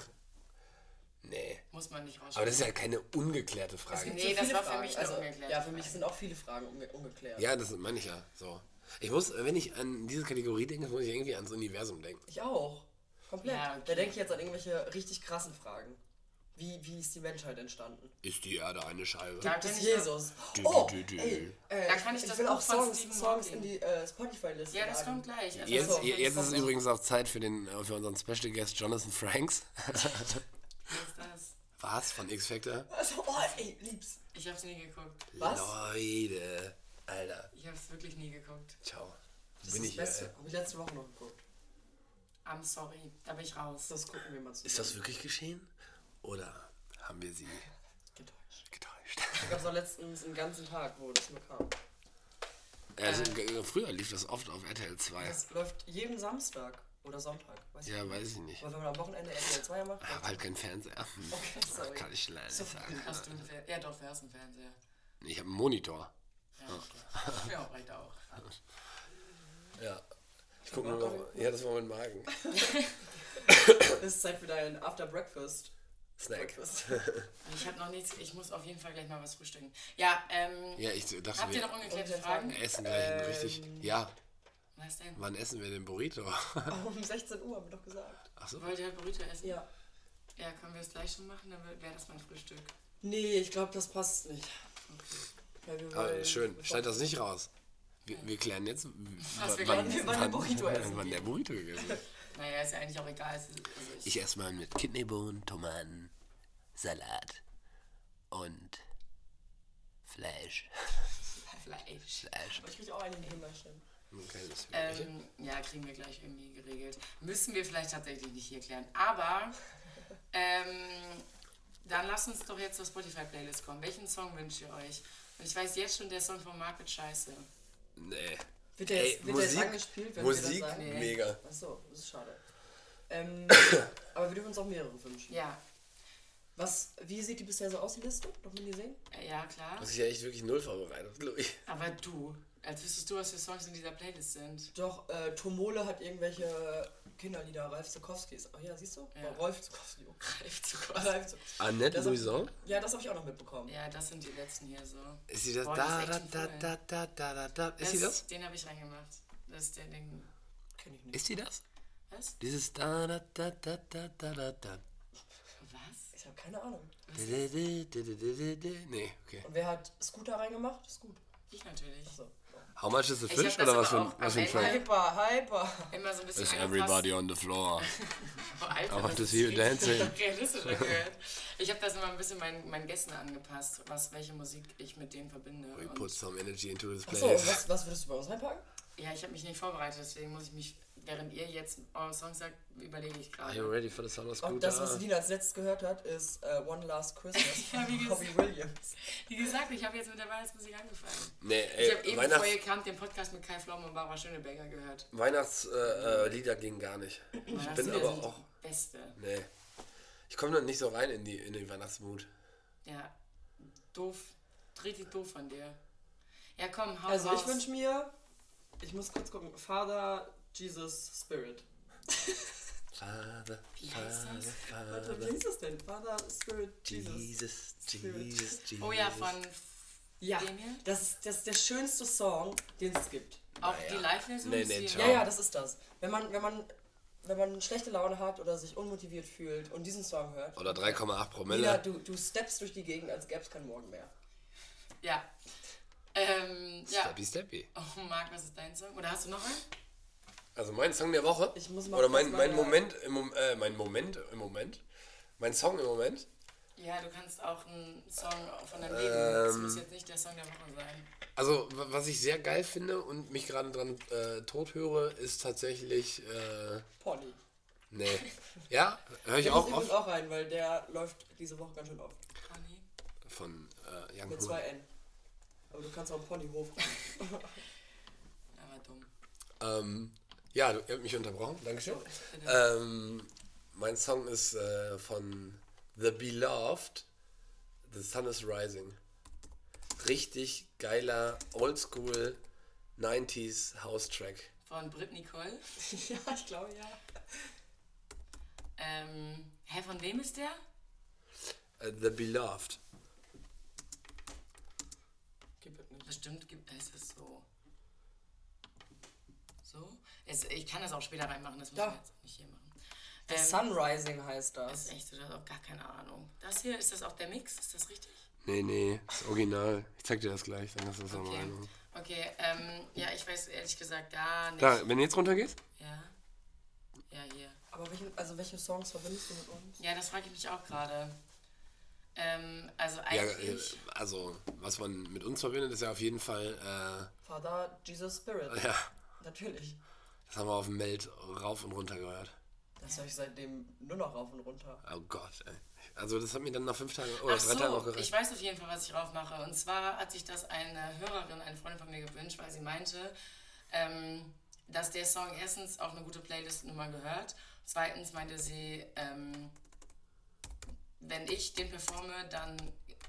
[SPEAKER 5] Nee.
[SPEAKER 3] Muss man nicht
[SPEAKER 5] Aber
[SPEAKER 3] rausschreiben.
[SPEAKER 5] das ist ja keine ungeklärte Frage.
[SPEAKER 3] gibt- Nee,
[SPEAKER 6] So
[SPEAKER 3] das
[SPEAKER 6] viele
[SPEAKER 3] war für
[SPEAKER 6] Fragen.
[SPEAKER 3] mich eine
[SPEAKER 6] also,
[SPEAKER 3] ungeklärte
[SPEAKER 6] Ja, für mich
[SPEAKER 3] Frage.
[SPEAKER 6] sind auch viele Fragen unge ungeklärt.
[SPEAKER 5] Ja, das meine ich ja. So. Ich muss, wenn ich an diese Kategorie denke, muss ich irgendwie ans Universum denken.
[SPEAKER 6] Ich auch. Komplett.
[SPEAKER 3] Ja, okay.
[SPEAKER 6] Da denke ich jetzt an irgendwelche richtig krassen Fragen. Wie, wie ist die Menschheit entstanden?
[SPEAKER 5] Ist die Erde eine Scheibe?
[SPEAKER 3] Da
[SPEAKER 6] Gibt
[SPEAKER 3] bin
[SPEAKER 6] es
[SPEAKER 3] ich-
[SPEAKER 6] Jesus?
[SPEAKER 5] Dü-
[SPEAKER 6] Oh,
[SPEAKER 5] dü- dü-
[SPEAKER 6] ey, äh,
[SPEAKER 3] Da kann ich das
[SPEAKER 6] will
[SPEAKER 3] Buch
[SPEAKER 6] auch
[SPEAKER 3] von
[SPEAKER 6] Songs,
[SPEAKER 3] Stephen
[SPEAKER 6] Songs
[SPEAKER 3] Hawking.
[SPEAKER 6] in die äh, Spotify-Liste
[SPEAKER 3] Ja, das
[SPEAKER 6] laden.
[SPEAKER 3] kommt gleich. Also
[SPEAKER 5] Jetzt,
[SPEAKER 3] das
[SPEAKER 5] je- jetzt ist es
[SPEAKER 3] kommt
[SPEAKER 5] übrigens auch Zeit für, den, äh, für unseren Special Guest Jonathan Franks.
[SPEAKER 3] jetzt das.
[SPEAKER 5] Was? Von X Factor?
[SPEAKER 6] Also, oh, ey, lieb's.
[SPEAKER 3] Ich hab's nie geguckt.
[SPEAKER 6] Was?
[SPEAKER 5] Leute, Alter.
[SPEAKER 3] Ich hab's wirklich nie geguckt.
[SPEAKER 5] Ciao.
[SPEAKER 6] Das
[SPEAKER 5] Bin
[SPEAKER 6] ist
[SPEAKER 5] ich äh,
[SPEAKER 6] das Beste.
[SPEAKER 5] hier,
[SPEAKER 6] Hab ich letzte Woche noch geguckt.
[SPEAKER 3] I'm sorry, da bin ich raus.
[SPEAKER 6] Das gucken wir mal zusammen.
[SPEAKER 5] Ist das wirklich geschehen? Oder haben wir sie
[SPEAKER 6] Getäuscht.
[SPEAKER 5] getäuscht?
[SPEAKER 6] halt. Ich hab's auch letztens einen ganzen Tag, wo das nur kam.
[SPEAKER 5] Also, g- früher lief das oft auf RTL 2.
[SPEAKER 6] Das läuft jeden Samstag oder Sonntag. Weiß ich
[SPEAKER 5] Ja, weiß ich nicht.
[SPEAKER 6] Aber wenn man am Wochenende RTL 2 macht,
[SPEAKER 5] Ich
[SPEAKER 6] dann
[SPEAKER 5] hab halt keinen Fernseher. Hm,
[SPEAKER 6] sorry.
[SPEAKER 5] Kann ich leider nicht sagen.
[SPEAKER 3] Hast du einen Fer ja, doch, wer hast einen Fernseher?
[SPEAKER 5] Ich habe einen Monitor.
[SPEAKER 3] Ja,
[SPEAKER 5] Oh.
[SPEAKER 3] okay. ja reicht auch.
[SPEAKER 5] Ja. Ich guck nur noch. Ja, das war mein Magen.
[SPEAKER 6] ist Zeit für deinen After Breakfast.
[SPEAKER 5] Snack.
[SPEAKER 6] Breakfast.
[SPEAKER 3] Ich habe noch nichts, ich muss auf jeden Fall gleich mal was frühstücken. Ja, ähm,
[SPEAKER 5] Ja, ich dachte,
[SPEAKER 3] habt ihr noch
[SPEAKER 5] wir
[SPEAKER 3] ungeklärte
[SPEAKER 6] Ungeklärte
[SPEAKER 3] Fragen?
[SPEAKER 5] essen gleich
[SPEAKER 6] Äh.
[SPEAKER 5] einen richtig. Ja,
[SPEAKER 3] Was denn?
[SPEAKER 5] wann essen wir den Burrito?
[SPEAKER 6] um 16 Uhr haben wir doch gesagt.
[SPEAKER 3] Wollt ihr Burrito essen?
[SPEAKER 6] Ja.
[SPEAKER 3] Ja, können wir es gleich schon machen? Dann wäre das mein Frühstück.
[SPEAKER 6] Nee, ich glaube, das passt nicht. Weil wir
[SPEAKER 5] Aber
[SPEAKER 6] wollen-
[SPEAKER 5] Ah, schön,
[SPEAKER 6] wir
[SPEAKER 5] schneid
[SPEAKER 6] wollen-
[SPEAKER 5] das nicht raus. Wir, wir klären jetzt,
[SPEAKER 3] wir
[SPEAKER 5] wann,
[SPEAKER 3] klären,
[SPEAKER 5] wann,
[SPEAKER 6] wann der Burrito essen
[SPEAKER 5] wann der Burrito gegessen wird.
[SPEAKER 3] Naja, ist ja eigentlich auch egal. Es ist, also ich,
[SPEAKER 5] Ich esse mal mit Kidneybohnen, Tomaten, Salat und Fleisch.
[SPEAKER 3] Fleisch.
[SPEAKER 5] Fleisch.
[SPEAKER 6] Ich krieg auch einen Himmelschirm.
[SPEAKER 5] Ein kleines Würmchen.
[SPEAKER 3] Ähm, ja, kriegen wir gleich irgendwie geregelt. Müssen wir vielleicht tatsächlich nicht hier klären. Aber Ähm, dann lasst uns doch jetzt zur Spotify-Playlist kommen. Welchen Song wünscht ihr euch? Und ich weiß jetzt schon, der Song von Marc wird scheiße.
[SPEAKER 5] Nee.
[SPEAKER 6] Wird der,
[SPEAKER 5] Ey,
[SPEAKER 6] jetzt, wird der jetzt
[SPEAKER 5] Musik-
[SPEAKER 6] angespielt, wenn wir
[SPEAKER 5] Musik,
[SPEAKER 6] das sagen?
[SPEAKER 5] mega.
[SPEAKER 6] Achso, das ist schade. Ähm, aber wir dürfen uns auch mehrere wünschen.
[SPEAKER 3] Ja,
[SPEAKER 6] Was, wie sieht die bisher so aus, die Liste? Noch nie gesehen?
[SPEAKER 3] äh, ja klar.
[SPEAKER 5] Das ist ja echt wirklich null vorbereitet, glaube ich.
[SPEAKER 3] Aber du, als wüsstest du, was für Songs in dieser Playlist sind.
[SPEAKER 6] Doch, äh, Tomole hat irgendwelche Kinderlieder, Ralf Zukowski ist. Oh ja, siehst du?
[SPEAKER 3] Ja.
[SPEAKER 6] Oh, Rolf Zukowski. oh.
[SPEAKER 3] Greif zu
[SPEAKER 6] Ralf Zukowski.
[SPEAKER 5] Annette
[SPEAKER 6] Das hab-
[SPEAKER 5] Louison?
[SPEAKER 6] Ja, das habe ich auch noch mitbekommen.
[SPEAKER 3] Ja, das sind die letzten hier so.
[SPEAKER 5] Ist sie das?
[SPEAKER 3] Boah,
[SPEAKER 5] da,
[SPEAKER 3] das ist
[SPEAKER 5] da,
[SPEAKER 3] echt
[SPEAKER 5] da,
[SPEAKER 3] voll.
[SPEAKER 5] da, da, da, da, da. Ist sie das?
[SPEAKER 3] Den habe ich reingemacht. Das ist der Ding.
[SPEAKER 6] Kenn ich nicht.
[SPEAKER 5] Ist sie das?
[SPEAKER 3] Was?
[SPEAKER 5] Dieses da, da, da, da, da, da, da, da.
[SPEAKER 3] Was?
[SPEAKER 6] Ich habe keine Ahnung.
[SPEAKER 5] Nee, okay.
[SPEAKER 6] Und wer hat Scooter reingemacht? Ist gut.
[SPEAKER 3] Ich natürlich.
[SPEAKER 6] Achso.
[SPEAKER 5] How much is the
[SPEAKER 3] Ich
[SPEAKER 5] fish?
[SPEAKER 3] hab das
[SPEAKER 5] Oder was für
[SPEAKER 3] aber
[SPEAKER 5] ein,
[SPEAKER 3] auch
[SPEAKER 5] was für ein
[SPEAKER 3] am
[SPEAKER 5] Track?
[SPEAKER 3] Ende-
[SPEAKER 6] Hyper, hyper.
[SPEAKER 3] Immer so ein bisschen
[SPEAKER 5] Is
[SPEAKER 3] angepasst.
[SPEAKER 5] everybody on the floor?
[SPEAKER 3] Boah, Alter,
[SPEAKER 5] Auch auf
[SPEAKER 3] das ist
[SPEAKER 5] das Hero
[SPEAKER 3] richtig
[SPEAKER 5] Dancing.
[SPEAKER 3] realistischer gehört. Ich habe das immer ein bisschen meinen, meinen Gästen angepasst, was, welche Musik ich mit denen verbinde.
[SPEAKER 5] We
[SPEAKER 3] Und,
[SPEAKER 5] put some energy into this
[SPEAKER 6] Achso,
[SPEAKER 5] place.
[SPEAKER 6] was, was würdest du bei uns reinpacken?
[SPEAKER 3] ja, ich habe mich nicht vorbereitet, deswegen muss ich mich, während ihr jetzt eure Songs sagt, überlege ich
[SPEAKER 5] Are you
[SPEAKER 3] gerade.
[SPEAKER 5] ready for the sound of
[SPEAKER 6] Und das, was
[SPEAKER 5] Scooter?
[SPEAKER 6] Lina als letztes gehört hat, ist äh, One Last Christmas
[SPEAKER 3] Ja, wie
[SPEAKER 6] von Robbie
[SPEAKER 3] gesagt.
[SPEAKER 6] Williams.
[SPEAKER 3] Wie gesagt, ich habe jetzt mit der Weihnachtsmusik angefangen.
[SPEAKER 5] Nee,
[SPEAKER 3] Ich habe
[SPEAKER 5] ey,
[SPEAKER 3] eben, bevor
[SPEAKER 5] Weihnachts
[SPEAKER 3] ihr kamt, den Podcast mit Kai Pflaum und Barbara Schöneberger gehört.
[SPEAKER 5] Weihnachtslieder äh, Lieder gingen gar nicht. Ich bin
[SPEAKER 3] Weihnachtslieder
[SPEAKER 5] aber
[SPEAKER 3] sind
[SPEAKER 5] auch.
[SPEAKER 3] die Beste.
[SPEAKER 5] Nee. Ich komme dann nicht so rein in, die, in den Weihnachtsmut.
[SPEAKER 3] Ja, doof. Richtig doof von dir. Ja, komm, hau
[SPEAKER 6] Also
[SPEAKER 3] raus.
[SPEAKER 6] ich wünsche mir, ich muss kurz gucken, Father Jesus Spirit.
[SPEAKER 5] Äh, Father,
[SPEAKER 3] Wie heißt
[SPEAKER 5] Father,
[SPEAKER 3] das?
[SPEAKER 6] Warte,
[SPEAKER 5] Father.
[SPEAKER 6] wie hieß das denn? Father Spirit Jesus.
[SPEAKER 5] Jesus, Jesus, Jesus.
[SPEAKER 3] Oh ja, von
[SPEAKER 6] Ja,
[SPEAKER 3] Den hier?
[SPEAKER 6] das ist, das ist der schönste Song, den es gibt.
[SPEAKER 3] auch
[SPEAKER 5] Naja.
[SPEAKER 3] die Live-Version.
[SPEAKER 5] Nee,
[SPEAKER 3] ist
[SPEAKER 5] nee,
[SPEAKER 3] die-
[SPEAKER 5] ciao.
[SPEAKER 6] Ja, ja, das ist das. Wenn man, wenn man, wenn man schlechte Laune hat oder sich unmotiviert fühlt und diesen Song hört,
[SPEAKER 5] Oder 3,8 Promille.
[SPEAKER 6] Lina, du, du steppst durch die Gegend, als gäbe es keinen Morgen mehr.
[SPEAKER 3] Ja. Ähm, ja.
[SPEAKER 5] Steppy, steppy.
[SPEAKER 3] Oh, Marc, was ist dein Song? Oder hast du noch einen?
[SPEAKER 5] Also mein Song der Woche.
[SPEAKER 6] Ich muss mal
[SPEAKER 5] Oder
[SPEAKER 6] kurz
[SPEAKER 5] mein, mein
[SPEAKER 6] meine-
[SPEAKER 5] Moment, im, Mom- äh, mein Moment im Moment. Mein Song im Moment.
[SPEAKER 3] Ja, du kannst auch einen Song von deinem Leben.
[SPEAKER 5] Ähm.
[SPEAKER 3] Das muss jetzt nicht der Song der Woche sein.
[SPEAKER 5] Also, wa- was ich sehr geil finde und mich gerade dran äh, tot höre, ist tatsächlich. Äh,
[SPEAKER 6] Polly.
[SPEAKER 5] nee. Ja, höre ich
[SPEAKER 6] Ich
[SPEAKER 5] auch
[SPEAKER 6] muss übrigens
[SPEAKER 5] oft.
[SPEAKER 6] auch rein, weil der läuft diese Woche ganz schön oft.
[SPEAKER 3] Conny?
[SPEAKER 5] Von äh, Young
[SPEAKER 6] Mit
[SPEAKER 5] Hood.
[SPEAKER 6] zwei N. Aber du kannst auch Ponyhof.
[SPEAKER 3] Aber dumm.
[SPEAKER 5] Ähm, ja, du ihr habt mich unterbrochen. Dankeschön. Ähm, mein Song ist äh, von The Beloved. The Sun is Rising. Richtig geiler, oldschool 90s House Track.
[SPEAKER 3] Von Brit Nicole.
[SPEAKER 6] ja, ich glaube ja.
[SPEAKER 3] Ähm, hä, von wem ist der?
[SPEAKER 5] Äh, The Beloved.
[SPEAKER 6] Gib es nicht.
[SPEAKER 3] Bestimmt gibt es es so. So? Es, ich kann das auch später reinmachen, das muss
[SPEAKER 6] Ja.
[SPEAKER 3] ich jetzt nicht hier machen.
[SPEAKER 6] The
[SPEAKER 3] Ähm,
[SPEAKER 6] Sunrising heißt
[SPEAKER 3] Das
[SPEAKER 6] das.
[SPEAKER 3] ist echt, du hast auch gar keine Ahnung. Das hier, ist das auch der Mix? Ist das richtig?
[SPEAKER 5] Nee, nee, das Original. Ich zeig dir das gleich, dann kannst du das nochmal
[SPEAKER 3] Okay.
[SPEAKER 5] reinmachen.
[SPEAKER 3] Okay, ähm, ja, ich weiß ehrlich gesagt gar nicht.
[SPEAKER 5] Da, wenn du jetzt runtergehst?
[SPEAKER 3] Ja. Ja, hier.
[SPEAKER 6] Aber welche, also welche Songs verbindest du mit uns?
[SPEAKER 3] Ja, das frage ich mich auch gerade. Ähm, also
[SPEAKER 5] Ja,
[SPEAKER 3] eigentlich.
[SPEAKER 5] äh, also, was man mit uns verbindet, ist ja auf jeden Fall, äh,
[SPEAKER 6] Father Jesus Spirit.
[SPEAKER 5] ja,
[SPEAKER 6] Natürlich.
[SPEAKER 5] das haben wir auf dem Meld rauf und runter gehört.
[SPEAKER 6] Das höre ich seitdem nur noch rauf und runter.
[SPEAKER 5] Oh Gott, ey. Also, das hat mir dann nach fünf Tagen oder
[SPEAKER 3] Ach
[SPEAKER 5] drei Tagen auch
[SPEAKER 3] so, ich
[SPEAKER 5] gereicht.
[SPEAKER 3] weiß auf jeden Fall, was ich raufmache. Und zwar hat sich das eine Hörerin, eine Freundin von mir gewünscht, weil sie meinte, ähm, dass der Song erstens auf eine gute Playlist-Nummer gehört. Zweitens meinte sie, ähm, wenn ich den performe, dann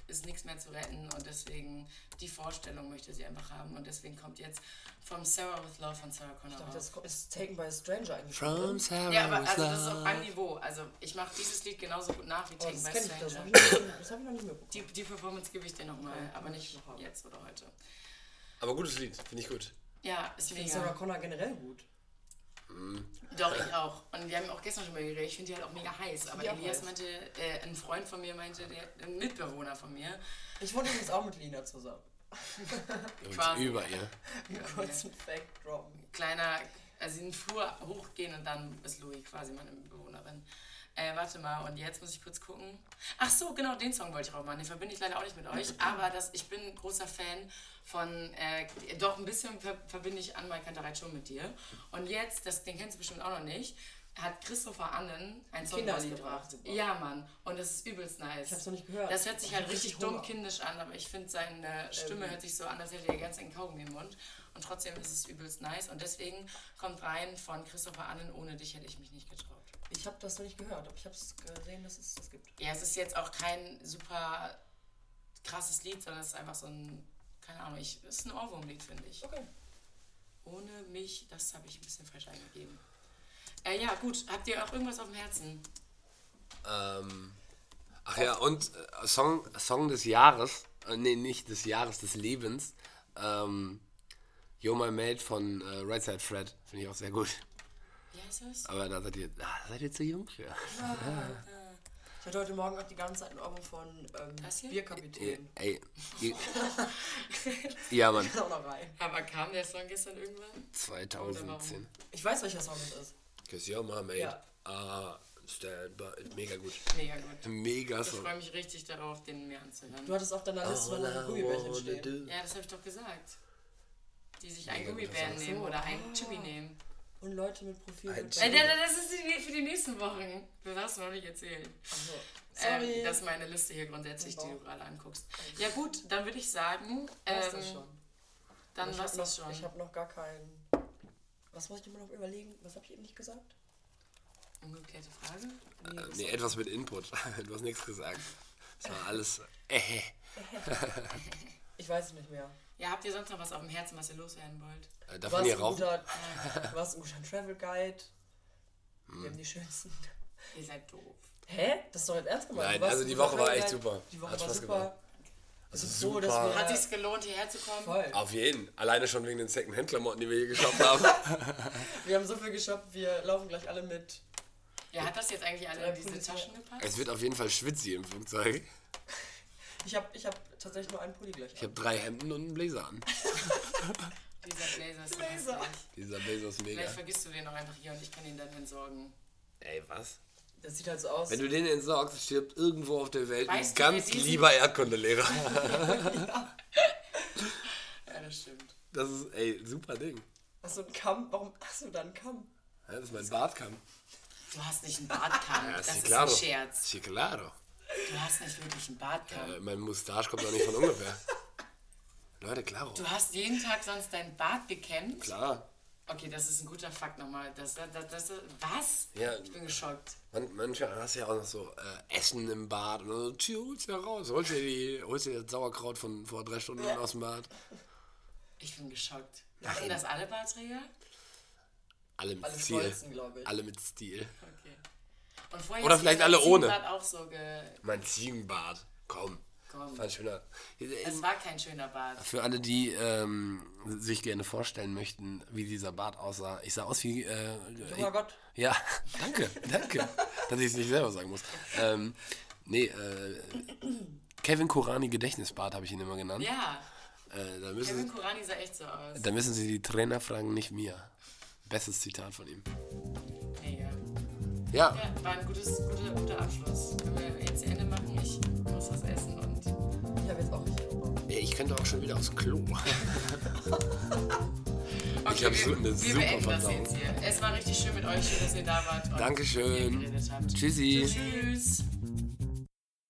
[SPEAKER 3] ist nichts mehr zu retten und deswegen die Vorstellung möchte sie einfach haben und deswegen kommt jetzt vom Sarah with Love von Sarah Connor.
[SPEAKER 6] Ich dachte,
[SPEAKER 3] raus.
[SPEAKER 6] das Oh, ist Taken by a Stranger eigentlich.
[SPEAKER 5] From
[SPEAKER 6] drin.
[SPEAKER 5] Sarah
[SPEAKER 3] Ja, aber
[SPEAKER 5] with
[SPEAKER 3] also das ist auf
[SPEAKER 5] Love.
[SPEAKER 3] einem Niveau. Also ich mache dieses Lied genauso gut nach wie
[SPEAKER 6] Oh,
[SPEAKER 3] Taken
[SPEAKER 6] das
[SPEAKER 3] by
[SPEAKER 6] kenne ich, das
[SPEAKER 3] Stranger.
[SPEAKER 6] habe ich, noch- das hab ich noch nicht mitbekommen.
[SPEAKER 3] Die, die Performance gebe ich dir nochmal, aber nicht
[SPEAKER 6] ich noch haben.
[SPEAKER 3] jetzt oder heute.
[SPEAKER 5] Aber gutes Lied, finde ich gut.
[SPEAKER 3] Ja, ist
[SPEAKER 6] Ich finde Sarah
[SPEAKER 3] mega.
[SPEAKER 6] Connor generell gut.
[SPEAKER 3] Doch, ich auch. Und wir haben auch gestern schon mal geredet. Ich finde die halt auch mega heiß. Aber
[SPEAKER 6] die auch
[SPEAKER 3] Elias
[SPEAKER 6] heiß.
[SPEAKER 3] meinte, äh, ein Freund von mir meinte, der, ein Mitbewohner von mir,
[SPEAKER 6] Ich wohne übrigens auch mit Lina zusammen.
[SPEAKER 5] Übrigens
[SPEAKER 3] Quasi.
[SPEAKER 5] über ihr.
[SPEAKER 6] Einen kurzen Fact droppen.
[SPEAKER 3] kleiner, also in den Flur hochgehen und dann ist Louis quasi meine Mitbewohnerin. Äh, warte mal, und jetzt muss ich kurz gucken. Ach so, genau, den Song wollte ich auch machen. Den verbinde ich leider auch nicht mit euch, aber das, ich bin großer Fan von, äh, doch ein bisschen ver verbinde ich an My Kantereit schon mit dir. Und jetzt, das, den kennst du bestimmt auch noch nicht, hat Christopher Annen ein
[SPEAKER 6] Kinder
[SPEAKER 3] Sonnenlied
[SPEAKER 6] mitgebracht.
[SPEAKER 3] gemacht. Ja, Mann. Und das ist übelst nice.
[SPEAKER 6] Ich hab's noch nicht gehört.
[SPEAKER 3] Das hört sich
[SPEAKER 6] Ich
[SPEAKER 3] halt
[SPEAKER 6] hab
[SPEAKER 3] richtig Äh,
[SPEAKER 6] richtig Hunger.
[SPEAKER 3] dumm kindisch an, aber ich finde, seine Stimme hört sich so an, als hätte er ganz einen Kaugummi im Mund. Und trotzdem ist es übelst nice. Und deswegen kommt rein von Christopher Annen, ohne dich hätte ich mich nicht getraut.
[SPEAKER 6] Ich habe das noch nicht gehört, aber ich habe es gesehen, dass es das gibt.
[SPEAKER 3] Ja, es ist jetzt auch kein super krasses Lied, sondern es ist einfach so ein, keine Ahnung, ich, es ist ein Ohrwurmlied, finde ich.
[SPEAKER 6] Okay.
[SPEAKER 3] Ohne mich, das habe ich ein bisschen falsch eingegeben. Äh, ja, gut, habt ihr auch irgendwas auf dem Herzen?
[SPEAKER 5] Ähm, ach ja, und äh, Song, Song des Jahres, äh, nee, nicht des Jahres, des Lebens. Ähm, Yo My Mate von äh, Right Side Fred, finde ich auch sehr gut.
[SPEAKER 3] Wie heißt das?
[SPEAKER 5] Aber da seid ihr, da seid ihr zu jung für.
[SPEAKER 6] Ich hatte heute Morgen auch die ganze Zeit einen Ohrwurm von
[SPEAKER 3] Das hier?
[SPEAKER 5] Ey,
[SPEAKER 6] ähm, Bierkapitän.
[SPEAKER 5] Äh, ey, ihr- ja, Mann,
[SPEAKER 6] Auch noch rein.
[SPEAKER 3] Aber kam der Song gestern irgendwann?
[SPEAKER 5] 2010.
[SPEAKER 6] Ich weiß, welcher Song es ist.
[SPEAKER 5] Cause Yo My Mate.
[SPEAKER 6] Ja.
[SPEAKER 5] Ah, stand by. Mega gut.
[SPEAKER 3] Mega gut.
[SPEAKER 5] Mega
[SPEAKER 3] Ich
[SPEAKER 5] Song.
[SPEAKER 3] freue mich richtig darauf, den mir anzuhören.
[SPEAKER 6] Du hattest auf deiner Liste noch ein Gummibärchen stehen.
[SPEAKER 3] Ja, das habe ich doch gesagt. Die sich ein
[SPEAKER 5] Mega guter
[SPEAKER 3] Gummibären
[SPEAKER 5] Song.
[SPEAKER 3] nehmen oder ein Chibi nehmen.
[SPEAKER 6] Und Leute mit Profil.
[SPEAKER 5] Ein
[SPEAKER 6] mit
[SPEAKER 5] Sch-
[SPEAKER 3] Äh,
[SPEAKER 6] Band.
[SPEAKER 3] da- da- das ist die, für die nächsten Wochen. Das hast du noch nicht erzählt.
[SPEAKER 6] Also,
[SPEAKER 3] Ähm,
[SPEAKER 6] Sorry. Genau.
[SPEAKER 3] das ist meine Liste hier grundsätzlich, die du
[SPEAKER 6] Wow.
[SPEAKER 3] gerade anguckst. Ja gut, dann würde ich sagen,
[SPEAKER 6] War's das
[SPEAKER 3] ähm,
[SPEAKER 6] schon.
[SPEAKER 3] dann
[SPEAKER 6] ich
[SPEAKER 3] war's
[SPEAKER 6] hab
[SPEAKER 3] das
[SPEAKER 6] noch-
[SPEAKER 3] schon.
[SPEAKER 6] Ich habe noch gar keinen. Was muss ich immer noch überlegen? Was habe ich eben nicht gesagt?
[SPEAKER 3] Umgekehrte Frage.
[SPEAKER 6] Nee, das-
[SPEAKER 5] Äh, Nee, etwas mit Input. Du hast nichts gesagt. Das war alles. Äh,
[SPEAKER 6] Ich weiß es nicht mehr.
[SPEAKER 3] Ja, habt ihr sonst noch was auf dem Herzen, was ihr loswerden wollt?
[SPEAKER 5] äh,
[SPEAKER 6] Du
[SPEAKER 5] darf man
[SPEAKER 6] warst,
[SPEAKER 5] hier
[SPEAKER 6] ein
[SPEAKER 5] rauchen?
[SPEAKER 6] guter, du warst ein guter Travel Guide.
[SPEAKER 5] Hm.
[SPEAKER 6] Wir haben die schönsten.
[SPEAKER 3] Ihr seid doof.
[SPEAKER 6] Hä? Das ist doch jetzt ernst gemeint. Du
[SPEAKER 5] Nein,
[SPEAKER 6] warst
[SPEAKER 5] also
[SPEAKER 6] ein
[SPEAKER 5] die
[SPEAKER 6] guter
[SPEAKER 5] Woche war
[SPEAKER 6] Travel
[SPEAKER 5] echt
[SPEAKER 6] Guide.
[SPEAKER 5] super.
[SPEAKER 6] Die Woche
[SPEAKER 5] Hat
[SPEAKER 6] war
[SPEAKER 5] Spaß
[SPEAKER 6] super.
[SPEAKER 5] gemacht.
[SPEAKER 6] Also
[SPEAKER 5] super.
[SPEAKER 6] So, dass wir
[SPEAKER 3] Hat sich's gelohnt, hierher zu kommen?
[SPEAKER 6] voll.
[SPEAKER 5] Auf jeden. Alleine schon wegen den Second-Hand-Klamotten, die wir hier geschafft haben.
[SPEAKER 6] Wir haben so viel geshoppt, wir laufen gleich alle mit.
[SPEAKER 3] Ja, hat das jetzt eigentlich alle
[SPEAKER 6] Drei
[SPEAKER 3] in diese
[SPEAKER 6] Punkte.
[SPEAKER 3] Taschen gepackt?
[SPEAKER 5] es wird auf jeden Fall schwitzig im Flugzeug.
[SPEAKER 6] Ich habe ich hab tatsächlich nur einen Pulli gleich.
[SPEAKER 5] Ich habe drei Hemden und einen Blazer an.
[SPEAKER 3] Dieser Blazer ist so
[SPEAKER 6] Blazer.
[SPEAKER 3] hässlich.
[SPEAKER 5] Dieser Blazer ist mega.
[SPEAKER 3] Vielleicht vergisst du den auch einfach hier und ich kann ihn dann entsorgen.
[SPEAKER 5] Ey, was?
[SPEAKER 6] Das sieht halt so aus.
[SPEAKER 5] Wenn du den entsorgst, stirbt irgendwo auf der Welt
[SPEAKER 3] Weißt
[SPEAKER 5] ein
[SPEAKER 3] du, wer
[SPEAKER 5] ganz
[SPEAKER 3] diesen-
[SPEAKER 5] lieber Erdkundelehrer.
[SPEAKER 3] Ja, das stimmt.
[SPEAKER 5] Das ist, ey, super Ding.
[SPEAKER 6] Hast du einen Kamm? Warum hast du da einen Kamm?
[SPEAKER 5] Ja, Das ist mein Bartkamm.
[SPEAKER 3] Du hast nicht einen Bartkamm.
[SPEAKER 5] Ja,
[SPEAKER 3] das
[SPEAKER 5] sí,
[SPEAKER 3] ist
[SPEAKER 5] claro.
[SPEAKER 3] ein Scherz.
[SPEAKER 5] Sí, claro.
[SPEAKER 3] Du hast nicht wirklich einen Bartkamm.
[SPEAKER 5] Äh, mein Mustache kommt doch nicht von ungefähr. Leute, claro.
[SPEAKER 3] Du hast jeden Tag sonst deinen Bart gekämmt?
[SPEAKER 5] Klar.
[SPEAKER 3] Okay, das ist ein guter Fakt nochmal. Das, das, das, das, was?
[SPEAKER 5] Ja.
[SPEAKER 3] Ich bin geschockt.
[SPEAKER 5] Man, manchmal hast du ja auch noch so äh, Essen im Bad und so, tschü, holst du ja raus, holst dir, die, holst dir das Sauerkraut von vor drei Stunden aus dem Bad.
[SPEAKER 3] Ich bin geschockt. Machen das alle Barträger?
[SPEAKER 5] Alle mit
[SPEAKER 6] Alle
[SPEAKER 5] Stil.
[SPEAKER 6] stolzen, glaube ich.
[SPEAKER 5] Alle mit Stil.
[SPEAKER 3] Okay. Und vorher
[SPEAKER 5] Oder
[SPEAKER 3] ist
[SPEAKER 5] vielleicht
[SPEAKER 3] dieser
[SPEAKER 5] alle ohne.
[SPEAKER 3] Ziegenbart auch so ge
[SPEAKER 5] Mein Ziegenbad. Komm.
[SPEAKER 3] Komm.
[SPEAKER 5] War ein schöner.
[SPEAKER 3] Es war kein schöner Bart.
[SPEAKER 5] Für alle, die ähm, sich gerne vorstellen möchten, wie dieser Bart aussah. Ich sah aus wie. Äh,
[SPEAKER 6] Oh Gott.
[SPEAKER 5] Ja, danke, danke, dass ich es nicht selber sagen muss. Ähm, nee, äh, Kevin Kurani Gedächtnisbart habe ich ihn immer genannt.
[SPEAKER 3] Ja,
[SPEAKER 5] Äh, da, müssen,
[SPEAKER 3] Kevin Kurani sah echt so aus.
[SPEAKER 5] da müssen Sie die Trainer fragen, nicht mir. Bestes Zitat von ihm.
[SPEAKER 3] Mega.
[SPEAKER 5] Ja,
[SPEAKER 3] Ja, war ein gutes, guter, guter Abschluss. Können wir jetzt Ende machen? Ich muss was essen und
[SPEAKER 6] Ich habe jetzt auch nicht.
[SPEAKER 5] ey, ich könnte auch schon wieder aufs Klo.
[SPEAKER 3] Okay,
[SPEAKER 5] hab
[SPEAKER 3] wir-
[SPEAKER 5] so eine
[SPEAKER 3] wir
[SPEAKER 5] super
[SPEAKER 3] beenden
[SPEAKER 5] Verdauung.
[SPEAKER 3] Das jetzt hier. Es war richtig schön mit euch, schön, dass ihr da wart. und
[SPEAKER 5] Dankeschön.
[SPEAKER 3] mit mir geredet habt.
[SPEAKER 5] Tschüssi.
[SPEAKER 3] Tschüss.